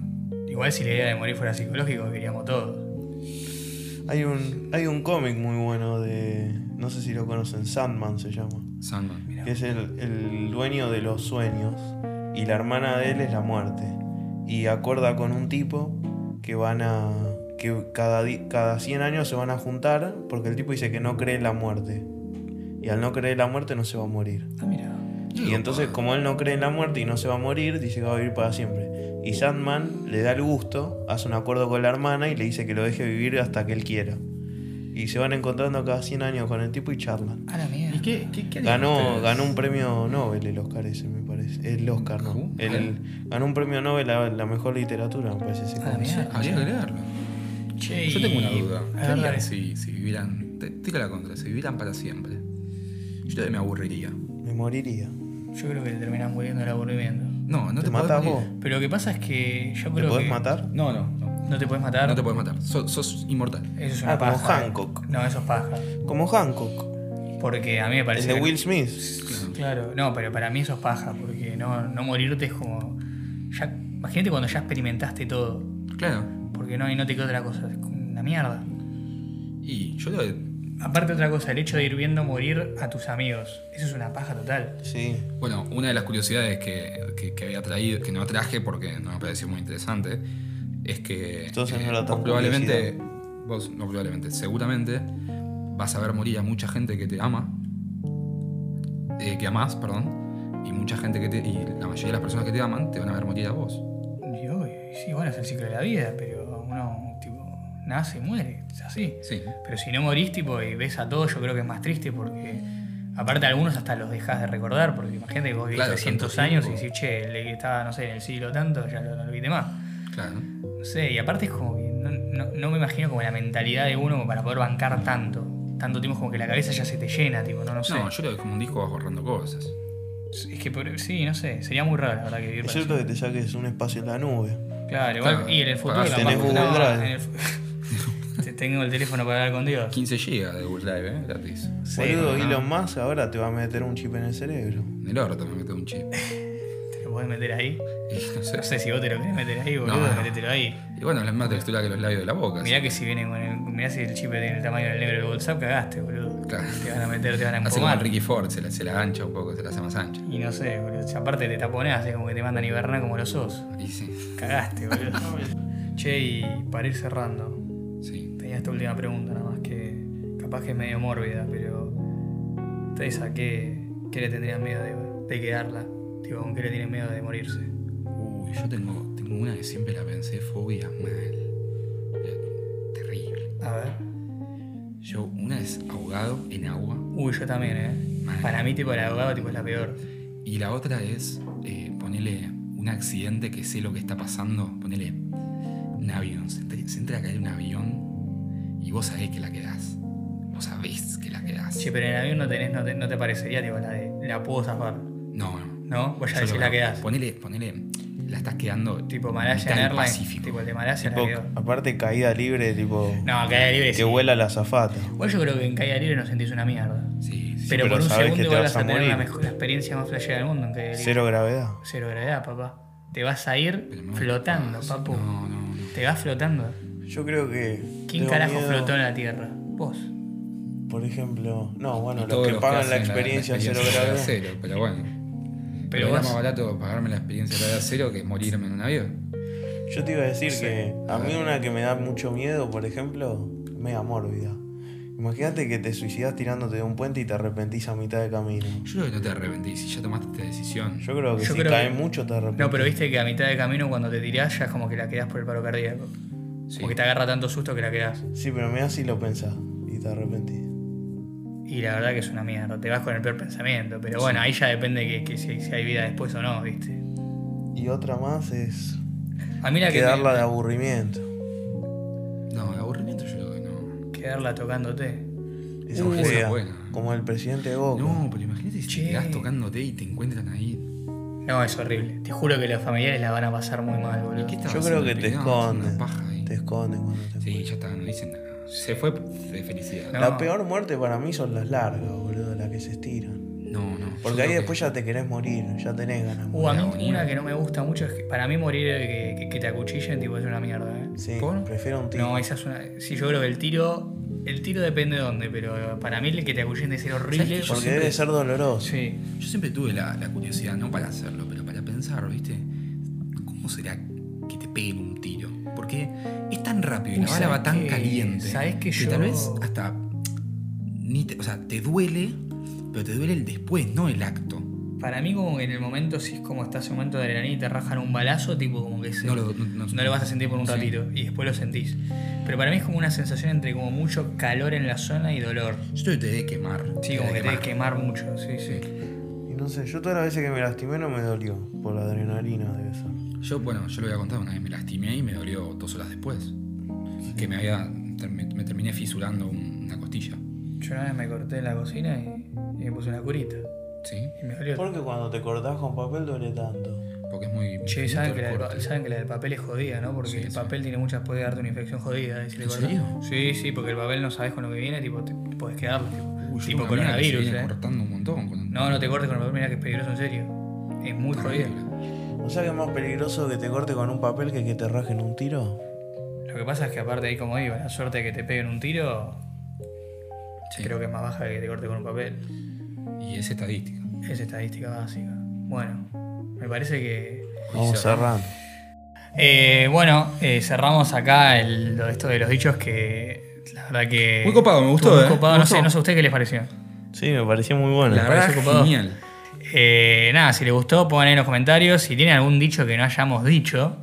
Speaker 3: igual si la idea de morir fuera psicológico, queríamos todos.
Speaker 1: Hay un, hay un cómic muy bueno de. No sé si lo conocen, Sandman se llama.
Speaker 2: Sandman.
Speaker 1: Que es el, el dueño de los sueños. Y la hermana de él es la muerte. Y acuerda con un tipo que van a. que cada, di- cada 100 años se van a juntar porque el tipo dice que no cree en la muerte. Y al no creer en la muerte no se va a morir.
Speaker 3: Ah, mira.
Speaker 1: Y entonces, como él no cree en la muerte y no se va a morir, dice que va a vivir para siempre. Y Sandman le da el gusto, hace un acuerdo con la hermana y le dice que lo deje vivir hasta que él quiera. Y se van encontrando cada 100 años con el tipo y charlan.
Speaker 3: A la mierda.
Speaker 2: ¿Y qué, qué, qué harían
Speaker 1: Este, Ganó,
Speaker 2: ustedes?
Speaker 1: ganó un premio Nobel el Oscar ese, me parece. El Oscar, no. El- ganó un premio Nobel a la mejor literatura, me parece ese
Speaker 3: A la
Speaker 1: cómic.
Speaker 3: mierda.
Speaker 2: Ah, Habría que leerlo.
Speaker 3: Che,
Speaker 2: Yo tengo una duda.
Speaker 3: y-
Speaker 2: ¿Qué
Speaker 3: a ver, dale.
Speaker 2: harían si, si vivieran. te- Tira la contra, si vivieran para siempre. Yo creo que me aburriría.
Speaker 1: Me moriría.
Speaker 3: Yo creo que te terminás muriendo del aburrimiento.
Speaker 2: No, no te,
Speaker 1: ¿Te
Speaker 2: podés
Speaker 1: matas
Speaker 2: morir.
Speaker 1: vos?
Speaker 3: Pero lo que pasa es que yo
Speaker 1: ¿Te
Speaker 3: creo
Speaker 1: podés
Speaker 3: que
Speaker 1: matar?
Speaker 2: No, no, no.
Speaker 3: no te puedes matar.
Speaker 2: No te podés matar. Sos, sos inmortal.
Speaker 3: Eso es una
Speaker 1: Ah, como
Speaker 3: paja.
Speaker 1: Hancock.
Speaker 3: No, eso es paja.
Speaker 1: Como Hancock.
Speaker 3: Porque a mí me
Speaker 1: El
Speaker 3: parece.
Speaker 1: de
Speaker 3: que-
Speaker 1: Will Smith.
Speaker 3: Claro, no, pero para mí eso es paja, porque no, no morirte es como. Ya, imagínate cuando ya experimentaste todo,
Speaker 2: Claro.
Speaker 3: porque no, y no te queda otra cosa, es como una mierda.
Speaker 2: Y yo creo que.
Speaker 3: Aparte, otra cosa, el hecho de ir viendo morir a tus amigos, eso es una paja total.
Speaker 1: Sí.
Speaker 2: Bueno, una de las curiosidades que, que- que había traído, que no traje porque no me pareció muy interesante, es que eh,
Speaker 1: Entonces no era tan
Speaker 2: vos probablemente, vos no probablemente, seguramente vas a ver morir a mucha gente que te ama, eh, que amás, perdón, y mucha gente que te, y la mayoría de las personas que te aman te van a ver morir a vos.
Speaker 3: Y obvio, y sí, bueno, es el ciclo de la vida, pero uno, tipo, nace y muere, es así.
Speaker 2: Sí.
Speaker 3: Pero si no morís, tipo, y ves a todos, yo creo que es más triste porque. Aparte, algunos hasta los dejas de recordar, porque imagínate que vos vivís
Speaker 2: Claro,
Speaker 3: 300
Speaker 2: tanto
Speaker 3: años y
Speaker 2: tiempo.
Speaker 3: decís, che, el que estaba, no sé, en el siglo tanto, ya lo, no lo olvidé más.
Speaker 2: Claro.
Speaker 3: No sé, y aparte es como que no, no- no me imagino como la mentalidad de uno como para poder bancar tanto. Tanto tiempo es como que la cabeza ya se te llena, tipo, no, no sé.
Speaker 2: No, yo creo que como un disco vas borrando cosas.
Speaker 3: Es que por- sí, no sé, sería muy raro la verdad que vivir para
Speaker 1: Excepto que te saques un espacio en la nube.
Speaker 3: siempre. Claro, igual,
Speaker 2: Claro,
Speaker 3: y en el futuro
Speaker 2: pagás
Speaker 1: tenés
Speaker 3: capaz-
Speaker 1: Google
Speaker 3: no,
Speaker 1: Drive.
Speaker 3: en el fu- Te- Tengo el teléfono para hablar con Dios.
Speaker 2: 15 GB de Google Drive, ¿eh? Gratis.
Speaker 3: Sí,
Speaker 1: Boludo,
Speaker 3: no,
Speaker 1: Elon Musk ahora te va a meter un chip en el cerebro.
Speaker 2: En el orto me meto un chip.
Speaker 3: ¿Te lo podés meter ahí?
Speaker 2: Y no sé.
Speaker 3: No sé si vos te lo querés meter ahí, boludo,
Speaker 2: No, no.
Speaker 3: metételo ahí.
Speaker 2: Y bueno, es más textura que los labios de la boca.
Speaker 3: Mirá
Speaker 2: así
Speaker 3: que si viene con el. Mirá si el chip tiene el tamaño del negro del WhatsApp, cagaste, boludo.
Speaker 2: Claro.
Speaker 3: Te van a meter, te van a
Speaker 2: Hace como el
Speaker 3: empomar.
Speaker 2: Ricky Ford, se la, se la ancha un poco, se la hace más ancha.
Speaker 3: Y no sé, boludo. si aparte te taponás, es como que te mandan a hibernar como los osos.
Speaker 2: Y sí,
Speaker 3: Cagaste, boludo. che, y para ir cerrando,
Speaker 2: sí.
Speaker 3: tenía esta última pregunta nada más que capaz que es medio mórbida, pero ¿ustedes a qué, qué le tendrían miedo de, de quedarla? Tipo, ¿con qué le tienen miedo de morirse?
Speaker 2: Uy, yo tengo, tengo una que siempre la pensé, fobias mal. Pero
Speaker 3: A ver.
Speaker 2: Yo una es ahogado en agua
Speaker 3: Uy, yo también, ¿eh?
Speaker 2: Mal.
Speaker 3: Para mí, tipo, el abogado tipo, es la peor.
Speaker 2: y la otra es eh, ponerle un accidente que sé lo que está pasando, ponerle un avión, se entre, se entra a caer un avión y vos sabés que la quedás, vos sabés que la quedás.
Speaker 3: Che, pero en el avión no, tenés, no, te, no te parecería, tipo, la de la puedo zafar,
Speaker 2: No, no.
Speaker 3: ¿no? Vos ya
Speaker 2: Yo
Speaker 3: decís
Speaker 2: lo
Speaker 3: la
Speaker 2: veo.
Speaker 3: quedás.
Speaker 2: Ponele, ponele, la estás quedando
Speaker 3: Tipo,
Speaker 2: mitad
Speaker 3: Malayan
Speaker 2: del
Speaker 3: Airlines,
Speaker 2: Pacífico.
Speaker 3: tipo, el de Malasia la
Speaker 1: Tipo,
Speaker 3: quedó.
Speaker 1: aparte caída libre, tipo.
Speaker 3: No, caída libre sí.
Speaker 1: que vuela la zafata.
Speaker 3: Igual yo creo que en caída libre no sentís una mierda.
Speaker 2: Sí, sí.
Speaker 3: Pero,
Speaker 1: pero
Speaker 3: por un
Speaker 1: sabés que
Speaker 3: segundo
Speaker 1: te
Speaker 3: igual
Speaker 1: vas
Speaker 3: vas a,
Speaker 1: a
Speaker 3: tener
Speaker 1: morir.
Speaker 3: la, mejor, la experiencia más flashera del mundo en caída libre.
Speaker 1: Cero gravedad.
Speaker 3: Cero gravedad, papá. Te vas a ir
Speaker 2: Pero no,
Speaker 3: flotando,
Speaker 2: no,
Speaker 3: papu.
Speaker 2: No, no, no.
Speaker 3: Te vas flotando.
Speaker 1: Yo creo que.
Speaker 3: ¿Quién
Speaker 1: tengo
Speaker 3: carajo
Speaker 1: miedo,
Speaker 3: flotó en la Tierra? Vos.
Speaker 1: Por ejemplo. No,
Speaker 2: Y
Speaker 1: bueno, los
Speaker 2: todos
Speaker 1: que pagan la,
Speaker 2: hacen
Speaker 1: experiencia
Speaker 2: la
Speaker 1: cero
Speaker 2: experiencia
Speaker 1: gravedad.
Speaker 2: cero, pero bueno. Pero
Speaker 3: Pero
Speaker 2: era
Speaker 3: vos-
Speaker 2: más barato pagarme la experiencia gravedad cero que morirme en un avión.
Speaker 1: Yo te iba a decir que a mí una que me da mucho miedo, por ejemplo, mega mórbida. Imagínate que te suicidas tirándote de un puente y te arrepentís a mitad de camino.
Speaker 2: Yo creo que no te arrepentís si ya tomaste esta decisión.
Speaker 1: Yo creo que
Speaker 3: Yo
Speaker 1: si
Speaker 3: creo
Speaker 1: caes
Speaker 3: que-
Speaker 1: mucho te arrepentís.
Speaker 3: No, pero viste que a mitad de camino cuando te tirás ya es como que la quedás por el paro cardíaco.
Speaker 2: Sí.
Speaker 3: Porque te agarra tanto susto que la quedás.
Speaker 1: Sí, pero me si lo pensás y te arrepentís.
Speaker 3: Y la verdad que es una mierda. Te vas con el peor pensamiento. Pero bueno, ahí ya depende que, que si, si hay vida después o no, viste.
Speaker 1: Y otra más es
Speaker 3: A mí la que me-
Speaker 1: quedarla de aburrimiento.
Speaker 2: No, de aburrimiento yo creo que no.
Speaker 3: Quedarla tocándote.
Speaker 1: Esa
Speaker 2: Uh,
Speaker 1: fea,
Speaker 2: esa es buena.
Speaker 1: Como el presidente de Boca.
Speaker 2: No, pero imagínate si
Speaker 3: Che.
Speaker 2: te quedás tocándote y te encuentran ahí.
Speaker 3: No, es horrible. Te juro que los familiares la van a pasar muy mal, boludo.
Speaker 2: ¿Qué estabas
Speaker 1: Yo creo
Speaker 2: haciendo
Speaker 1: que te
Speaker 2: peinado, haciendo
Speaker 1: esconden.
Speaker 2: paja ahí?
Speaker 1: Te esconden cuando te
Speaker 2: Sí, ya está, no dicen nada. Se fue de felicidad.
Speaker 3: No.
Speaker 1: La peor muerte para mí son las largas, boludo, las que se estiran.
Speaker 2: No, no.
Speaker 1: Porque ahí después ya te querés morir, ya tenés ganas de
Speaker 3: Uh, a
Speaker 1: morir.
Speaker 3: mí
Speaker 2: agonía.
Speaker 3: una que no me gusta mucho es que para mí morir eh, que, que- que te acuchillen tipo es una mierda, ¿eh?
Speaker 1: Sí,
Speaker 2: ¿por?
Speaker 1: prefiero un tiro.
Speaker 3: No, esa es una. Sí, yo creo que el tiro. El tiro depende de dónde, pero para mí el que te acuchillen de ser horrible.
Speaker 2: ¿Sabes que yo
Speaker 1: Porque
Speaker 2: siempre-
Speaker 1: debe ser doloroso.
Speaker 3: Sí.
Speaker 2: Yo siempre tuve la, la curiosidad, no para hacerlo, pero para pensar, ¿viste? ¿Cómo será que te peguen un tiro? Porque es tan rápido y
Speaker 3: Uy,
Speaker 2: la bala va
Speaker 3: ¿sabes
Speaker 2: tan
Speaker 3: qué?
Speaker 2: caliente.
Speaker 3: ¿Sabes qué? Yo-
Speaker 2: tal vez hasta. Ni te- o sea, te duele, pero te duele el después, no el acto.
Speaker 3: Para mí, como que en el momento, si es como estás en un momento de adrenalina y te rajan un balazo, tipo como que se-
Speaker 2: No lo- no- no-
Speaker 3: lo vas a sentir por un
Speaker 2: sí.
Speaker 3: ratito y después lo sentís. Pero para mí es como una sensación entre como mucho calor en la zona y dolor.
Speaker 2: Yo creo que te debe quemar.
Speaker 3: Sí, como que te debe quemar mucho, sí, sí.
Speaker 1: Y no sé, yo todas las veces que me lastimé no me dolió. Por la adrenalina debe ser.
Speaker 2: Yo, bueno, yo lo había contado una vez, me lastimé y me dolió dos horas después. Que me había. ter- Me, me terminé fisurando un- una costilla.
Speaker 3: Yo una vez me corté en la cocina y, y me puse una curita.
Speaker 2: ¿Sí?
Speaker 3: Y me dolió.
Speaker 1: Porque cuando te cortás con papel duele tanto.
Speaker 2: Porque es muy.
Speaker 3: Che,
Speaker 2: finito
Speaker 3: saben
Speaker 2: el
Speaker 3: que, la del,
Speaker 2: corte.
Speaker 3: pa- saben que la del papel es jodida, ¿no? Porque
Speaker 2: Sí,
Speaker 3: el
Speaker 2: sí.
Speaker 3: papel tiene muchas, puede darte una infección jodida. eh, si le
Speaker 2: ¿En
Speaker 3: cortas.
Speaker 2: serio?
Speaker 3: Sí, sí, porque el papel no sabes con lo que viene, tipo, te, te podés quedar.
Speaker 2: Uy, yo
Speaker 3: tipo
Speaker 2: tengo una amiga que se
Speaker 3: coronavirus,
Speaker 2: viene
Speaker 3: ¿eh?
Speaker 2: cortando un montón. con-
Speaker 3: No, no te cortes con el papel, mira que es peligroso, en serio. Es muy jodido.
Speaker 2: Terrible.
Speaker 1: O sea que es más peligroso que te corte con un papel que que te rajen un tiro.
Speaker 3: Lo que pasa es que, aparte, ahí como digo, la suerte de que te peguen un tiro,
Speaker 2: Sí,
Speaker 3: creo que es más baja que te corte con un papel.
Speaker 2: Y es estadística.
Speaker 3: Es estadística básica. Bueno, me parece que
Speaker 1: Vamos cerrando.
Speaker 3: Eh, bueno, eh, cerramos acá el, lo de esto de los dichos que la verdad que...
Speaker 2: Muy copado, me gustó,
Speaker 3: estuvo
Speaker 2: eh.
Speaker 3: Muy copado,
Speaker 2: Me
Speaker 3: no,
Speaker 2: gustó.
Speaker 3: Sé, no sé a ustedes qué les pareció.
Speaker 1: Sí, me pareció muy bueno.
Speaker 2: La verdad,
Speaker 3: parece copado.
Speaker 2: genial.
Speaker 3: Eh, nada, si les gustó, pongan en los comentarios. Si tienen algún dicho que no hayamos dicho,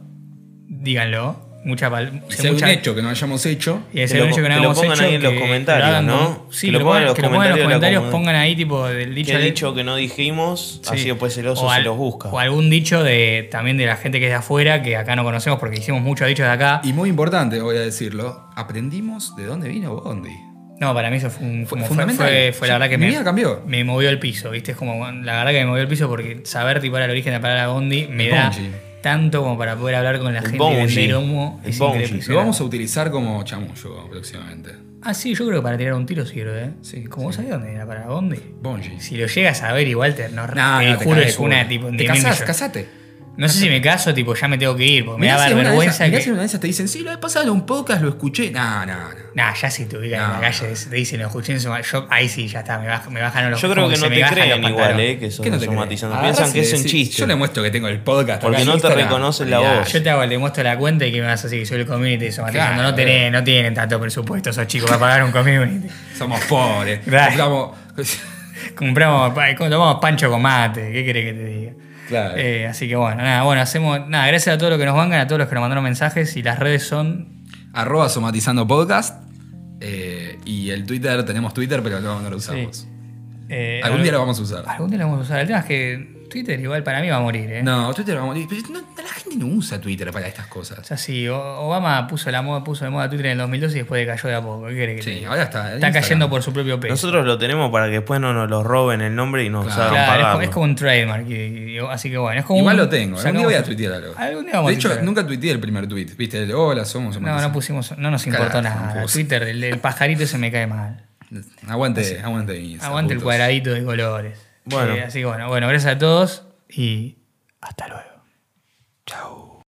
Speaker 3: díganlo. Mucha pal-
Speaker 2: Si hay un
Speaker 3: mucha-
Speaker 2: hecho que no hayamos hecho,
Speaker 3: Y ese
Speaker 1: Que lo-
Speaker 3: dicho que
Speaker 1: que
Speaker 3: no
Speaker 1: lo
Speaker 3: hayamos
Speaker 1: pongan
Speaker 3: hecho,
Speaker 1: ahí en los
Speaker 3: que
Speaker 1: comentarios,
Speaker 3: lo hagan
Speaker 1: ¿no?
Speaker 3: como- Sí, que lo pongan, que lo pongan en los comentarios, pongan ahí tipo del dicho
Speaker 1: ¿Qué
Speaker 3: de-
Speaker 1: dicho que no dijimos?
Speaker 3: Sí.
Speaker 1: Así después el oso
Speaker 3: O
Speaker 1: se
Speaker 3: al-
Speaker 1: los busca.
Speaker 3: O algún dicho de también de la gente que es de afuera, que acá no conocemos porque hicimos muchos dichos de acá.
Speaker 2: y muy importante, voy a decirlo, aprendimos de dónde vino Bondi.
Speaker 3: No, para mí eso fue un
Speaker 2: Fue
Speaker 3: como fue-
Speaker 2: fundamental.
Speaker 3: Fue, fue la
Speaker 2: Sí,
Speaker 3: verdad que
Speaker 2: mi
Speaker 3: me,
Speaker 2: vida cambió.
Speaker 3: me movió el piso, ¿viste? Es como la verdad que me movió el piso porque saber tipo ahora el origen de la palabra Bondi me
Speaker 2: El
Speaker 3: da
Speaker 2: bungee.
Speaker 3: tanto como para poder hablar con la
Speaker 1: El
Speaker 3: gente
Speaker 1: bungee.
Speaker 3: y vender humo.
Speaker 1: El
Speaker 3: Es
Speaker 1: bungee.
Speaker 3: increíble.
Speaker 2: Lo vamos a utilizar como chamullo próximamente.
Speaker 3: Ah, sí, yo creo que para tirar un tiro sirve, ¿eh?
Speaker 2: Sí,
Speaker 3: Como vos sabés dónde era para Bondi.
Speaker 2: Bondi.
Speaker 3: Si lo llegas a ver igual te, no,
Speaker 2: Nah,
Speaker 3: te
Speaker 2: no, te
Speaker 3: juro
Speaker 2: caes,
Speaker 3: es una
Speaker 2: culo.
Speaker 3: tipo de
Speaker 2: Te
Speaker 3: mil
Speaker 2: casás,
Speaker 3: millones.
Speaker 2: casate.
Speaker 3: No sé si me caso, tipo ya me tengo que ir, porque me
Speaker 2: Mirá
Speaker 3: da
Speaker 2: si alguna
Speaker 3: vergüenza que.
Speaker 2: de esas- mirá si una de esas te dicen, sí, lo he pasado en un podcast, lo escuché. No, no, no.
Speaker 3: Nah, ya si te ubican en
Speaker 2: No.
Speaker 3: la calle, te dicen lo escuché en su yo, ahí sí, ya está, me, baj- me bajaron los
Speaker 1: Yo creo
Speaker 3: como
Speaker 1: que no
Speaker 3: se me
Speaker 1: te
Speaker 3: bajan los
Speaker 1: creen igual,
Speaker 3: pantalones.
Speaker 1: eh, que sos
Speaker 2: ¿Qué no te
Speaker 1: somatizando.
Speaker 2: crees?
Speaker 1: Piensan
Speaker 2: Agarrás y
Speaker 1: que es un
Speaker 2: decís,
Speaker 1: chiste.
Speaker 2: Yo le muestro que tengo el podcast.
Speaker 1: Porque
Speaker 2: acá en
Speaker 1: no te
Speaker 2: Instagram".
Speaker 1: reconocen la
Speaker 2: Olvidá.
Speaker 1: voz.
Speaker 3: Yo te hago, le muestro la cuenta y que me vas a decir que soy el community somatizando.
Speaker 2: Ah, Claro.
Speaker 3: no, tenés, no tienen tanto presupuesto esos chicos para pagar un community.
Speaker 2: Somos pobres.
Speaker 3: Claro.
Speaker 2: Compramos-
Speaker 3: Compramos, pa- eh, tomamos pancho con mate, ¿qué querés que te diga?
Speaker 2: Claro.
Speaker 3: Eh, así que bueno, nada, bueno, hacemos, nada, gracias a todos los que nos bancan, a todos los que nos mandaron mensajes y las redes son
Speaker 2: Arroba somatizando podcast. Eh, y el Twitter, tenemos Twitter, pero no, no lo usamos.
Speaker 3: Eh,
Speaker 2: Algún día lo vamos a usar.
Speaker 3: Algún día lo vamos a usar. El tema es que Twitter igual para mí va a morir, ¿eh?
Speaker 2: No, Twitter vamos. pero no- la gente no usa Twitter para estas
Speaker 3: O
Speaker 2: cosas.
Speaker 3: sea, sí, O- Obama puso, la moda, puso de moda Twitter en el 2002 y después cayó de a poco. ¿Qué querés que te
Speaker 2: Sí,
Speaker 3: diga?
Speaker 2: ahora está.
Speaker 3: Está
Speaker 2: Instagram.
Speaker 3: cayendo por su propio peso.
Speaker 5: Nosotros lo tenemos para que después no nos lo roben el nombre y nos
Speaker 2: Claro.
Speaker 5: hagan
Speaker 3: Claro, es
Speaker 5: pagarlo.
Speaker 3: como- es, como un trademark. y- y- y- así que bueno, es como
Speaker 2: Igual
Speaker 3: un-
Speaker 2: lo tengo. Algún día
Speaker 3: sacamos-
Speaker 2: voy a tuitear algo.
Speaker 3: Algún día vamos
Speaker 2: de
Speaker 3: a
Speaker 2: hecho,
Speaker 3: tuitear.
Speaker 2: nunca tuiteé el primer tweet. Viste, el hola, somos.
Speaker 3: No, no pusimos, no nos importó
Speaker 2: Carajo,
Speaker 3: nada.
Speaker 2: no puse.
Speaker 3: Twitter, el, el pajarito se me cae mal.
Speaker 2: Aguante, aguante. Instagram,
Speaker 3: Aguante el
Speaker 2: putos.
Speaker 3: cuadradito de colores.
Speaker 5: Bueno.
Speaker 3: Eh, así que bueno, bueno, gracias a todos y hasta luego.
Speaker 5: Chau.